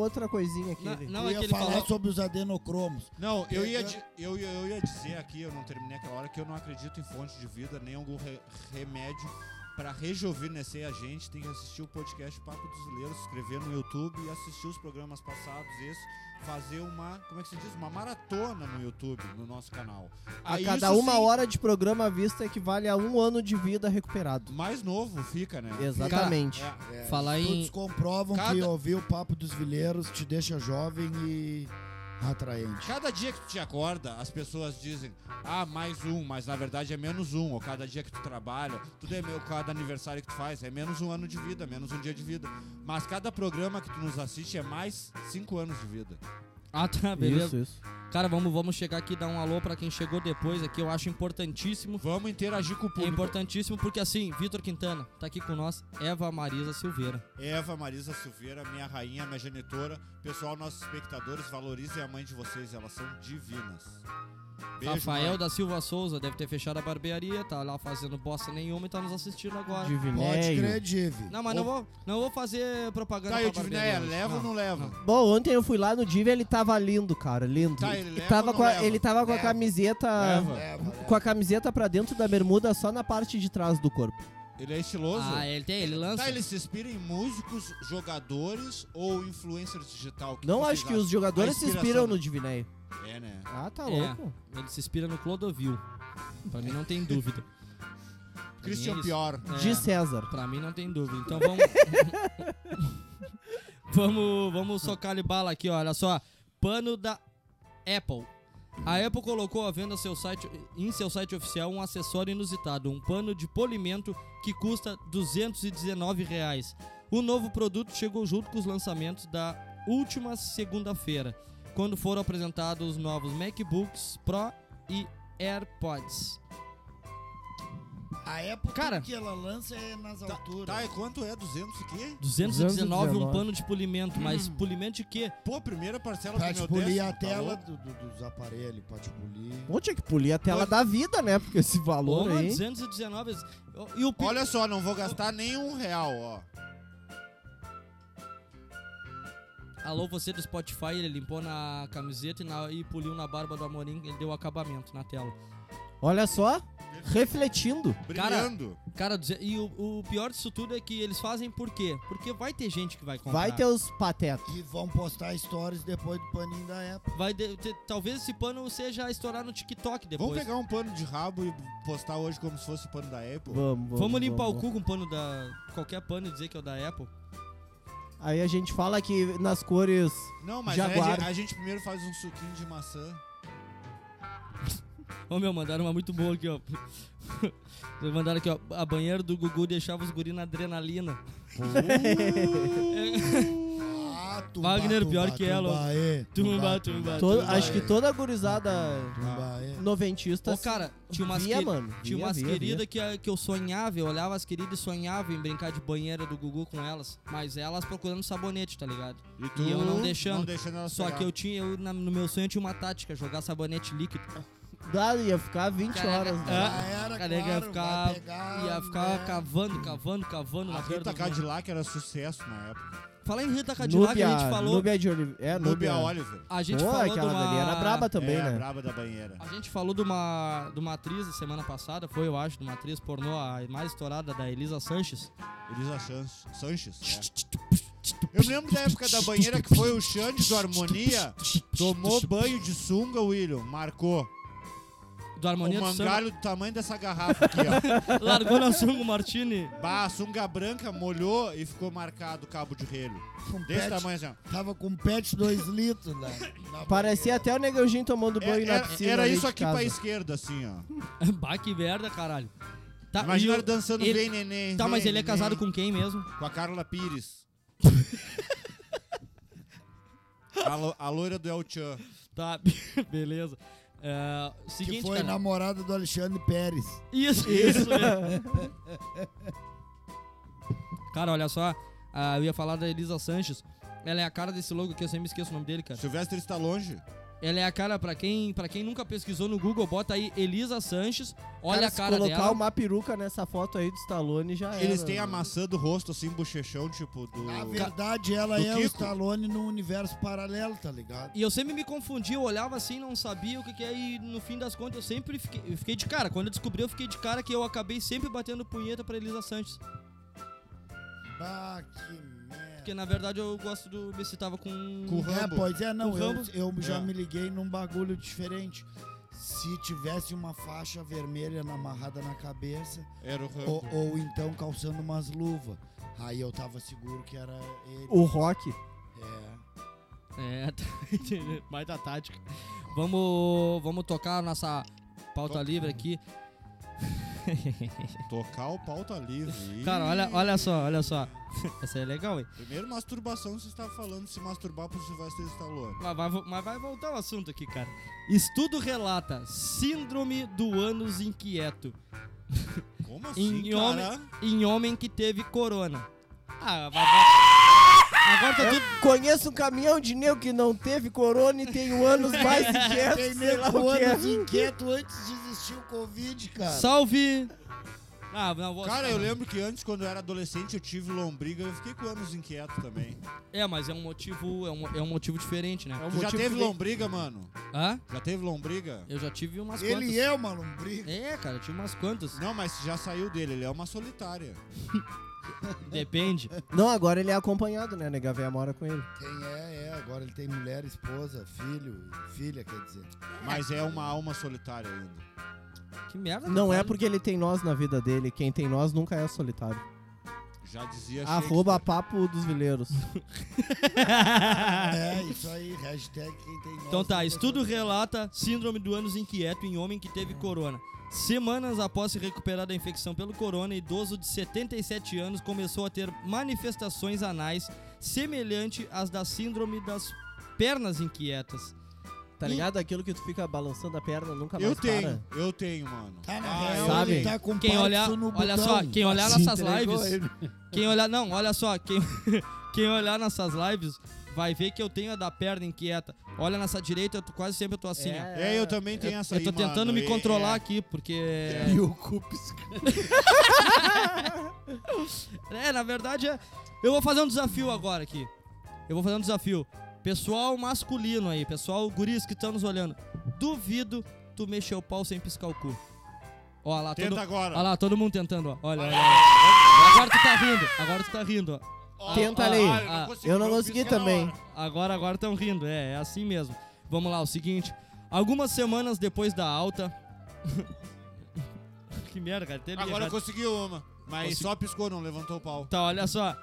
S1: outra coisinha aqui.
S3: Não,
S1: né?
S3: não
S4: eu
S3: é
S4: ia
S3: que ele
S4: falar
S3: falou...
S4: sobre os adenocromos.
S2: Não,
S1: É,
S2: eu ia,
S4: Pegando-
S2: di- eu, ia- eu ia dizer aqui, eu não terminei aquela hora, que eu não acredito em fonte de vida, nem algum re- remédio pra rejuvenescer a gente. Tem que assistir o podcast Papo dos Leiros, se inscrever no YouTube e assistir os programas passados, esse, fazer uma, como é que se diz? Uma maratona no YouTube, no nosso canal.
S1: A
S2: Aí
S1: cada
S2: isso
S1: uma
S2: sim,
S1: hora de programa à vista equivale a um ano de vida recuperado.
S2: Mais novo fica, né?
S1: Exatamente.
S2: É.
S3: Falar
S4: Todos
S3: em...
S4: comprovam que
S2: Cada-
S4: ouvir o papo dos vileiros te deixa jovem e atraente.
S2: Cada dia que tu te acorda, as pessoas dizem, ah, mais um, mas na verdade é menos um. Ou cada dia que tu trabalha, tudo é meu, cada aniversário que tu faz, é menos um ano de vida, menos um dia de vida. Mas cada programa que tu nos assiste é mais cinco anos de vida.
S3: Ah, tá,
S1: Isso,
S3: beleza.
S1: isso.
S3: Cara, vamos, vamos chegar aqui e dar um alô pra quem chegou depois aqui. Eu acho importantíssimo.
S2: Vamos interagir com o
S3: É
S2: público.
S3: importantíssimo porque, assim, Vitor Quintana tá aqui com nós. Eva Marisa Silveira.
S2: Eva Marisa Silveira, minha rainha, minha genitora. Pessoal, nossos espectadores, valorizem a mãe de vocês, elas são divinas. Beijo,
S3: Rafael
S2: mãe.
S3: da Silva Souza deve ter fechado a barbearia, tá lá fazendo bosta nenhuma e tá nos assistindo agora.
S4: Pode crer,
S1: Divinéio.
S4: Dive.
S3: Não, mas não vou, não vou fazer propaganda
S2: Tá,
S3: pra
S2: eu
S3: barbearia
S2: Divinéia,
S3: hoje.
S2: leva ou não leva?
S1: Bom, ontem eu fui lá no Div e ele tava lindo, cara, lindo.
S2: Tá, ele
S1: E
S2: leva ou
S1: tava
S2: não
S1: com a-
S2: leva?
S1: ele tava com a
S4: Leva.
S1: camiseta
S2: Leva.
S1: com a camiseta pra dentro da bermuda só na parte de trás do corpo.
S2: Ele é estiloso?
S3: Ah, ele tem, ele lança.
S2: Tá, ele se inspira em músicos, jogadores ou influencers digital? O que
S1: Não
S2: vocês
S1: acho que os jogadores se
S2: inspiração,
S1: inspiram
S2: né?
S1: no Divinéio.
S2: acham? É, né?
S1: Ah, tá
S3: É.
S1: louco.
S3: Ele se inspira no Clodovil. Pra mim não tem dúvida.
S2: Christian
S3: isso.
S2: Pior.
S3: É,
S1: De César.
S3: Pra mim não tem dúvida. Então vamos. vamos, vamos socar de bala aqui, ó, olha só. Pano da Apple. A Apple colocou à venda seu site, em seu site oficial um acessório inusitado, um pano de polimento que custa R$ 219 reais. O novo produto chegou junto com os lançamentos da última segunda-feira, quando foram apresentados os novos MacBooks Pro e AirPods.
S4: A época
S3: Cara.
S4: que ela lança é nas alturas.
S2: Tá, e quanto é? 200 e quê?
S3: 219 um
S1: 219.
S3: pano de polimento, mas polimento de quê?
S2: Pô, a primeira parcela
S4: Pra
S2: do meu
S4: te polir
S2: décimo,
S4: a
S2: tá
S4: tela
S2: louco?
S4: do- do- dos aparelhos, pra te polir.
S1: Bom, tinha que polir a tela da vida, né? Porque esse valor
S3: Porra,
S1: aí.
S3: 219. E o pi-
S2: Olha só, não vou gastar nem um real, ó.
S3: Alô, você do Spotify, ele limpou na camiseta e, na... e poliu na barba do Amorim, ele deu acabamento na tela.
S1: Olha só, refletindo.
S2: Brilhando.
S3: Cara, duze- e o, o pior disso tudo é que eles fazem por quê? Porque vai ter gente que vai comprar.
S1: Vai ter os patetas.
S4: E vão postar stories depois do paninho da época.
S3: Vai de- ter- Talvez esse pano seja estourar no TikTok depois.
S2: Vamos pegar um pano de rabo e postar hoje como se fosse o pano da Apple?
S1: Vamos,
S3: Vamos limpar o cu com pano da. qualquer pano e dizer que é o da Apple.
S1: Aí a gente fala que nas cores.
S2: Não, mas aí a,
S1: Jaguar.
S2: gente, a gente primeiro faz um suquinho de maçã.
S3: Ô meu, mandaram uma muito boa aqui, ó. mandaram aqui, ó. A banheira do Gugu deixava os guri na adrenalina.
S1: Uhum.
S4: Ah, tumba,
S3: Wagner,
S4: tumba,
S3: pior que
S4: tumba,
S3: ela.
S4: é.
S3: Tumba, tumba,
S1: todo-
S3: tumba.
S1: acho que toda a gurizada
S4: Tumba, é.
S1: noventista.
S3: é. Ô, cara, tinha umas,
S1: via,
S3: que-
S1: mano.
S3: tinha
S1: via,
S3: umas
S1: via,
S3: queridas
S1: via.
S3: que, a- que eu sonhava, eu olhava as queridas e sonhava em brincar de banheira do Gugu com elas. Mas elas procurando sabonete, tá ligado?
S2: E
S3: E eu
S4: Hum?
S3: não deixando.
S2: Não deixando ela
S3: Só
S2: pegar.
S3: que eu tinha, eu, na- no meu sonho eu tinha uma tática, jogar sabonete líquido.
S1: Dá, ia ficar 20
S3: Caraca,
S1: horas. né?
S3: ah,
S4: Já era,
S3: Cara, eu ia
S4: claro,
S3: ficar,
S4: vai pegar,
S3: ia ficar
S4: né?
S3: cavando, cavando, cavando na
S2: A
S3: beira
S2: Rita
S3: do...
S2: Cadillac era sucesso na época.
S3: Falar em Rita Cadillac, a gente falou.
S1: Núbia de Oliveira. É,
S2: Nubia
S1: Núbia.
S2: Oliver.
S3: A gente
S1: Pô,
S3: falou de
S1: aquela
S3: uma...
S1: dali era braba também,
S2: é, a
S1: né?
S2: braba da banheira.
S3: A gente falou de uma, de uma atriz semana passada, foi, eu acho, de uma atriz pornô a mais estourada da Elisa Sanches.
S2: Elisa Sanches. Sanches é. Eu me lembro da época da banheira que foi o Xande do Harmonia. Tomou banho de sunga, William. Marcou.
S3: Do Harmonia
S2: o
S3: do Samba.
S2: mangalho do tamanho dessa garrafa aqui, ó.
S3: Largou na Sungo Martini.
S2: Bah, a sunga branca molhou e ficou marcado o cabo de relho.
S4: Com
S2: Desse
S4: pet,
S2: tamanho assim, ó.
S4: Tava com pet 2 litros, né? Na
S1: Parecia até o Negãozinho tomando banho
S2: É,
S1: na
S2: Era,
S1: piscina.
S2: era
S1: ali
S2: isso
S1: de
S2: aqui
S1: casa.
S2: pra esquerda, assim, ó.
S3: bah, que merda, caralho. Tá,
S2: Imagina
S3: e
S2: ele
S3: o-
S2: dançando
S3: ele-
S2: bem, né? neném.
S3: Tá,
S2: vem,
S3: mas ele é
S2: neném,
S3: casado com quem mesmo?
S2: Com a Carla Pires. a, lo- a loira do El Chan.
S3: Tá, beleza. É,
S4: Que
S3: seguinte,
S4: foi né?
S3: cara.
S4: namorada do Alexandre Pérez.
S3: Isso, isso. mesmo. cara, olha só. ah, eu ia falar da Elisa Sanches. Ela é a cara desse logo que eu sempre esqueço o nome dele, cara.
S2: Silvestre está longe.
S3: Ela é a cara, pra quem, pra quem nunca pesquisou no Google, bota aí Elisa Sanches. Olha
S1: Cara,
S3: a cara
S1: se colocar
S3: dela.
S1: uma peruca nessa foto aí do Stallone já
S3: É,
S1: era.
S2: Eles têm a
S1: né?
S2: maçã do rosto, assim, bochechão, tipo, do.
S4: Na
S3: Ah,
S4: verdade, ela
S2: do
S4: é o
S2: Kiko.
S4: Stallone num universo paralelo, tá ligado?
S3: E eu sempre me confundia, eu olhava assim, não sabia o que, que é, e no fim das contas eu sempre fiquei, eu fiquei de cara. Quando eu descobri, eu fiquei de cara que eu acabei sempre batendo punheta pra Elisa Sanches.
S4: Bah, Ah, que merda.
S3: Porque na verdade eu gosto do. Me citava com.
S2: Com o
S4: É,
S2: Rambo.
S4: pois é, não,
S3: O
S4: eu,
S3: Rambo? Ah.
S4: eu já
S2: É.
S4: me liguei num bagulho diferente. Se tivesse uma faixa vermelha na- amarrada na cabeça,
S2: Era o Rambo.
S4: ou,
S3: Uhum.
S4: ou então calçando umas luvas. Aí eu tava seguro que era ele.
S1: O Rock.
S4: É.
S3: É, tá, mais da tática. Vamos, vamos tocar a nossa pauta
S2: Toca.
S3: livre aqui.
S2: Tocar o pauta livre. Ih,
S3: Cara, olha, olha só, olha só. Essa é legal, hein?
S2: Primeiro masturbação, você estava falando de se masturbar pro Silvestre Stallone.
S3: Mas vai, mas vai voltar o assunto aqui, cara. Estudo relata síndrome do ânus inquieto
S2: Como assim,
S3: Em homem-
S2: cara?
S3: em homem que teve corona. Ah, vai, vai. Agora tá tudo.
S1: Conheço um caminhão de nego que não teve corona e tem um anos mais inquieto,
S4: Tem
S1: sei lá
S4: nego
S2: um
S1: o que é.
S4: anos inquieto antes de existir o Covid, cara.
S3: Salve! Ah, não vou.
S2: Cara, eu
S3: não.
S2: lembro que antes, quando eu era adolescente, eu tive lombriga e eu fiquei com anos inquieto também.
S3: É, mas é um motivo, é um, é um motivo diferente, né?
S2: Tu já teve lombriga, mano?
S3: Hã?
S2: Já teve lombriga?
S3: Eu já tive umas quantas.
S4: Ele é uma lombriga.
S3: É, cara, eu tive umas quantas.
S2: Não, mas já saiu dele, ele é uma solitária.
S3: Depende.
S1: Não, agora ele é acompanhado, né? Nega véia mora com ele.
S4: Quem é, é. Agora ele tem mulher, esposa, filho, filha, quer dizer.
S2: Mas é uma alma solitária ainda.
S3: Que merda. né,
S1: Não é
S3: cara.
S1: porque ele tem nós na vida dele. Quem tem nós nunca é solitário.
S2: Já dizia
S1: Arroba papo dos vileiros.
S4: É, isso aí, hashtag quem tem
S3: Então
S4: nós
S3: tá,
S4: não
S3: estudo
S4: tem nós.
S3: relata síndrome do ânus inquieto em homem que teve corona. Semanas após se recuperar da infecção pelo corona, idoso de 77 anos começou a ter manifestações anais semelhante às da síndrome das pernas inquietas.
S1: Tá ligado? Aquilo que tu fica balançando a perna nunca
S2: Eu
S1: mais
S2: tenho,
S1: para.
S2: eu tenho, mano.
S4: Tá na
S2: Ah,
S4: real,
S1: sabe?
S4: ele tá com
S3: Quem
S4: Parkinson
S3: olhar,
S4: no
S3: olha
S4: botão.
S3: só, quem olhar
S1: Se
S3: nossas
S1: entregou
S3: lives,
S1: ele.
S3: quem olhar, não, olha só, quem quem olhar nossas lives vai ver que eu tenho a da perna inquieta. Olha nessa direita, eu tô- quase sempre eu tô assim, ó.
S2: É, eu também tenho essa
S3: Eu
S2: aí,
S3: tô tentando
S2: mano,
S3: me
S2: e-
S3: controlar
S2: é.
S3: aqui, porque
S5: E o cu piscando.
S3: É, na verdade é. Eu vou fazer um desafio agora aqui. Eu vou fazer um desafio. Pessoal masculino aí, pessoal guris que estão nos olhando. Duvido tu mexer o pau sem piscar o cu. Ó lá,
S2: Tenta
S3: todo...
S2: agora.
S3: Ó lá, todo mundo tentando, ó. Olha, olha, olha. Agora tu tá rindo, agora tu tá rindo, ó.
S2: Ó,
S1: Tenta
S2: ó,
S1: ali.
S2: ó,
S3: Ah,
S2: consegui,
S1: eu não
S2: eu
S1: consegui
S2: pisquei na
S1: também.
S2: hora.
S3: Agora, agora estão rindo, é, é assim mesmo. Vamos lá, o seguinte. Algumas semanas depois da alta... que merda, cara. teve
S2: Agora eu
S3: errado.
S2: consegui uma. Mas
S3: Consegui.
S2: só piscou, não levantou o pau.
S3: Tá, olha só.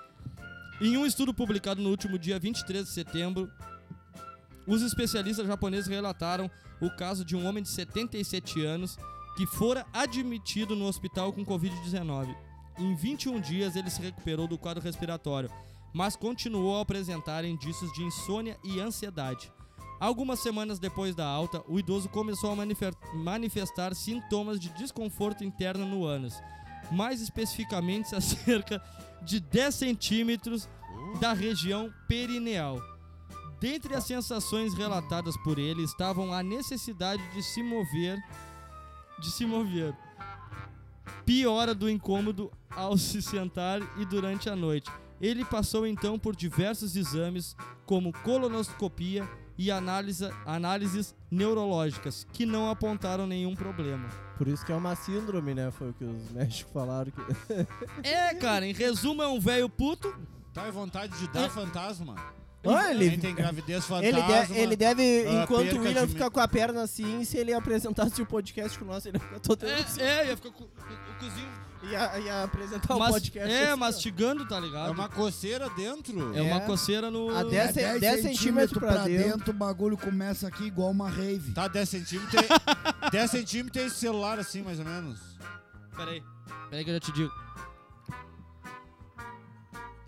S3: Em um estudo publicado no último dia 23 de setembro, os especialistas japoneses relataram o caso de um homem de 77 anos que fora admitido no hospital com Covid-19. Em 21 dias, ele se recuperou do quadro respiratório, mas continuou a apresentar indícios de insônia e ansiedade. Algumas semanas depois da alta, o idoso começou a manifer- manifestar sintomas de desconforto interno no ânus, mais especificamente acerca de 10 centímetros da região perineal. Dentre as sensações relatadas por ele estavam a necessidade de se mover, de se mover, piora do incômodo ao se sentar e durante a noite, Ele passou então por diversos exames, como colonoscopia e análise, análises neurológicas, que não apontaram nenhum problema.
S1: Por isso que é uma síndrome, né? Foi o que os médicos falaram. Que...
S3: É, cara, em resumo, é um velho puto.
S2: Tá é vontade de dar fantasma.
S1: Ah,
S2: Quem
S1: ele,
S2: tem gravidez
S1: ele,
S2: fantasma.
S1: de- ele deve,
S2: ah,
S1: enquanto
S2: perca
S1: o William
S2: de
S1: fica
S2: me-
S1: com a perna assim, se ele apresentasse o podcast com nós, ele ia ficar todo.
S3: É, é ia ficar com o cozinho
S1: Ia, ia apresentar o
S3: mas-
S1: podcast.
S3: É,
S1: assim,
S3: mastigando, tá
S2: É
S3: ligado?
S2: uma coceira dentro.
S3: É uma
S1: É.
S3: coceira no.
S1: A dez-
S4: É
S1: cen-
S4: 10,
S1: dez
S4: centímetros
S1: centímetros pra
S4: pra dentro.
S1: dentro,
S4: o bagulho começa aqui igual uma rave.
S2: Tá, 10 centímetros. é- 10 centímetros é esse celular assim, mais ou menos.
S3: Peraí. Peraí que eu já te digo.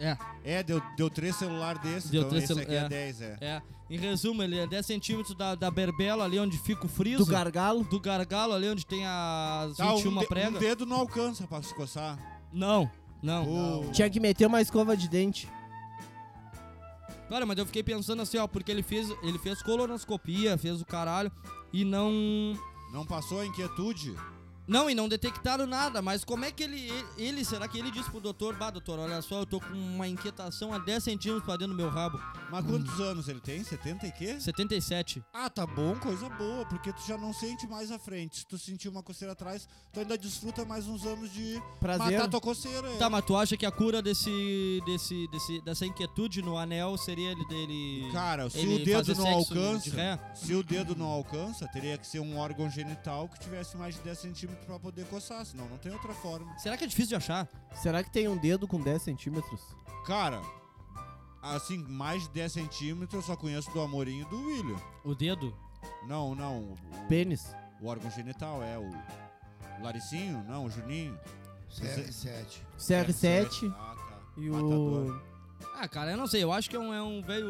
S3: É,
S2: É, deu, deu três celular desse,
S3: Deu
S2: então
S3: três
S2: esse
S3: celu-
S2: aqui é
S3: é.
S2: 10, é.
S3: é. Em resumo, ele é 10 centímetros da, da berbela ali onde fica o friso.
S1: Do gargalo.
S3: do gargalo ali onde tem as
S2: Tá, um,
S3: 21
S2: de-
S3: pregas.
S2: um dedo não alcança pra se coçar.
S3: Não, não.
S2: Pô.
S1: Tinha que meter uma escova de dente.
S3: Cara, mas eu fiquei pensando assim, ó, porque ele fez, ele fez colonoscopia, fez o caralho e não
S2: Não passou a inquietude?
S3: não e não detectaram nada, mas como é que ele ele, ele- será que ele disse pro doutor, bah, doutor, olha só, eu tô com uma inquietação a 10 centímetros pra dentro do meu rabo.
S2: Mas quantos anos ele tem? 70 e quê?
S3: 77.
S2: Ah, tá bom, coisa boa, porque tu já não sente mais à frente. Se tu sentir uma coceira atrás, tu ainda desfruta mais uns anos de
S1: Prazer.
S2: matar tua coceira.
S3: Tá, mas tu acha que a cura desse desse desse dessa inquietude no anel seria ele dele
S2: Cara, se
S3: ele
S2: o dedo
S3: fazer
S2: não
S3: sexo de
S2: alcança,
S3: ré?
S2: se o dedo não alcança, teria que ser um órgão genital que tivesse mais de 10 centímetros pra poder coçar, senão não tem outra forma.
S3: Será que é difícil de achar?
S1: Será que tem um dedo com 10 centímetros?
S2: Cara, assim, mais de 10 centímetros eu só conheço do Amorinho e do William.
S3: O dedo?
S2: Não, não, o,
S1: Pênis.
S2: o órgão genital é o Laricinho? Não, o Juninho?
S4: CR7.
S1: CR7
S2: Ah, tá.
S1: e
S2: Matador.
S1: o.
S3: Ah, cara, eu não sei. Eu acho que é um, é um velho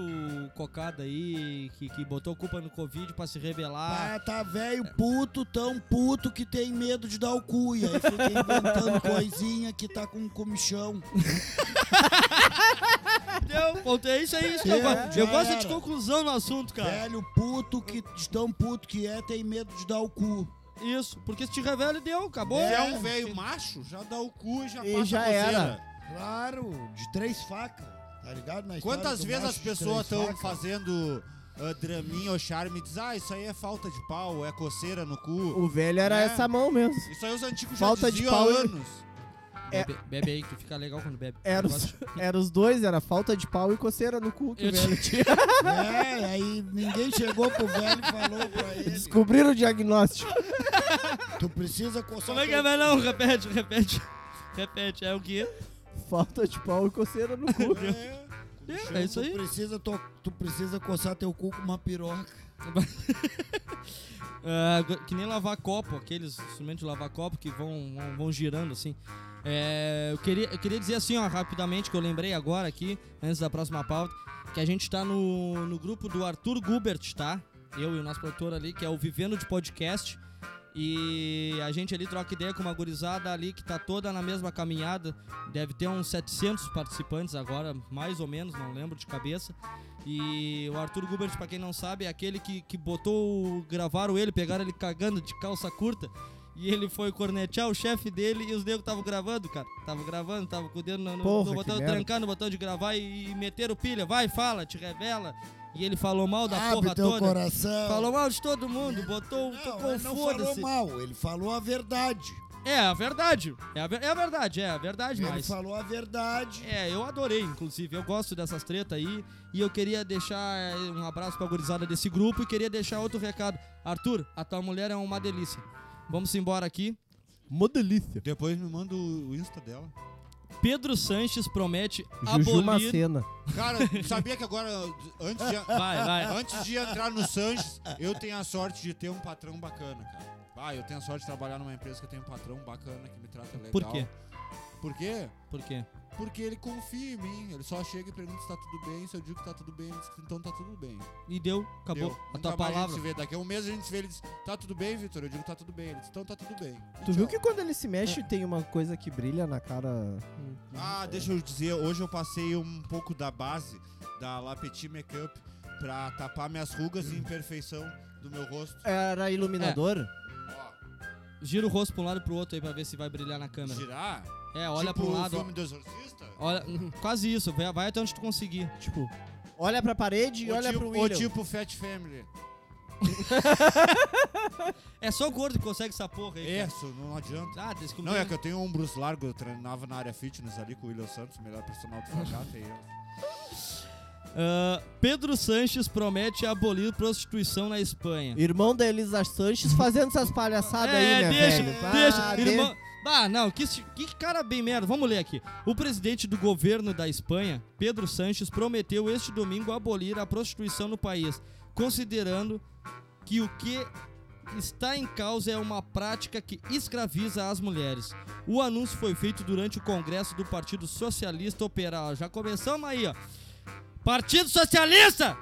S3: cocada aí que, que botou culpa no Covid pra se revelar.
S4: Ah, tá velho
S2: é
S4: puto, tão puto que tem medo de dar o cu. E aí fica inventando coisinha que tá com comichão.
S3: Deu, ponto. É isso aí. Isso que eu,
S4: É,
S3: gosto.
S4: já
S3: eu gosto de
S4: era.
S3: conclusão no assunto, cara.
S4: Velho puto que de tão puto que é, tem medo de dar o cu.
S3: Isso. Porque se te revela, deu. Acabou.
S2: Se é um velho macho, já dá o cu e já
S1: E
S2: passa
S1: já
S2: a coceira.
S1: era.
S4: Claro, de três facas, tá ligado? Na história
S2: Quantas
S4: do
S2: vezes
S4: macho
S2: as
S4: de
S2: pessoas
S4: três
S2: estão
S4: facas.
S2: fazendo ah, draminha ou charme e dizem, ah, isso aí é falta de pau, é coceira no cu.
S1: O velho era
S2: É.
S1: essa mão mesmo.
S2: Isso aí os antigos
S1: Falta
S2: já
S1: de
S2: diziam
S1: pau,
S2: há
S1: hein?
S2: anos.
S3: Bebe, bebe aí, que fica legal quando bebe.
S1: Era
S3: Eu
S1: os,
S3: gosto.
S1: era os dois, era falta de pau e coceira no cu que o
S3: Eu
S1: velho tinha.
S4: É, aí ninguém chegou pro velho e falou pra ele.
S1: Descobriram o diagnóstico.
S4: Tu precisa coçar.
S3: Como é que
S4: teu
S3: é, velho? Não, repete, repete. Repete, é o quê?
S1: Falta de pau e coceira no cu.
S3: É, é isso
S4: Tu
S3: aí.
S4: precisa, to- tu precisa coçar teu cu com uma piroca.
S3: Ah, gu- que nem lavar copo, aqueles instrumentos de lavar copo que vão, vão, vão girando assim. É, eu, queria, eu queria dizer assim, ó, rapidamente, que eu lembrei agora aqui, antes da próxima pauta, que a gente tá no, no grupo do Arthur Gubert, tá? Eu e o nosso produtor ali, que é o Vivendo de Podcast. E a gente ali troca ideia com uma gurizada ali que tá toda na mesma caminhada. Deve ter uns 700 participantes agora, mais ou menos, não lembro de cabeça. E o Arthur Gubert, pra quem não sabe, é aquele que, que botou. o- gravaram ele, pegaram ele cagando de calça curta. E ele foi cornetear o chefe dele e os negros estavam gravando, cara. Tava gravando, tava com o dedo no, no,
S1: Porra,
S3: no
S1: que
S3: botão,
S1: merda.
S3: trancar no botão de gravar e, e meteram pilha. Vai, fala, te revela. E ele falou mal da
S4: Abre
S3: porra
S4: teu
S3: toda.
S4: coração.
S3: Falou mal de todo mundo, botou um
S4: Não, então
S3: tocou
S4: ele
S3: o
S4: não falou
S3: foda-se.
S4: mal, ele falou a verdade.
S3: É a verdade. É a, ver- é a verdade, é a verdade,
S4: Ele
S3: mas.
S4: falou a verdade.
S3: É, eu adorei, inclusive. Eu gosto dessas treta aí. E eu queria deixar eh, um abraço pra gurizada desse grupo e queria deixar outro recado. Arthur, a tua mulher é uma delícia. Vamos embora aqui.
S1: Mó delícia.
S2: Depois me manda o o Insta dela.
S3: Pedro Sanches promete
S1: Juju
S3: abolir.
S1: Macena.
S2: Cara, sabia que agora, antes de,
S3: Vai, vai.
S2: antes de entrar no Sanches, eu tenho a sorte de ter um patrão bacana, cara. Ah, eu tenho a sorte de trabalhar numa empresa que eu tenho um patrão bacana que me trata legal.
S3: Por quê?
S2: Por quê?
S3: Por quê?
S2: Porque ele confia em mim. Ele só chega e pergunta se tá tudo bem. Se eu digo que tá tudo bem, ele diz que então tá tudo bem.
S3: E deu, acabou.
S2: Deu. Nunca
S3: A
S2: mais A
S3: tua palavra.
S2: gente se vê. Daqui a um mês a gente se vê. Ele diz: Tá tudo bem, Vitor? Eu digo: Tá tudo bem. Ele diz: Então tá tudo bem. E
S1: Tu viu
S2: tchau.
S1: que quando ele se mexe tem uma coisa que brilha na cara?
S2: Ah, deixa eu dizer. Hoje eu passei um pouco da base da La Petit Makeup pra tapar minhas rugas e imperfeição do meu rosto.
S1: Era iluminador?
S2: Ó,
S3: Gira o rosto pra um lado e pro outro aí pra ver se vai brilhar na câmera.
S2: girar.
S3: É, olha
S2: tipo
S3: pra um lado.
S2: o
S3: ó.
S2: filme do Exorcista.
S3: Olha, quase isso, vai, vai até onde tu conseguir.
S1: Tipo, olha pra parede e
S2: Ou
S1: olha
S2: tipo,
S1: pro
S2: ou
S1: William.
S2: tipo Fat Family.
S3: É só o gordo que consegue essa porra aí.
S2: É,
S3: cara.
S2: isso não adianta.
S3: Ah, desculpa.
S2: Não, é que eu tenho ombros largos, eu treinava na área fitness ali com o William Santos, melhor personal do Facata. e eu-
S3: Ah, Pedro Sanches promete abolir prostituição na Espanha.
S1: Irmão da Elisa Sanches fazendo essas palhaçadas aí, né,
S3: É, deixa,
S1: velho?
S3: deixa,
S1: Ah,
S3: irmão. Ah, não, que, esse- que cara bem merda. Vamos ler aqui. O presidente do governo da Espanha, Pedro Sanches, prometeu este domingo abolir a prostituição no país, considerando que o que está em causa é uma prática que escraviza as mulheres. O anúncio foi feito durante o congresso do Partido Socialista Operário. Já começamos aí, ó. Partido Socialista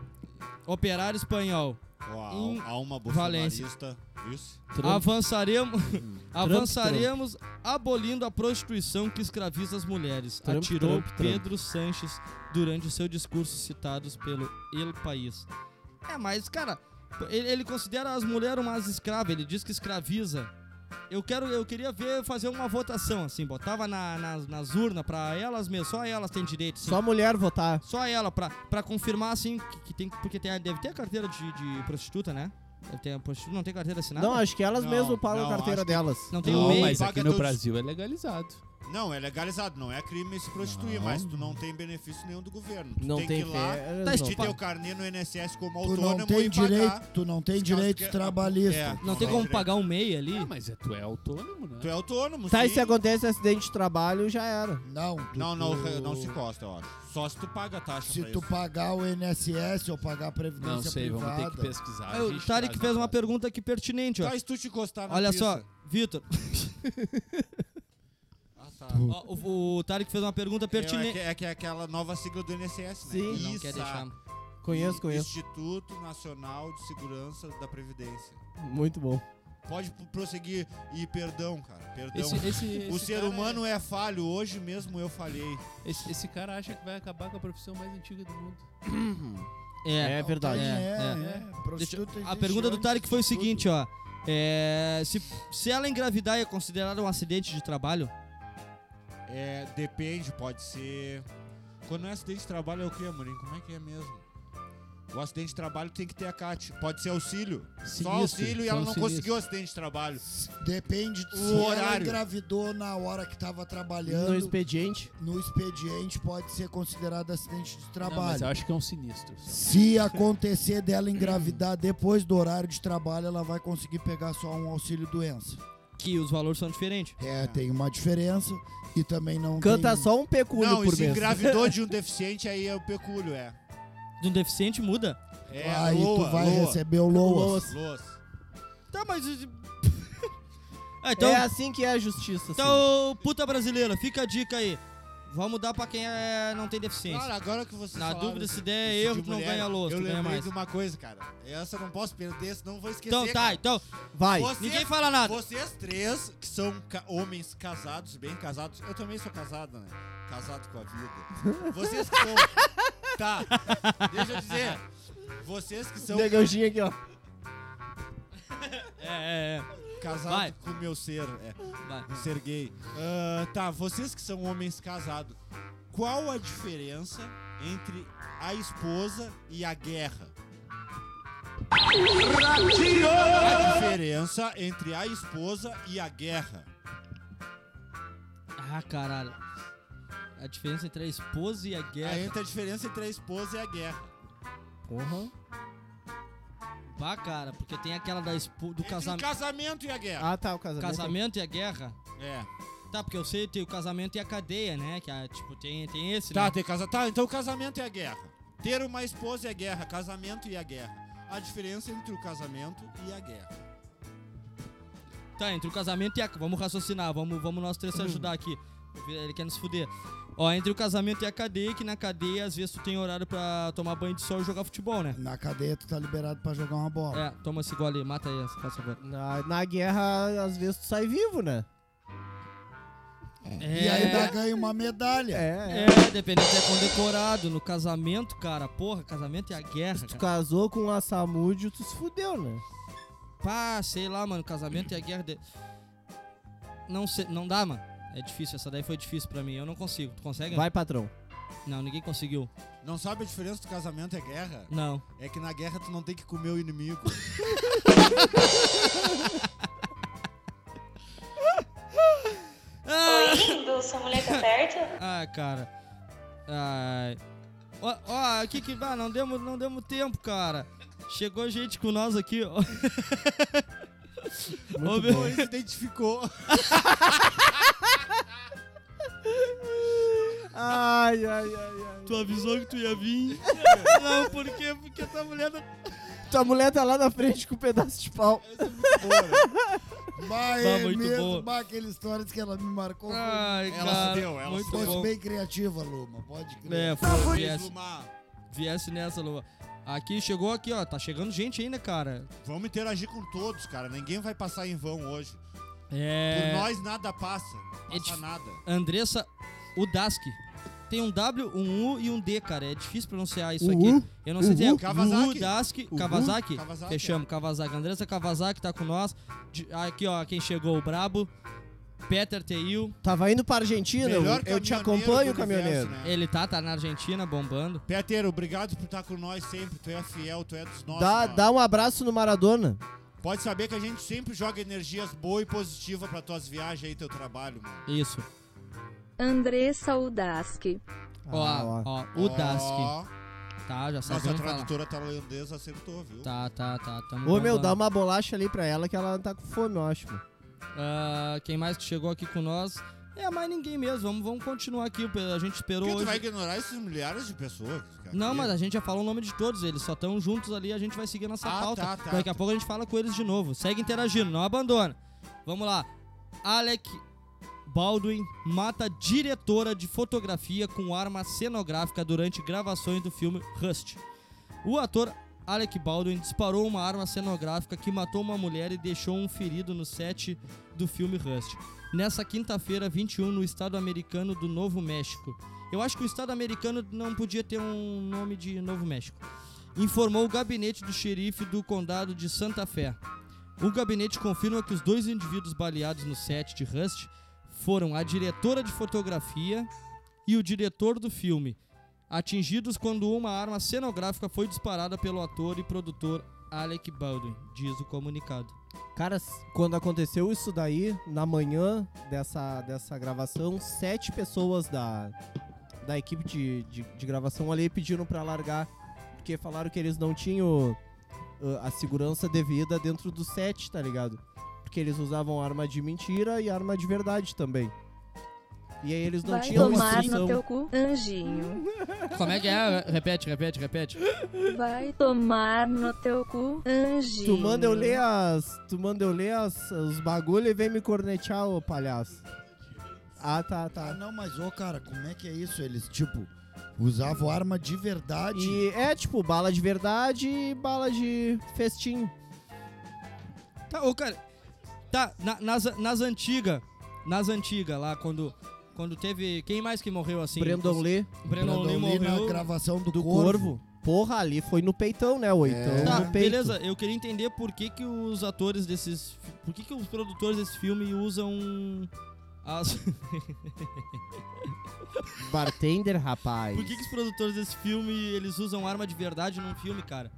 S3: Operário Espanhol.
S2: Ó, a
S3: Em
S2: al- alma
S3: Um Valência.
S2: bolsonarista, isso.
S3: Avançaremos, avançaremos abolindo a prostituição que escraviza as mulheres,
S1: Trump,
S3: atirou
S1: Trump, Trump.
S3: Pedro Sanches durante o seu discurso citados pelo El País. É, mas cara, ele, ele considera as mulheres umas escravas, ele diz que escraviza. Eu quero, eu queria ver fazer uma votação assim, botava na- nas, nas urnas pra elas mesmo, só elas têm direito. Sim.
S1: Só mulher votar.
S3: Só ela, pra, pra confirmar, assim, que, que tem. Porque tem, a- deve ter a carteira de, de prostituta, né? Deve ter a prostituta, não tem carteira assinada?
S1: Não, acho que elas
S2: Não,
S1: mesmo pagam
S2: não,
S1: a carteira
S2: acho que-
S1: delas.
S3: Não tem o
S5: Não,
S3: MEI.
S5: mas
S2: Paga
S5: um aqui no
S2: todos.
S5: Brasil é legalizado.
S2: Não, é legalizado, não é crime se prostituir, mas tu não tem benefício nenhum do governo. Tu
S1: Não
S2: tem,
S1: tem
S2: que ir lá,
S1: férias,
S3: Tá
S1: não.
S2: te
S3: estipa-
S2: teu carnê no INSS como
S4: Tu
S2: autônomo
S4: não tem
S2: e pagar.
S4: direito, tu não tem
S2: Os caras
S4: direito
S2: que-
S4: trabalhista.
S2: É,
S3: Não tem como
S2: direito.
S3: pagar um MEI ali?
S5: Ah, mas é, tu é autônomo, né?
S2: Tu é autônomo,
S1: Tá, e
S2: sim.
S1: se acontece acidente de trabalho, já era.
S4: Não, tu-
S2: Não, não,
S4: tu-
S2: não se costa, eu acho. Só se tu paga a taxa
S4: Se
S2: pra
S4: tu
S2: isso.
S4: pagar o INSS ou pagar a previdência
S5: Não sei,
S4: privada.
S5: vamos ter que pesquisar.
S3: Ah,
S5: a
S3: o
S5: gente
S3: Tarek fez
S5: traz na
S3: uma
S5: próxima.
S3: pergunta aqui pertinente, ó.
S2: Tá, e se tu te encostar na
S3: Olha
S2: pista?
S3: só, Vitor. Ah, Ó, o, o Tarek fez uma pergunta
S2: É, que-
S3: pertinente.
S2: é que é aquela nova sigla do INSS, né?
S1: Sim.
S3: Ele não
S2: Isso.
S3: quer deixar.
S1: Conheço, conheço.
S2: Instituto Nacional de Segurança da Previdência.
S1: Muito bom.
S2: Pode p- prosseguir. E perdão, cara. Perdão.
S5: Esse, esse,
S2: o
S5: esse
S2: ser
S5: cara-
S2: humano é... falho. Hoje mesmo eu falhei.
S5: Esse, esse cara acha que vai acabar com a profissão mais antiga do mundo.
S1: É,
S3: É.
S1: verdade.
S4: É,
S3: É,
S4: é, é.
S3: Deixa-
S4: Prostituta
S3: a
S4: existe
S3: pergunta do
S4: antes
S3: Tarek foi o
S4: disso tudo.
S3: seguinte, ó. É, se, se ela engravidar é considerada um acidente de trabalho?
S2: É, depende, pode ser. Quando é acidente de trabalho é o que, Amorim? Como é que é mesmo? O acidente de trabalho tem que ter a CAT. Pode ser auxílio. Só
S5: Sinistro,
S2: auxílio e ela
S5: só
S2: não
S5: sinistro.
S2: conseguiu o acidente de trabalho.
S4: Depende
S2: O
S4: do se ela
S2: horário.
S4: engravidou na hora que tava
S1: No
S4: trabalhando.
S1: expediente.
S4: No expediente pode ser considerado acidente de
S5: Não, mas
S4: trabalho.
S5: eu acho que é um sinistro.
S4: Se acontecer dela engravidar depois do horário de trabalho, ela vai conseguir pegar só um auxílio doença.
S3: Que os valores são diferentes.
S4: É, tem uma diferença e também não
S1: Canta
S4: tem...
S1: só um pecúlio
S2: Não, e
S1: por
S2: se
S1: mês.
S2: engravidou de um deficiente, aí é o pecúlio, é.
S3: De um deficiente muda.
S2: É,
S4: Aí
S2: loa,
S4: tu vai
S2: loa.
S4: receber o LOAS.
S2: Loas.
S3: Tá, mas. Ah, então,
S1: é assim que é a justiça. Assim.
S3: então, puta brasileira, fica a dica aí. Vamos mudar pra quem é, não tem deficiência.
S2: Cara, agora que você
S3: Na dúvida, se der erro, tu não ganha louça,
S2: Eu
S3: tu ganha
S2: lembrei
S3: mais.
S2: de uma coisa, cara. Essa eu não posso perder, senão eu vou esquecer.
S3: Então tá,
S2: cara.
S3: então.
S1: Vai.
S2: Você-
S3: Ninguém fala nada.
S2: Vocês três, que são ca- homens casados, bem casados. Eu também sou casado, né? Casado com a vida. Vocês que são... tá, deixa eu dizer. Vocês que são
S1: Negãozinho aqui, ó.
S3: É, é, é. Vai.
S2: casados com o meu ser. É.
S3: Vai.
S2: ser gay. Ah, tá, vocês que são homens casados, qual a diferença entre a esposa e a guerra? A diferença entre a esposa e a guerra.
S3: Ah, caralho. A diferença entre a esposa e a
S2: É.
S3: guerra.
S2: Entre a diferença entre a esposa e a guerra.
S1: Porra.
S3: Bah, cara, porque tem aquela da espo...
S2: Entre o
S3: do
S2: né?
S3: casamento.
S2: casamento e a guerra.
S1: Ah, tá, o casamento.
S3: Casamento e a guerra?
S2: É.
S3: Tá, porque eu sei, tem o casamento e a cadeia, né? Que é, tipo, tem, tem esse,
S2: Tá,
S3: né?
S2: tem casa... tá, então o casamento é a guerra. Ter uma esposa é a guerra, casamento e a guerra. A diferença entre o casamento e a guerra.
S3: Tá, entre o casamento e a. Vamos raciocinar, vamos, vamos nós três se
S2: Uhum.
S3: ajudar aqui. Ele quer nos fuder. Ó, entre o casamento e a cadeia, que na cadeia às vezes tu tem horário pra tomar banho de sol e jogar futebol, né?
S4: Na cadeia tu tá liberado pra jogar uma bola.
S3: É, toma esse gole aí, mata aí, essa, faz favor.
S1: Na, na guerra, às vezes, tu sai vivo, né?
S2: É.
S4: E ainda ganha uma medalha.
S1: É.
S3: É, dependendo se é condecorado. No casamento, cara, porra, casamento é a guerra,
S1: Tu
S3: cara.
S1: casou com a Samúdio, tu se fudeu, né?
S3: Pá, sei lá, mano, casamento é a guerra. De... Não sei, não dá, mano. É difícil, essa daí foi difícil pra mim. Eu não consigo. Tu
S2: É.
S3: consegue?
S1: Vai, patrão.
S3: Não, ninguém conseguiu.
S2: Não sabe a diferença do casamento é guerra?
S3: Não.
S2: É que na guerra tu não tem que comer o inimigo.
S7: Oi, lindo, sua mulher tá perto?
S3: Ah, cara. Ai. Ó, ó, aqui que. Ah, não demos, não demos tempo, cara. Chegou gente com nós aqui, ó.
S1: Muito
S3: Ô,
S1: bom.
S3: meu,
S2: se identificou.
S1: Ai, ai, ai, ai.
S3: Tu avisou que tu ia vir? não, por quê? Porque essa mulher não.
S1: Tua mulher tá lá na frente com um pedaço de pau.
S4: Bah,
S3: Bah,
S4: é
S3: muito boa.
S4: mesmo, bah, aquela história que ela me marcou.
S3: Ai,
S2: Ela
S3: cara.
S2: fudeu, ela
S3: muito
S4: foi
S3: bom.
S4: bem criativa, Luma. Pode crer.
S3: É, foi, viesse,
S2: Lumar,
S3: viesse nessa, Lua. Aqui, chegou aqui, ó. Tá chegando gente ainda, cara.
S2: Vamos interagir com todos, cara. Ninguém vai passar em vão hoje.
S3: É.
S2: Por nós nada passa. Não
S3: É
S2: passa
S3: dif-
S2: nada.
S3: Andressa Udaski. Tem um W, um U e um D, cara. É difícil pronunciar isso
S1: Uhu?
S3: aqui. Eu não sei se é
S2: Uhu? Kawasaki.
S3: Udaski.
S1: Uhu?
S3: Kawasaki.
S2: Kawasaki. é.
S3: Fechamos, Kawasaki. Andressa Kawasaki tá com nós. De- aqui, ó, quem chegou, o Brabo. Peter Teil.
S1: Tava indo pra Argentina, eu,
S2: Melhor
S1: eu te
S2: caminhoneiro
S1: acompanho,
S2: do universo,
S1: caminhoneiro.
S2: né?
S3: Ele tá, tá na Argentina, bombando.
S2: Peter, obrigado por estar com nós sempre. Tu é fiel, tu é dos nossos.
S1: Dá,
S2: cara.
S1: dá um abraço no Maradona.
S2: Pode saber que a gente sempre joga energias boas e positivas pra tuas viagens aí, teu trabalho, mano.
S3: Isso.
S8: Andressa Udaski.
S3: ó, ó, Udaski.
S2: Ah, Ó,
S3: Tá, já sabe
S2: Nossa
S3: como falar.
S2: tradutora tailandesa acertou, viu?
S3: Tá, tá, tá. Tamo
S1: Ô, meu,
S3: bombando.
S1: dá uma bolacha ali pra ela que ela tá com fome, eu acho. mano.
S3: Ah, quem mais que chegou aqui com nós? É, mais ninguém mesmo. Vamos, vamos continuar aqui. A gente esperou
S2: Porque tu
S3: hoje.
S2: vai ignorar esses milhares de pessoas. cara.
S3: Não, mas a gente já falou o nome de todos eles, só estão juntos ali, a gente vai seguir a nossa
S2: Ah,
S3: pauta.
S2: tá, tá,
S3: Daqui a
S2: tá.
S3: pouco a gente fala com eles de novo. Segue interagindo, não abandona. Vamos lá. Alec Baldwin mata diretora de fotografia com arma cenográfica durante gravações do filme Rust. O ator Alec Baldwin disparou uma arma cenográfica que matou uma mulher e deixou um ferido no set do filme Rust. Nessa quinta-feira, 21, no estado americano do Novo México. Eu acho que o Estado americano não podia ter um nome de Novo México. Informou o gabinete do xerife do condado de Santa Fé. O gabinete confirma que os dois indivíduos baleados no set de Rust foram a diretora de fotografia e o diretor do filme, atingidos quando uma arma cenográfica foi disparada pelo ator e produtor Alec Baldwin, diz o comunicado.
S1: Cara, s- quando aconteceu isso daí, na manhã dessa, dessa gravação, sete pessoas da, da equipe de, de, de gravação ali pediram pra largar, porque falaram que eles não tinham uh, a segurança devida dentro do set, tá ligado? Porque eles usavam arma de mentira e arma de verdade também. E aí eles não
S8: Vai
S1: tinham
S8: tomar no
S1: instrução.
S8: teu cu, anjinho.
S3: Como é que é? Repete, repete, repete.
S8: Vai tomar no teu cu, anjinho.
S1: Tu manda eu ler as. Tu manda eu ler as, os bagulho e vem me cornetear, ô palhaço. Ah, tá,
S4: Ah,
S1: tá.
S4: não, mas ô, cara, como é que é isso? Eles, tipo, usavam arma de verdade.
S1: E é tipo bala de verdade e bala de festim.
S3: Tá, ô, cara. Tá, na- nas, nas antigas. Nas antigas, lá, quando. Quando teve. Quem mais que morreu assim?
S1: Brandon Lee
S3: Brandon Lee
S4: Brandon Lee na
S3: morreu.
S4: gravação do,
S1: do
S4: Corvo.
S1: Corvo. Porra, ali foi no peitão, né? Oitão
S4: É.
S3: Tá,
S1: no peito.
S3: beleza. Eu queria entender por que, que os atores desses. fi- Por que, que os produtores desse filme usam. As,
S1: Bartender, rapaz.
S3: por que, que os produtores desse filme eles usam arma de verdade num filme, cara?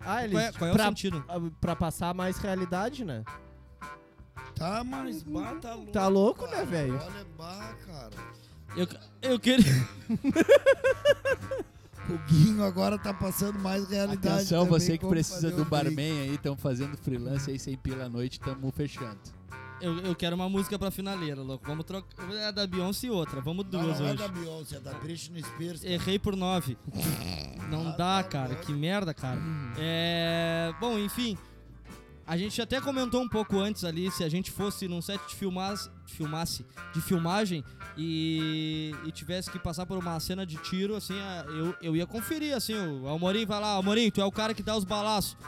S1: Ah, eles.
S3: Qual é, qual é o
S1: pra,
S3: sentido?
S1: ah, pra passar mais realidade, né?
S4: Tá, mas bah, tá louco.
S1: Tá louco, né,
S4: cara.
S1: velho?
S4: Olha, bah, cara.
S3: Eu, eu queria.
S4: O Guinho agora tá passando mais realidade.
S5: Atenção,
S4: também,
S5: você que
S4: como
S5: precisa
S4: fazer
S5: do
S4: um drink.
S5: barman aí, estão fazendo freelance aí sem pila à noite, tamo fechando.
S3: Eu, eu quero uma música pra finaleira, louco. Vamos trocar. É da Beyoncé e outra. Vamos
S4: Não,
S3: duas
S4: não é
S3: hoje.
S4: da Beyoncé, é da Britney Spears.
S3: Errei por 9. Não dá, cara. Que merda, cara. É. Bom, enfim. A gente até comentou um pouco antes ali se a gente fosse num set de filmas, filmasse, de filmagem e, e tivesse que passar por uma cena de tiro, assim, a- eu, eu ia conferir, assim, o Amorim vai lá, Amorim, tu é o cara que dá os balaços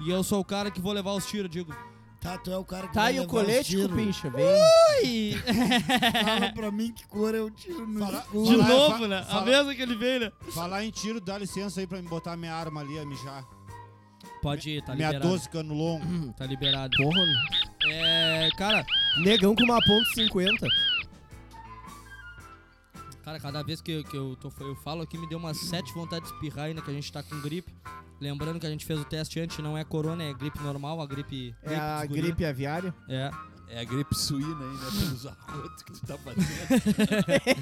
S3: e eu sou o cara que vou levar os tiros, digo.
S4: Tá, tu é o cara que
S1: Tá,
S4: vai
S1: e o
S4: levar os
S1: colete,
S4: tiros.
S1: cupincha, vem.
S3: Ai!
S4: Fala pra mim que cor é o tiro no
S2: Fala-
S4: escuro.
S3: De
S2: Fala-
S3: novo, né? A
S2: fala-
S3: mesma que ele veio, né?
S2: Falar em tiro, dá licença aí pra me botar minha arma ali a mijar.
S3: Pode ir, tá
S2: minha
S3: liberado.
S2: 12 cano longo.
S3: Tá liberado.
S1: Porra,
S3: É, cara,
S1: negão com uma ponto 50.
S3: Cara, cada vez que, que eu, tô, eu falo aqui, me deu umas sete vontades de espirrar ainda que a gente tá com gripe. Lembrando que a gente fez o teste antes, não é corona, é gripe normal, a gripe.
S9: É a
S3: dos guri.
S9: gripe aviária?
S3: É.
S5: É a gripe suína aí, né? Pelos arrotos que tu tá fazendo.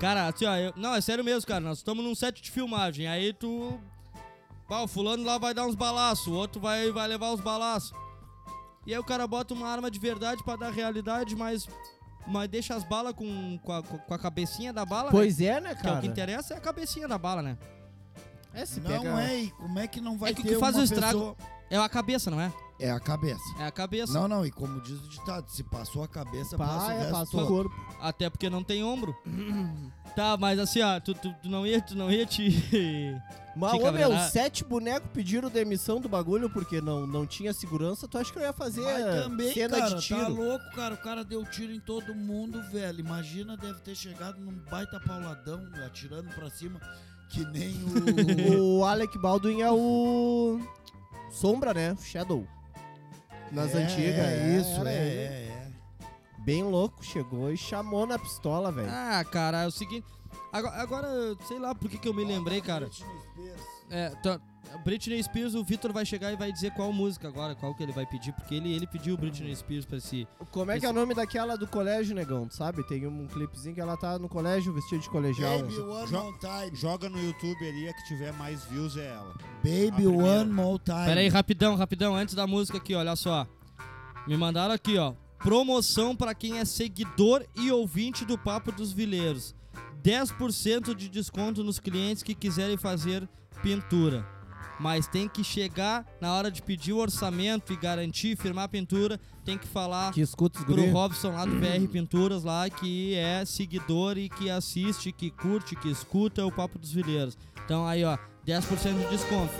S3: Cara, assim, ó, eu- não, é sério mesmo, cara. Nós estamos num set de filmagem. Aí tu. Pá, o fulano lá vai dar uns balaços, o outro vai, vai levar os balaços. E aí o cara bota uma arma de verdade pra dar realidade, mas. Mas deixa as balas com, com, a, com a cabecinha da bala. né?
S9: Pois é, né,
S3: Que é o
S9: cara?
S3: que interessa é a cabecinha da bala, né?
S9: É, se
S4: não
S9: pega-
S4: é, e como é que não vai
S3: É que o
S4: ter
S3: que faz
S4: uma
S3: o estrago-
S4: pessoa-
S3: É a cabeça, não é?
S4: É a cabeça.
S3: É a cabeça.
S4: Não, não, e como diz o ditado, se passou a cabeça, passa o
S9: Pá, é,
S4: resto
S9: passa o
S4: todo.
S9: corpo.
S3: Até porque não tem ombro. tá, mas assim, ó, tu, tu, tu não ia, tu não ia te.
S1: Mas,
S3: Fica
S1: ô meu,
S3: brava.
S1: sete bonecos pediram demissão do bagulho porque não, não tinha segurança. Tu acha que eu ia fazer
S4: Mas também,
S1: cena
S4: cara,
S1: é de tiro?
S4: tá louco, cara. O cara deu tiro em todo mundo, velho. Imagina, deve ter chegado num baita pauladão, né, atirando pra cima, que nem o...
S1: O Alec Baldwin é o. Sombra, né? Shadow. Nas
S4: É,
S1: antigas.
S4: É, isso,
S1: era
S4: é,
S1: ele.
S4: é, é.
S1: Bem louco, chegou e chamou na pistola, velho.
S3: Ah, cara, é o seguinte. Agora, agora, sei lá por que, que eu me lembrei, cara. É, tá- Britney Spears, o Vitor vai chegar e vai dizer qual música agora, qual que ele vai pedir, porque ele, ele pediu Britney Spears pra si.
S1: Como é que é o
S3: esse-
S1: nome daquela do colégio, negão? Tu sabe? Tem um, um clipezinho que ela tá no colégio vestida de colegial.
S4: Baby One
S2: Jo-
S4: More Time.
S2: Joga no YouTube ali, a que tiver mais views é ela. A
S4: Baby
S2: primeira.
S4: One More Time.
S3: Pera aí, rapidão, rapidão, antes da música aqui, olha só. Me mandaram aqui, ó. Promoção pra quem é seguidor e ouvinte do Papo dos Vileiros. 10% de desconto nos clientes que quiserem fazer pintura. Mas tem que chegar na hora de pedir o orçamento e garantir, firmar a pintura, tem que falar
S1: Que escuta os
S3: pro
S1: guri.
S3: Robson lá do BR Pinturas lá, que é seguidor e que assiste, que curte, que escuta o Papo dos Vileiros. Então aí, ó, 10% de desconto.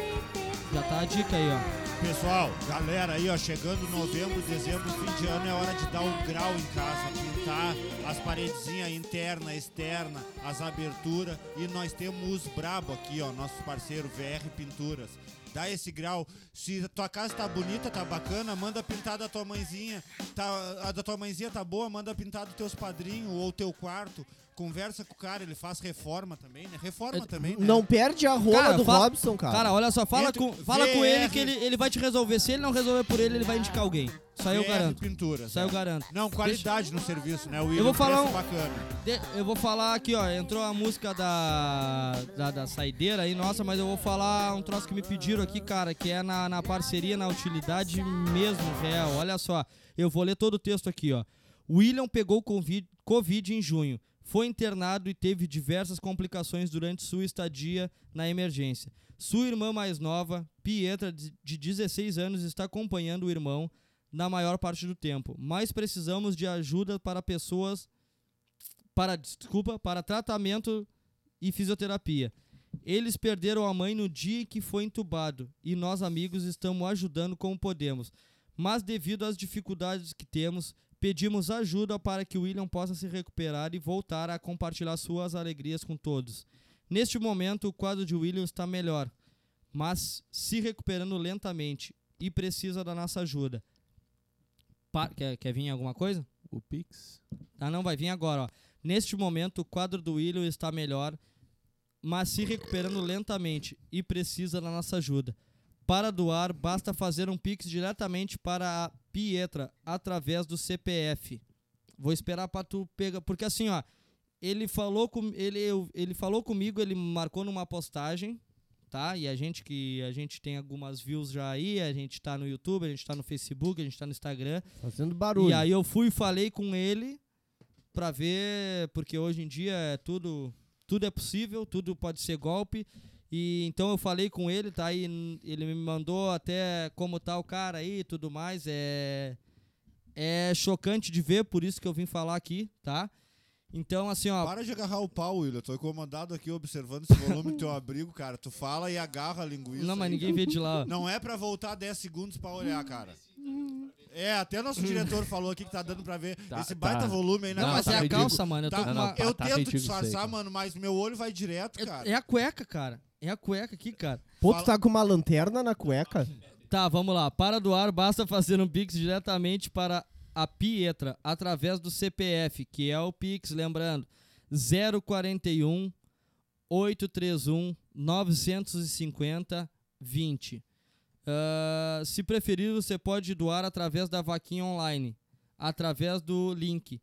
S3: Já tá a dica aí, ó.
S2: Pessoal, galera aí, ó, chegando novembro, dezembro, fim de ano, é hora de dar o grau em casa, pintar as paredezinhas interna, externa, as aberturas. E nós temos os brabo aqui, ó, nosso parceiro VR Pinturas. Dá esse grau. Se a tua casa tá bonita, tá bacana, manda pintar da tua mãezinha. Tá- a da tua mãezinha tá boa, manda pintar dos teus padrinhos ou teu quarto. Conversa com o cara, ele faz reforma também, né? Reforma
S3: É,
S2: também, né?
S1: Não perde a rola
S3: Cara,
S1: do
S3: fala-
S1: Robson, cara.
S3: Cara, olha só, fala,
S2: Entre-
S3: com, fala com ele que
S2: VR.
S3: ele, ele vai te resolver. Se ele não resolver por ele, ele vai indicar alguém. Só eu
S2: VR
S3: garanto.
S2: Pinturas.
S3: Só eu garanto.
S2: Não, qualidade no serviço, né? O William,
S3: vou falar
S2: preço
S3: um-
S2: bacana.
S3: De- eu vou falar aqui, ó. Entrou a música da, da, da saideira aí, nossa, mas eu vou falar um troço que me pediram aqui, cara, que é na, na parceria, na utilidade mesmo, real. Olha só, eu vou ler todo o texto aqui, ó. William pegou Covid, COVID em junho. Foi internado e teve diversas complicações durante sua estadia na emergência. Sua irmã mais nova, Pietra, de de 16 anos, está acompanhando o irmão na maior parte do tempo. Mas precisamos de ajuda para pessoas para desculpa, para tratamento e fisioterapia. Eles perderam a mãe no dia em que foi entubado e nós amigos estamos ajudando como podemos. Mas devido às dificuldades que temos, pedimos ajuda para que o William possa se recuperar e voltar a compartilhar suas alegrias com todos. Neste momento, o quadro de William está melhor, mas se recuperando lentamente e precisa da nossa ajuda. Pa- quer, quer vir alguma coisa?
S5: O Pix.
S3: Ah, não, vai vir agora, ó. Neste momento, o quadro do William está melhor, mas se recuperando lentamente e precisa da nossa ajuda. Para doar, basta fazer um pix diretamente para a Pietra através do CPF. Vou esperar para tu pegar, porque assim, ó, ele falou com ele, eu- ele falou comigo, ele marcou numa postagem, tá? E a gente que a gente tem algumas views já aí, a gente tá no YouTube, a gente tá no Facebook, a gente tá no Instagram.
S1: Fazendo barulho.
S3: E aí eu fui e falei com ele pra ver, porque hoje em dia é tudo, tudo é possível, tudo pode ser golpe. E então eu falei com ele, tá aí, n- ele me mandou até como tá o cara aí e tudo mais. É é chocante de ver, por isso que eu vim falar aqui, tá? Então assim, ó,
S2: Para de agarrar o pau, William. Tô incomodado aqui observando esse volume do teu abrigo, cara. Tu fala e agarra a linguiça.
S3: não, mas
S2: aí.
S3: ninguém vê de lá. ó.
S2: Não é pra voltar 10 segundos pra olhar, cara.
S3: Hum.
S2: É, até nosso diretor falou aqui que tá dando pra ver
S5: Tá,
S2: esse baita
S5: tá.
S2: volume aí né, na
S3: Não,
S5: Não,
S3: mas
S5: tá
S3: é a
S5: ridículo.
S3: calça, mano, eu tô
S2: Tá,
S3: com
S5: não,
S3: uma
S5: tá-
S2: Eu
S5: tá
S2: tento
S5: ridículo isso aí,
S2: disfarçar,
S5: cara.
S2: mano, mas meu olho vai direto, cara.
S3: É a cueca, cara. É a cueca aqui, cara.
S1: Pô,
S2: fala-
S1: tu tá com uma lanterna na cueca?
S3: Tá, vamos lá. Para doar, basta fazer um Pix diretamente para a Pietra, através do CPF, que é o Pix, lembrando. 041 831 950 20. Ah, se preferir, você pode doar através da vaquinha online, através do link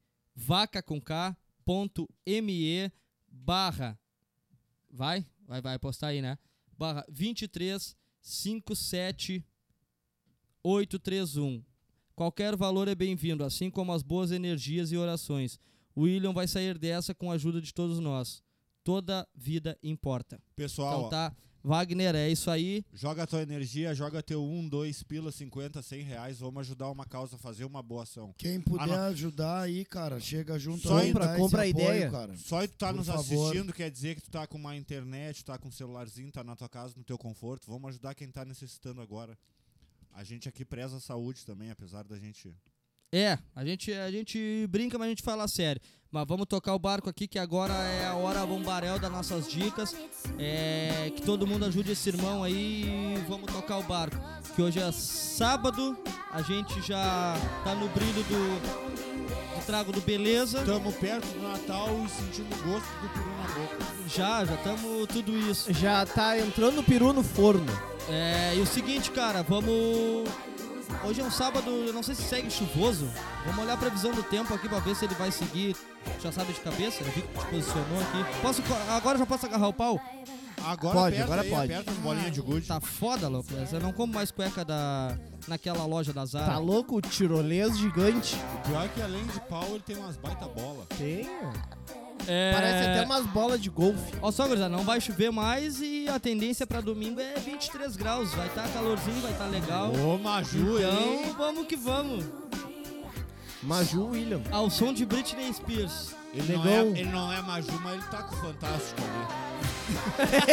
S3: vacacomk.me barra vai, vai, vai postar aí, né? Barra 23 57 831. Qualquer valor é bem-vindo, assim como as boas energias e orações. William vai sair dessa com a ajuda de todos nós. Toda vida importa.
S2: Pessoal,
S3: Então
S2: ó,
S3: tá, Wagner, é isso aí.
S2: joga tua energia, joga teu 1, 2, pila, 50, 100 reais. Vamos ajudar uma causa a fazer uma boa ação.
S4: Quem puder
S2: Ah, não.
S4: ajudar aí, cara, chega junto
S2: Só
S4: aí,
S1: compra-
S4: dá esse
S1: compra a
S4: apoio,
S1: ideia.
S4: cara.
S2: Só de tu tá
S4: Por
S2: nos
S4: favor.
S2: assistindo quer dizer que tu tá com uma internet, tu tá com um celularzinho, tá na tua casa, no teu conforto. Vamos ajudar quem tá necessitando agora. A gente aqui preza a saúde também, apesar da gente.
S3: É, a gente, a gente brinca, mas a gente fala sério. Mas vamos tocar o barco aqui, que agora é a hora bombarel das nossas dicas. É, que todo mundo ajude esse irmão aí e vamos tocar o barco. Que hoje é sábado, a gente já tá no brilho do, do trago do Beleza.
S2: Estamos perto do Natal e sentindo o gosto do peru na boca.
S3: Já, já estamos tudo isso.
S1: Já tá entrando o peru no forno.
S3: É, e o seguinte, cara, vamos. Hoje é um sábado, eu não sei se segue chuvoso. Vamos olhar a previsão do tempo aqui pra ver se ele vai seguir. Já sabe de cabeça, né? Vi que te posicionou aqui. Posso, co- agora já posso agarrar o pau?
S2: Agora
S1: Pode,
S2: aperta
S1: agora
S2: aí,
S1: pode. Ah,
S2: Aperta as bolinhas de gude.
S3: Tá foda, louco. Eu não como mais cueca da, naquela loja da Zara.
S2: Ah.
S1: Tá louco o tirolês gigante?
S2: O pior é que além de pau, ele tem umas baita bola.
S1: Tem.
S3: É...
S1: Parece até umas bolas de golfe.
S3: Ó, só, gurizada, não vai chover mais e a tendência pra domingo é 23 graus. Vai estar calorzinho, vai estar legal.
S2: Ô, Maju, hein?
S3: Então, vamos que vamos.
S1: Maju William.
S3: Ao som de Britney Spears.
S2: Ele não, é,
S1: Negão.
S2: ele não é Maju, mas ele tá com o Fantástico ali.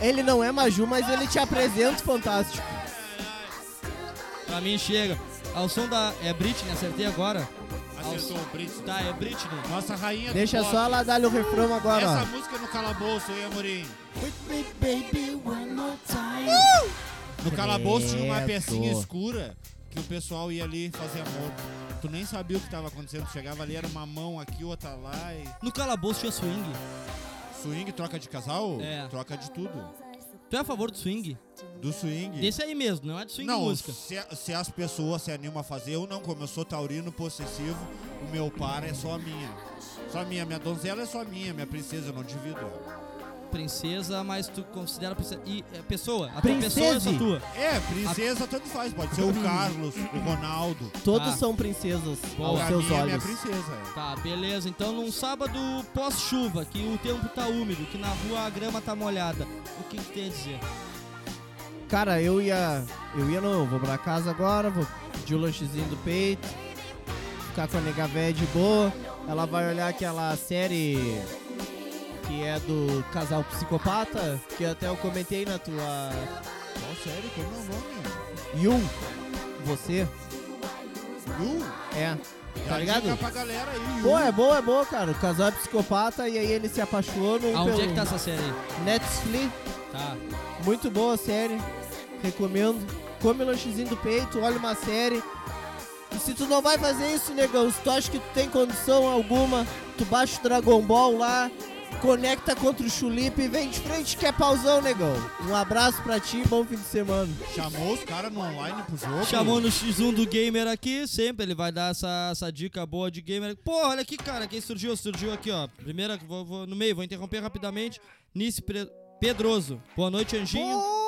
S1: Ele não é Maju, mas ele te apresenta o Fantástico.
S3: Pra mim chega. Ao som da. É Britney, acertei agora.
S2: Acertou o Brito.
S3: Tá, é Britney.
S2: Nossa rainha
S1: Deixa
S2: do pop.
S1: só ela dar-lhe o refrão agora.
S2: Essa
S1: ó.
S2: música no calabouço, hein, Amorim? Uh! No calabouço tinha uma
S1: Credo.
S2: pecinha escura que o pessoal ia ali fazer amor. Tu nem sabia o que tava acontecendo. Tu chegava ali, era uma mão aqui, outra lá. E...
S3: No calabouço tinha swing.
S2: Swing, troca de casal?
S3: É.
S2: Troca de tudo.
S3: Tu é a favor do swing?
S2: Do swing.
S3: Desse aí mesmo, não é de swing
S2: não,
S3: música.
S2: Se, se as pessoas se animam a fazer, eu não, como eu sou taurino possessivo, o meu par é só minha. Só minha, minha donzela é só minha, minha princesa, eu não divido.
S3: Princesa, mas tu considera princesa. E é, pessoa? A tua pessoa é
S1: Princese.
S3: só tua.
S2: É, princesa tanto faz, pode ser o Carlos, o Ronaldo.
S1: Todos
S3: Tá.
S1: são princesas aos
S2: Ah. pra
S1: seus
S2: mim é minha
S1: olhos.
S2: princesa. é.
S3: Tá, beleza. Então num sábado pós-chuva, que o tempo tá úmido, que na rua a grama tá molhada. O que, que tem a dizer?
S1: Cara, eu ia. Eu ia não, eu vou pra casa agora, vou pedir o lanchezinho do peito, ficar com a nega véia de boa. Ela vai olhar aquela série que é do casal psicopata, que até eu comentei na tua.
S2: Qual sério? Como é o nome?
S1: Yu, você?
S2: Yu?
S1: É.
S2: Dá
S1: Tá ligado?
S2: dica pra galera aí, Yu.
S1: Pô, é boa, é boa, cara. O casal é psicopata e aí eles se apaixonam
S3: Aonde
S1: pelo
S3: é que tá essa série aí?
S1: Netflix.
S3: Tá.
S1: Muito boa a série. Recomendo. Come lanchezinho do peito, olha uma série. E se tu não vai fazer isso, negão, se tu acha que tu tem condição alguma, tu baixa o Dragon Ball lá, conecta contra o Chulipe e vem de frente que é pausão, negão. Um abraço pra ti e bom fim de semana.
S2: Chamou os caras no online pro jogo.
S3: Chamou no X1 do gamer aqui, sempre ele vai dar essa, essa dica boa de gamer. Pô, olha aqui, cara, quem surgiu? Surgiu aqui, ó. Primeira, vou, vou- no meio, vou interromper rapidamente. Nice Pre- Pedroso. Boa noite, Anjinho.
S1: Boa!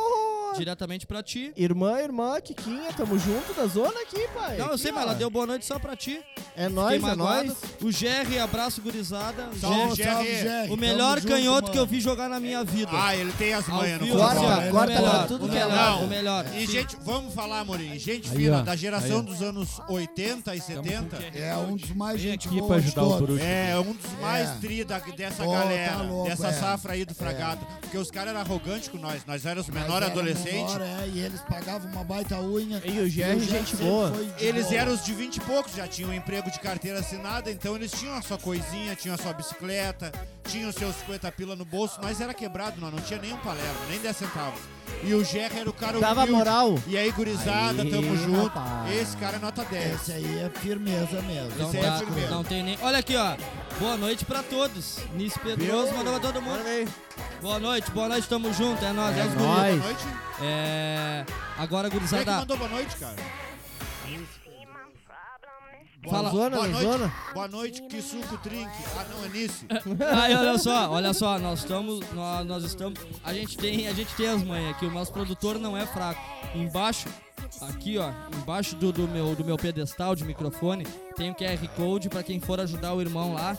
S3: Diretamente pra ti.
S1: Irmã, irmã, Kikinha, tamo junto da zona aqui, pai.
S3: Não, eu
S1: Aqui,
S3: sei, mas
S1: ó.
S3: ela deu boa noite só pra ti.
S1: É
S3: Fiquei
S1: nóis, é
S3: magoado.
S1: nóis.
S3: O Jerry, abraço, gurizada.
S2: Salve,
S3: Jerry,
S2: Jerry.
S3: o melhor canhoto que eu vi jogar na minha vida.
S2: Ah, ele tem as manhas no
S3: vivo,
S1: Corta,
S3: assim, ó,
S1: corta
S2: futebol.
S3: o
S1: lá
S3: melhor,
S1: tudo
S3: o
S1: que é
S3: melhor,
S2: lado.
S3: O melhor.
S2: E
S3: Sim.
S2: gente, vamos falar, Morim. Gente
S9: Aí,
S2: fina,
S9: ó.
S2: da
S9: Aí,
S2: geração
S9: ó.
S2: dos anos 80 e 70.
S4: É um dos mais
S9: Vem
S4: gente
S9: aqui
S4: boa
S9: pra
S4: de
S9: ajudar o
S4: todos.
S9: bruxo.
S2: É, um dos mais
S4: É.
S2: tri da- dessa
S4: Pô, tá
S2: galera,
S4: louco,
S2: dessa
S4: é.
S2: safra aí do fragata. Porque os caras eram arrogantes com nós, nós éramos
S4: Mas
S2: menor
S4: era
S2: adolescente.
S4: menor, é, e eles pagavam uma baita unha.
S1: E o Jerry, gente
S4: sempre
S1: boa.
S4: foi de
S2: Eles
S4: boa.
S2: eram os de 20 e poucos, já tinham um emprego de carteira assinada, então eles tinham a sua coisinha, tinham a sua bicicleta, tinham os seus 50 pila no bolso, mas era quebrado, nós não tinha nem um palermo, nem 10 centavos. E o Gerra era o cara
S1: Dava
S2: humilde.
S1: moral.
S2: E aí, gurizada,
S1: Aí,
S2: tamo junto.
S1: rapaz.
S2: Esse cara é nota 10.
S4: Esse aí é firmeza mesmo.
S3: Não,
S2: Esse aí é
S3: tá,
S2: firmeza.
S3: não tem nem. Olha aqui, ó. Boa noite pra todos. Nisso Pedroso mandou pra todo mundo. Boa noite, boa noite, tamo junto. É nóis, é,
S1: É
S3: os
S1: nóis.
S3: guris.
S2: Boa noite.
S3: É. Agora,
S2: Quem é que
S3: gurizada.
S2: mandou boa noite, cara? Boa,
S3: Fala.
S1: Zona,
S2: boa
S1: né,
S2: noite.
S1: zona?
S2: Boa noite, que suco trinque. Ah, não, é nisso.
S3: Aí, olha só, olha só, nós estamos. Nós, nós estamos. A gente tem, a gente tem as manhas aqui. O nosso produtor não é fraco. Embaixo, aqui, ó, embaixo do, do meu, do meu pedestal de microfone, tem o QR Code pra quem for ajudar o irmão lá.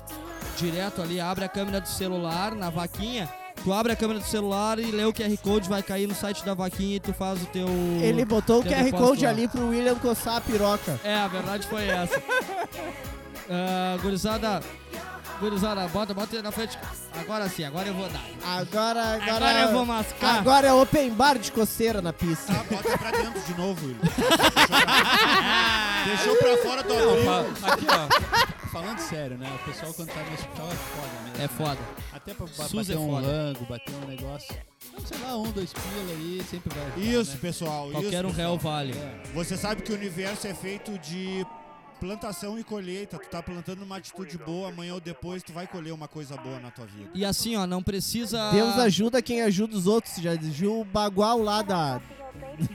S3: Direto ali, abre a câmera do celular na vaquinha. Tu abre a câmera do celular e lê o QR Code, vai cair no site da vaquinha e tu faz o teu.
S1: Ele botou o
S3: Eu
S1: QR
S3: posso
S1: Code
S3: lá.
S1: ali pro William coçar a piroca.
S3: É, a verdade foi essa. Ah, gurizada, gurizada, bota, bota na frente. Agora sim, agora eu vou dar.
S1: Agora, agora.
S3: Agora, eu vou mascar.
S1: Agora é open bar de coceira na pista.
S2: Ah, bota pra dentro de novo, William. Deixou pra fora do abrigo.
S5: Fa- Aqui, ó. Falando sério, né? O pessoal quando tá no hospital é foda mesmo.
S3: É foda.
S5: Até pra ba-
S3: SUS
S5: bater
S3: é
S5: um
S3: foda.
S5: rango, bater um negócio. Então, sei lá, um, dois pila aí, sempre vai.
S2: Isso,
S5: né?
S2: pessoal.
S3: Qualquer
S2: isso,
S3: um
S2: pessoal.
S3: réu vale.
S2: Você sabe que o universo é feito de plantação e colheita. Tu tá plantando uma atitude boa, amanhã ou depois tu vai colher uma coisa boa na tua vida.
S3: E assim, ó, não precisa
S1: Deus
S2: Ah.
S1: ajuda quem ajuda os outros. Já dizia o bagual lá da.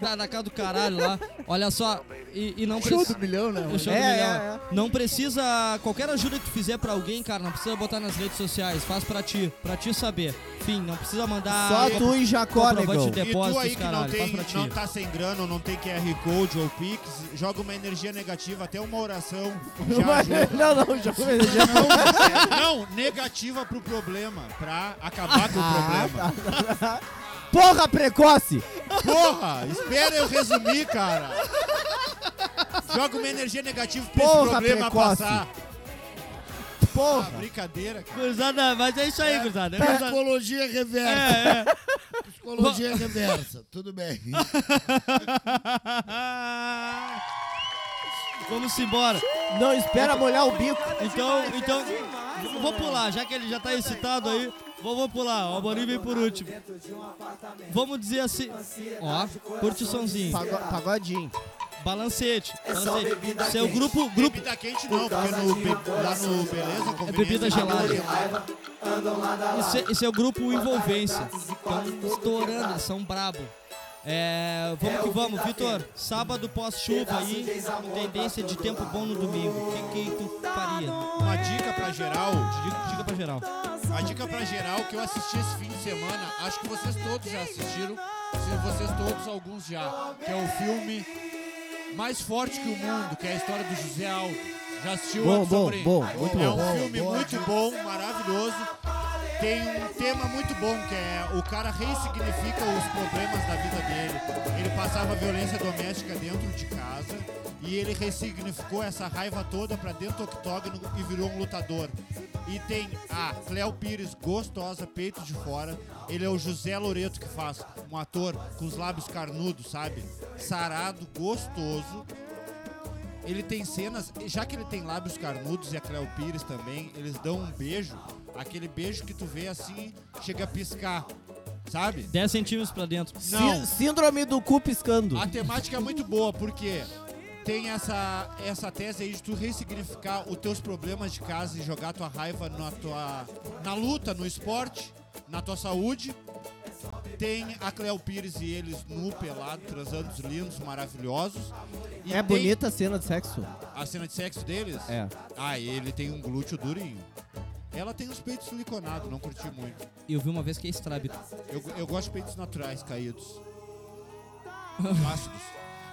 S3: da, da cara do caralho lá. Olha só, e, e não
S5: Show
S3: precisa...
S5: do bilhão, né?
S3: O show
S1: É,
S3: do milhão,
S1: é,
S3: né? Não precisa. Qualquer ajuda que tu fizer pra alguém, cara, não precisa botar nas redes sociais. Faz pra ti, pra ti saber. Fim, não precisa
S2: Ah,
S3: mandar.
S1: Só tu e Jacó,
S3: comprovante
S1: negão.
S3: de-
S2: e tu
S3: Depósitos,
S2: aí que não,
S3: caralho,
S2: tem,
S3: faz pra ti.
S2: não tá sem grana, ou não tem QR Code ou Pix, joga uma energia negativa, até uma oração já ajuda.
S1: Não, não, já comecei. Já...
S2: Não, negativa pro problema, pra acabar
S3: Ah,
S2: com o problema. tá.
S1: Porra precoce!
S3: tá.
S2: Porra, espera eu resumir, cara. Joga uma energia negativa pra esse
S1: Porra,
S2: problema
S1: precoce.
S2: passar. Ah,
S1: Porra!
S2: brincadeira, cara.
S3: Gurizada, mas é isso aí, gurizada. É, gurizada.
S4: Psicologia reversa.
S3: é.
S4: Psicologia reversa. Tudo bem.
S3: Vamos embora.
S1: Não espera molhar o bico.
S3: Então, então, vou pular, já que ele já tá excitado aí, vou, vou pular. O Boninho vem por último. Vamos dizer assim, ó, curte o sonzinho,
S1: Pago- pagodinho.
S3: balancete, balancete. Seu grupo, grupo,
S2: Bebida quente não, porque no, be- lá no Beleza,
S3: é
S2: conveniência,
S3: bebida gelada. é, E seu, e seu grupo envolvência, estão estourando, eles são brabo. É, vamos que vamos, Vitor. Sábado pós-chuva aí, tendência de tempo bom no domingo. O que, que tu faria?
S2: Uma dica pra geral,
S3: Diga, diga pra geral.
S2: a dica pra geral que eu assisti esse fim de semana, acho que vocês todos já assistiram, se vocês todos, alguns já, que é o filme mais forte que o mundo, que é a história do José Aldo. Já assistiu
S1: Bom,
S2: Aldo
S1: bom,
S2: Sobrinho?
S1: bom, muito
S2: É
S1: bom.
S2: um filme
S4: boa
S2: muito bom, maravilhoso. Tem um tema muito bom, que é o cara ressignifica os problemas da vida dele. Ele passava violência doméstica dentro de casa e ele ressignificou essa raiva toda pra dentro do octógono e virou um lutador. E tem a Cléo Pires, gostosa, peito de fora. Ele é o José Loreto que faz, um ator com os lábios carnudos, sabe? Sarado, gostoso. Ele tem cenas, já que ele tem lábios carnudos e a Cleo Pires também, eles dão um beijo, aquele beijo que tu vê assim, chega a piscar, sabe?
S3: 10 centímetros pra dentro.
S2: Não.
S1: Sí- Síndrome do cu piscando.
S2: A temática é muito boa, porque tem essa, essa tese aí de tu ressignificar os teus problemas de casa e jogar tua raiva na tua. na luta, no esporte, na tua saúde. Tem a Cleo Pires e eles nu, pelado, transando os lindos, maravilhosos. E
S1: É
S2: tem
S1: bonita a cena de sexo?
S2: A cena de sexo deles?
S1: É.
S2: Ah, ele tem um glúteo durinho. Ela tem os peitos siliconados, não curti muito.
S3: Eu vi uma vez que é estrábico.
S2: Eu, eu gosto de peitos naturais, caídos. Ácidos.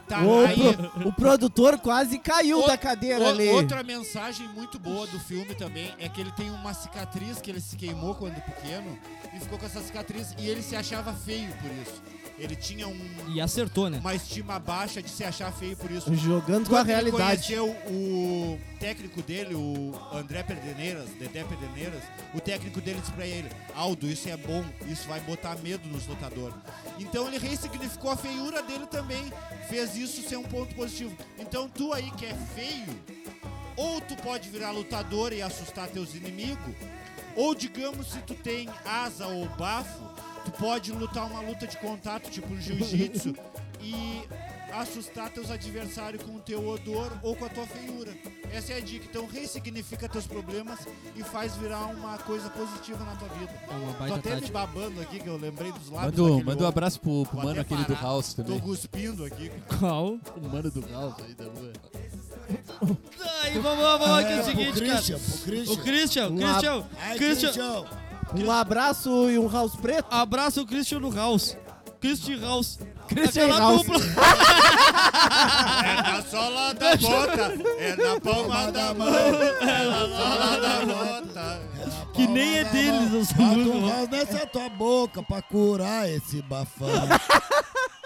S2: Tá,
S1: Ô,
S2: aí,
S1: o, pro- o produtor quase caiu
S2: Ou-
S1: da cadeira
S2: o-
S1: ali.
S2: Outra mensagem muito boa do filme também é que ele tem uma cicatriz que ele se queimou quando pequeno e ficou com essa cicatriz e ele se achava feio por isso. Ele tinha um-
S3: E acertou, né?
S2: uma estima baixa de se achar feio por isso.
S1: Jogando com a
S2: Quando ele
S1: realidade.
S2: conheceu o técnico dele, o André Perdeneiras, Dedé Perdeneiras, o técnico dele disse pra ele, Aldo, isso é bom, isso vai botar medo nos lutadores. Então ele ressignificou a feiura dele também, fez isso ser um ponto positivo. Então tu aí que é feio, ou tu pode virar lutador e assustar teus inimigos, ou digamos se tu tem asa ou bafo, Tu pode lutar uma luta de contato, tipo um jiu-jitsu, e assustar teus adversários com o teu odor ou com a tua feiura. Essa é a dica. Então ressignifica teus problemas e faz virar uma coisa positiva na tua vida.
S3: É uma
S2: Tô
S3: baita
S2: até me
S3: tática.
S2: babando aqui, que eu lembrei dos lábios
S5: Manda, um-
S2: daquele
S5: manda um
S2: homem.
S5: abraço pro, pro
S2: Vou
S5: mano
S2: até
S5: aquele do
S2: parar.
S5: House também.
S2: Tô cuspindo aqui.
S3: Qual?
S5: O mano do House aí da rua.
S3: Aí, vamos, vamos aqui
S4: É,
S3: o seguinte,
S4: pro
S3: cara.
S4: Christian, pro Christian.
S3: O Christian, o
S1: Um
S3: Christian,
S4: É,
S3: Christian,
S1: Um abraço e um house preto.
S3: abraça o Christian do House. Christian House.
S1: Christian
S3: Aquela
S1: House.
S3: dupla.
S2: É na sola da bota, é na palma da mão, é na sola da bota.
S3: Que nem é deles, eu sou
S4: Bota
S3: muito
S4: um
S3: bom.
S4: round nessa tua boca pra curar esse bafão.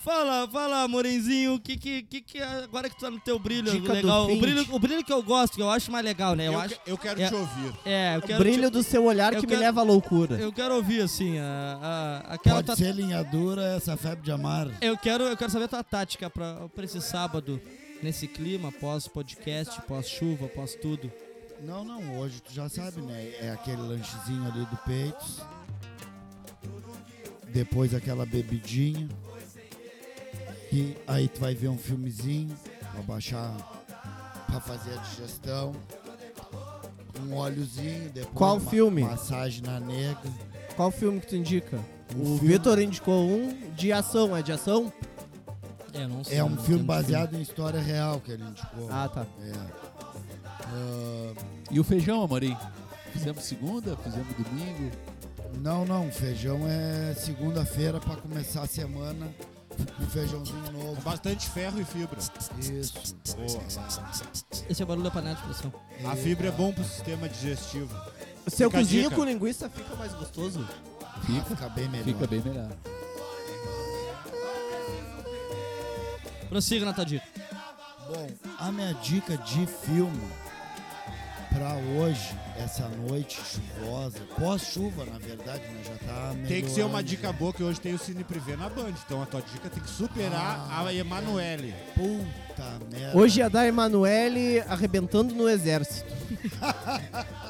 S3: Fala, fala, Morenzinho, o que, que, que, que é agora que tu tá no teu brilho
S1: Dica do
S3: legal? O
S1: Find.
S3: brilho, o brilho que eu gosto, que eu acho mais legal, né? Eu, acho.
S2: que- eu quero
S3: é-
S2: te ouvir.
S3: É, eu
S1: O
S3: quero.
S1: brilho do seu olhar
S3: eu
S1: que
S3: quero-
S1: me leva à loucura.
S3: Eu quero ouvir, assim, a, a- aquela.
S1: tá-
S4: Pode
S3: tua-
S4: ser linha dura essa febre de amar.
S3: Eu quero, eu quero saber a tua tática pra, pra esse sábado, nesse clima, pós-podcast, pós-chuva, pós-tudo.
S4: Não, não, hoje tu já sabe, né? É aquele lanchezinho ali do Peitos. Depois aquela bebidinha. E aí tu vai ver um filmezinho pra baixar, pra fazer a digestão. Um óleozinho, depois
S1: Qual
S4: uma
S1: filme?
S4: massagem na nega.
S1: Qual filme que tu indica?
S4: Um
S1: o
S4: filme-
S1: Vitor indicou um de ação, é de ação?
S3: É, não sei.
S4: É um
S3: não
S4: filme
S3: entendo
S4: baseado em história real que ele indicou.
S1: Ah, tá.
S4: É. Ah,
S5: E o feijão, Amorim? Fizemos segunda, fizemos domingo.
S4: não, não, feijão é segunda-feira pra começar a semana. Um feijãozinho novo.
S2: Bastante ferro e fibra.
S4: Isso.
S3: filme. Esse é o barulho da panela de pressão.
S2: A fibra é bom pro sistema digestivo.
S1: Se eu
S2: Fica a
S1: cozinho
S2: dica.
S1: com linguiça, fica mais gostoso.
S4: Ah, fica bem melhor.
S5: Fica bem melhor.
S3: Prossiga, Natadito.
S4: Bom, a minha dica de filme pra hoje, essa noite chuvosa, pós-chuva, na verdade, né? Já tá melhor.
S2: Tem que ser um uma dica boa que hoje tem o Cine Privé na Band. Então a tua dica tem que superar
S4: Ah.
S2: a Emanuele.
S4: Puta merda.
S1: Hoje
S3: é
S1: ia dar Emanuele arrebentando no exército.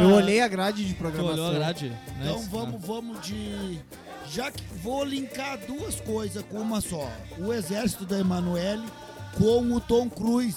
S1: Eu olhei a grade de
S3: Tu olhou
S1: programação.
S3: a grade? né?
S4: Então
S3: Isso,
S4: vamos, vamos de. Já que vou linkar duas coisas com uma só. O exército da Emanuele com o Tom Cruise,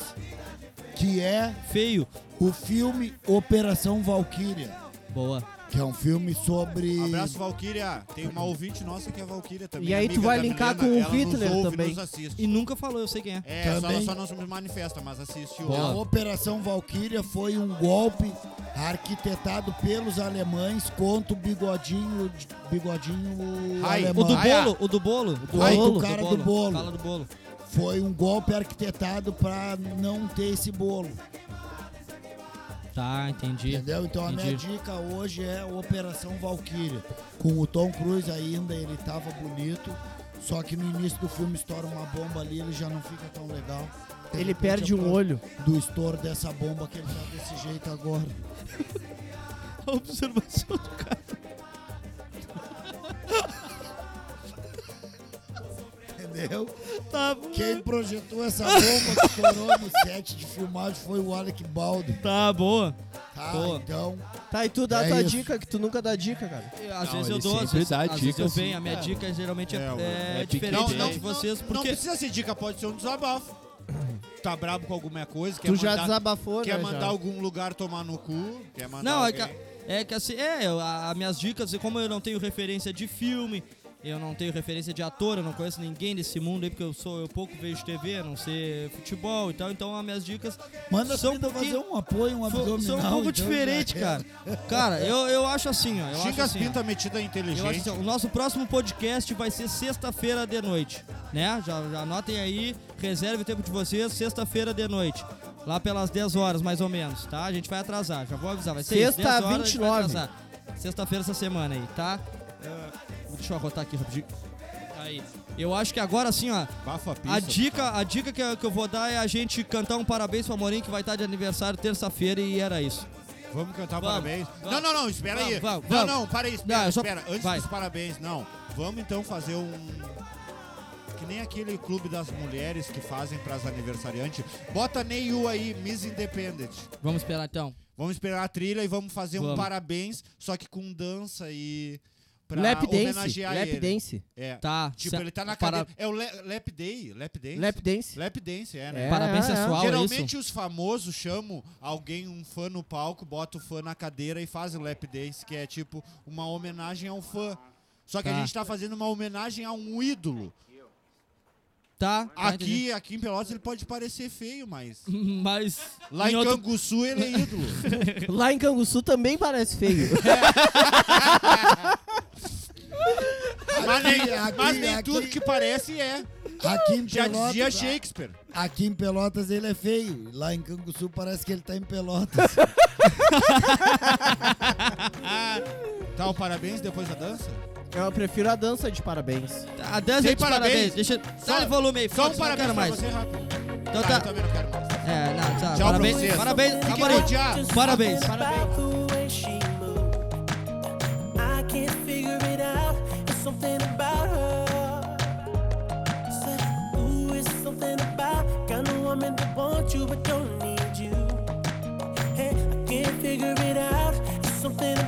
S4: que é
S3: né? Feio.
S4: o filme Operação Valkyria,
S3: Ah, Boa.
S4: que é um filme sobre.
S2: Abraço, Valkyria. Tem uma ouvinte nossa que é a Valkyria também.
S1: E aí tu
S2: amiga
S1: vai
S2: da
S1: linkar
S2: Milena.
S1: com o
S2: Ela nos
S1: Hitler
S2: ouve,
S1: também.
S2: Nos assiste.
S3: E nunca falou, eu sei quem é.
S2: É, só,
S4: Também.
S2: só não se manifesta, mas assiste o.
S4: A Operação Valkyria foi um golpe arquitetado pelos alemães contra o bigodinho, bigodinho
S2: Ai,
S3: O do
S4: alemão.
S2: Maia.
S3: bolo, o do bolo. O
S4: Ai, do
S3: do
S4: cara do bolo.
S3: Fala do bolo.
S4: Foi um golpe arquitetado para não ter esse bolo,
S3: Tá, entendi.
S4: entendeu? Então a minha
S3: Entendi.
S4: dica hoje é Operação Valkyria. Com o Tom Cruise ainda, ele tava bonito, só que no início do filme estoura uma bomba ali, ele já não fica tão legal. De
S1: Ele
S4: repente,
S1: perde
S4: é por
S1: um
S4: causa
S1: olho.
S4: Do estouro dessa bomba que ele tá desse jeito agora.
S3: A observação do cara.
S4: Entendeu?
S3: Tá,
S4: Quem projetou essa bomba que estourou no set de filmagem foi o Alec Baldwin.
S3: tá boa.
S4: Tá,
S3: Boa.
S4: então.
S1: Tá, e tu dá
S4: É
S1: tua
S4: isso.
S1: dica, que tu nunca dá dica, cara.
S3: Às
S5: Não,
S3: vezes eu
S5: ele
S3: dou, às
S5: sempre
S3: vezes,
S5: dá
S3: às vezes
S5: dica,
S3: eu venho.
S5: assim,
S3: a minha
S5: cara.
S3: dica geralmente é,
S2: É, mano,
S3: é
S5: é
S3: diferente
S5: pique-
S3: da
S5: não,
S3: de vocês,
S2: Não
S3: porque...
S2: precisa ser dica, pode ser um desabafo. Tá brabo com alguma coisa, quer
S1: tu já
S2: mandar,
S1: desabafou,
S2: quer
S1: né? já.
S2: mandar algum lugar tomar no cu, quer mandar
S3: Não, é que,
S2: alguém-
S3: a- é que assim, é, eu- a, as minhas dicas, como eu não tenho referência de filme, eu não tenho referência de ator, eu não conheço ninguém desse mundo aí, porque eu sou, eu pouco vejo TV, a não ser futebol e tal, então as minhas dicas
S4: Manda
S3: São
S4: são
S3: um pouquinho-
S4: fazer um apoio, um
S3: fo-
S4: abdominal.
S3: são um pouco
S4: então,
S3: diferentes,
S4: já é.
S3: cara. Cara, eu, eu acho assim, ó. Eu acho
S2: Xinga as
S3: assim, ó.
S2: pintas metidas
S3: Eu acho
S2: inteligente.
S3: assim, ó, o nosso próximo podcast vai ser sexta-feira de noite, né? Já, já anotem aí, reserve o tempo de vocês, sexta-feira de noite. Lá pelas 10 horas, mais ou menos, tá? A gente vai atrasar, já vou avisar. Vai ser isso,
S1: Sexta,
S3: 10 horas, a gente vai
S1: 29.
S3: atrasar. Sexta-feira essa semana aí, tá? Ah, deixa eu arrotar aqui rapidinho. Aí. Eu acho que agora sim, ó,
S2: Bafa pizza.
S3: a dica, a dica que, eu- que eu vou dar é a gente cantar um parabéns pro Amorim que vai estar de aniversário terça-feira e era isso.
S2: Vamos cantar
S3: Vamos,
S2: parabéns.
S3: vamos.
S2: não, não, não, espera
S3: Vamos,
S2: aí.
S3: vamos,
S2: não,
S3: vamos.
S2: não, para aí, espera,
S3: Não, eu só-
S2: espera. Antes
S3: vai.
S2: dos parabéns, não. Vamos então fazer um. Que nem aquele clube das mulheres que fazem pras aniversariantes. Bota Neiu aí, Miss Independent.
S3: Vamos esperar então.
S2: Vamos esperar a trilha e vamos fazer um
S3: Vamos.
S2: parabéns, só que com dança e. Pra
S9: Lap dance.
S2: homenagear
S9: Lap
S2: ele.
S9: dance.
S2: É.
S3: Tá.
S2: Tipo,
S3: se-
S2: ele tá na
S3: para-
S2: cadeira. É o le- Lap Day? Lap Dance?
S9: Lap dance.
S2: Lap Dance, é, né?
S9: É,
S3: Parabéns
S9: é, é.
S3: sexual, é isso?
S2: Geralmente os famosos chamam alguém, um fã no palco, bota o fã na cadeira e faz o lap dance, que é tipo uma homenagem ao fã. Só que
S3: Tá.
S2: a gente tá fazendo uma homenagem a um ídolo.
S3: Tá. tá, entendi.
S2: Aqui, aqui em Pelotas ele pode parecer feio, mas
S3: Mas.
S2: lá em,
S3: em outro-
S2: Canguçu ele é ídolo.
S9: Lá em Canguçu também parece feio.
S2: mas nem,
S4: aqui,
S2: mas nem
S4: aqui.
S2: tudo que parece é.
S4: Aqui em
S2: Já
S4: Pelotas,
S2: dizia Shakespeare.
S4: aqui em Pelotas ele é feio. Lá em Canguçu parece que ele tá em Pelotas.
S2: Tá, o parabéns depois da dança?
S9: Eu prefiro a dança de parabéns.
S3: A dança
S2: Sem
S3: é de parabéns.
S2: parabéns.
S3: Deixa. Sai o volume aí.
S2: Só
S3: foda-se,
S2: um parabéns pra
S3: Não quero mais.
S2: você rápido.
S3: Então
S2: Ah, eu
S3: tá.
S2: também não quero mais.
S3: É, não, tá.
S2: Tchau pra
S3: Parabéns.
S2: vocês.
S3: Parabéns.
S2: Fiquem
S3: Parabéns.
S2: rodeados.
S3: Parabéns. Parabéns.
S10: want you but don't need you. Hey, I can't figure it out. It's something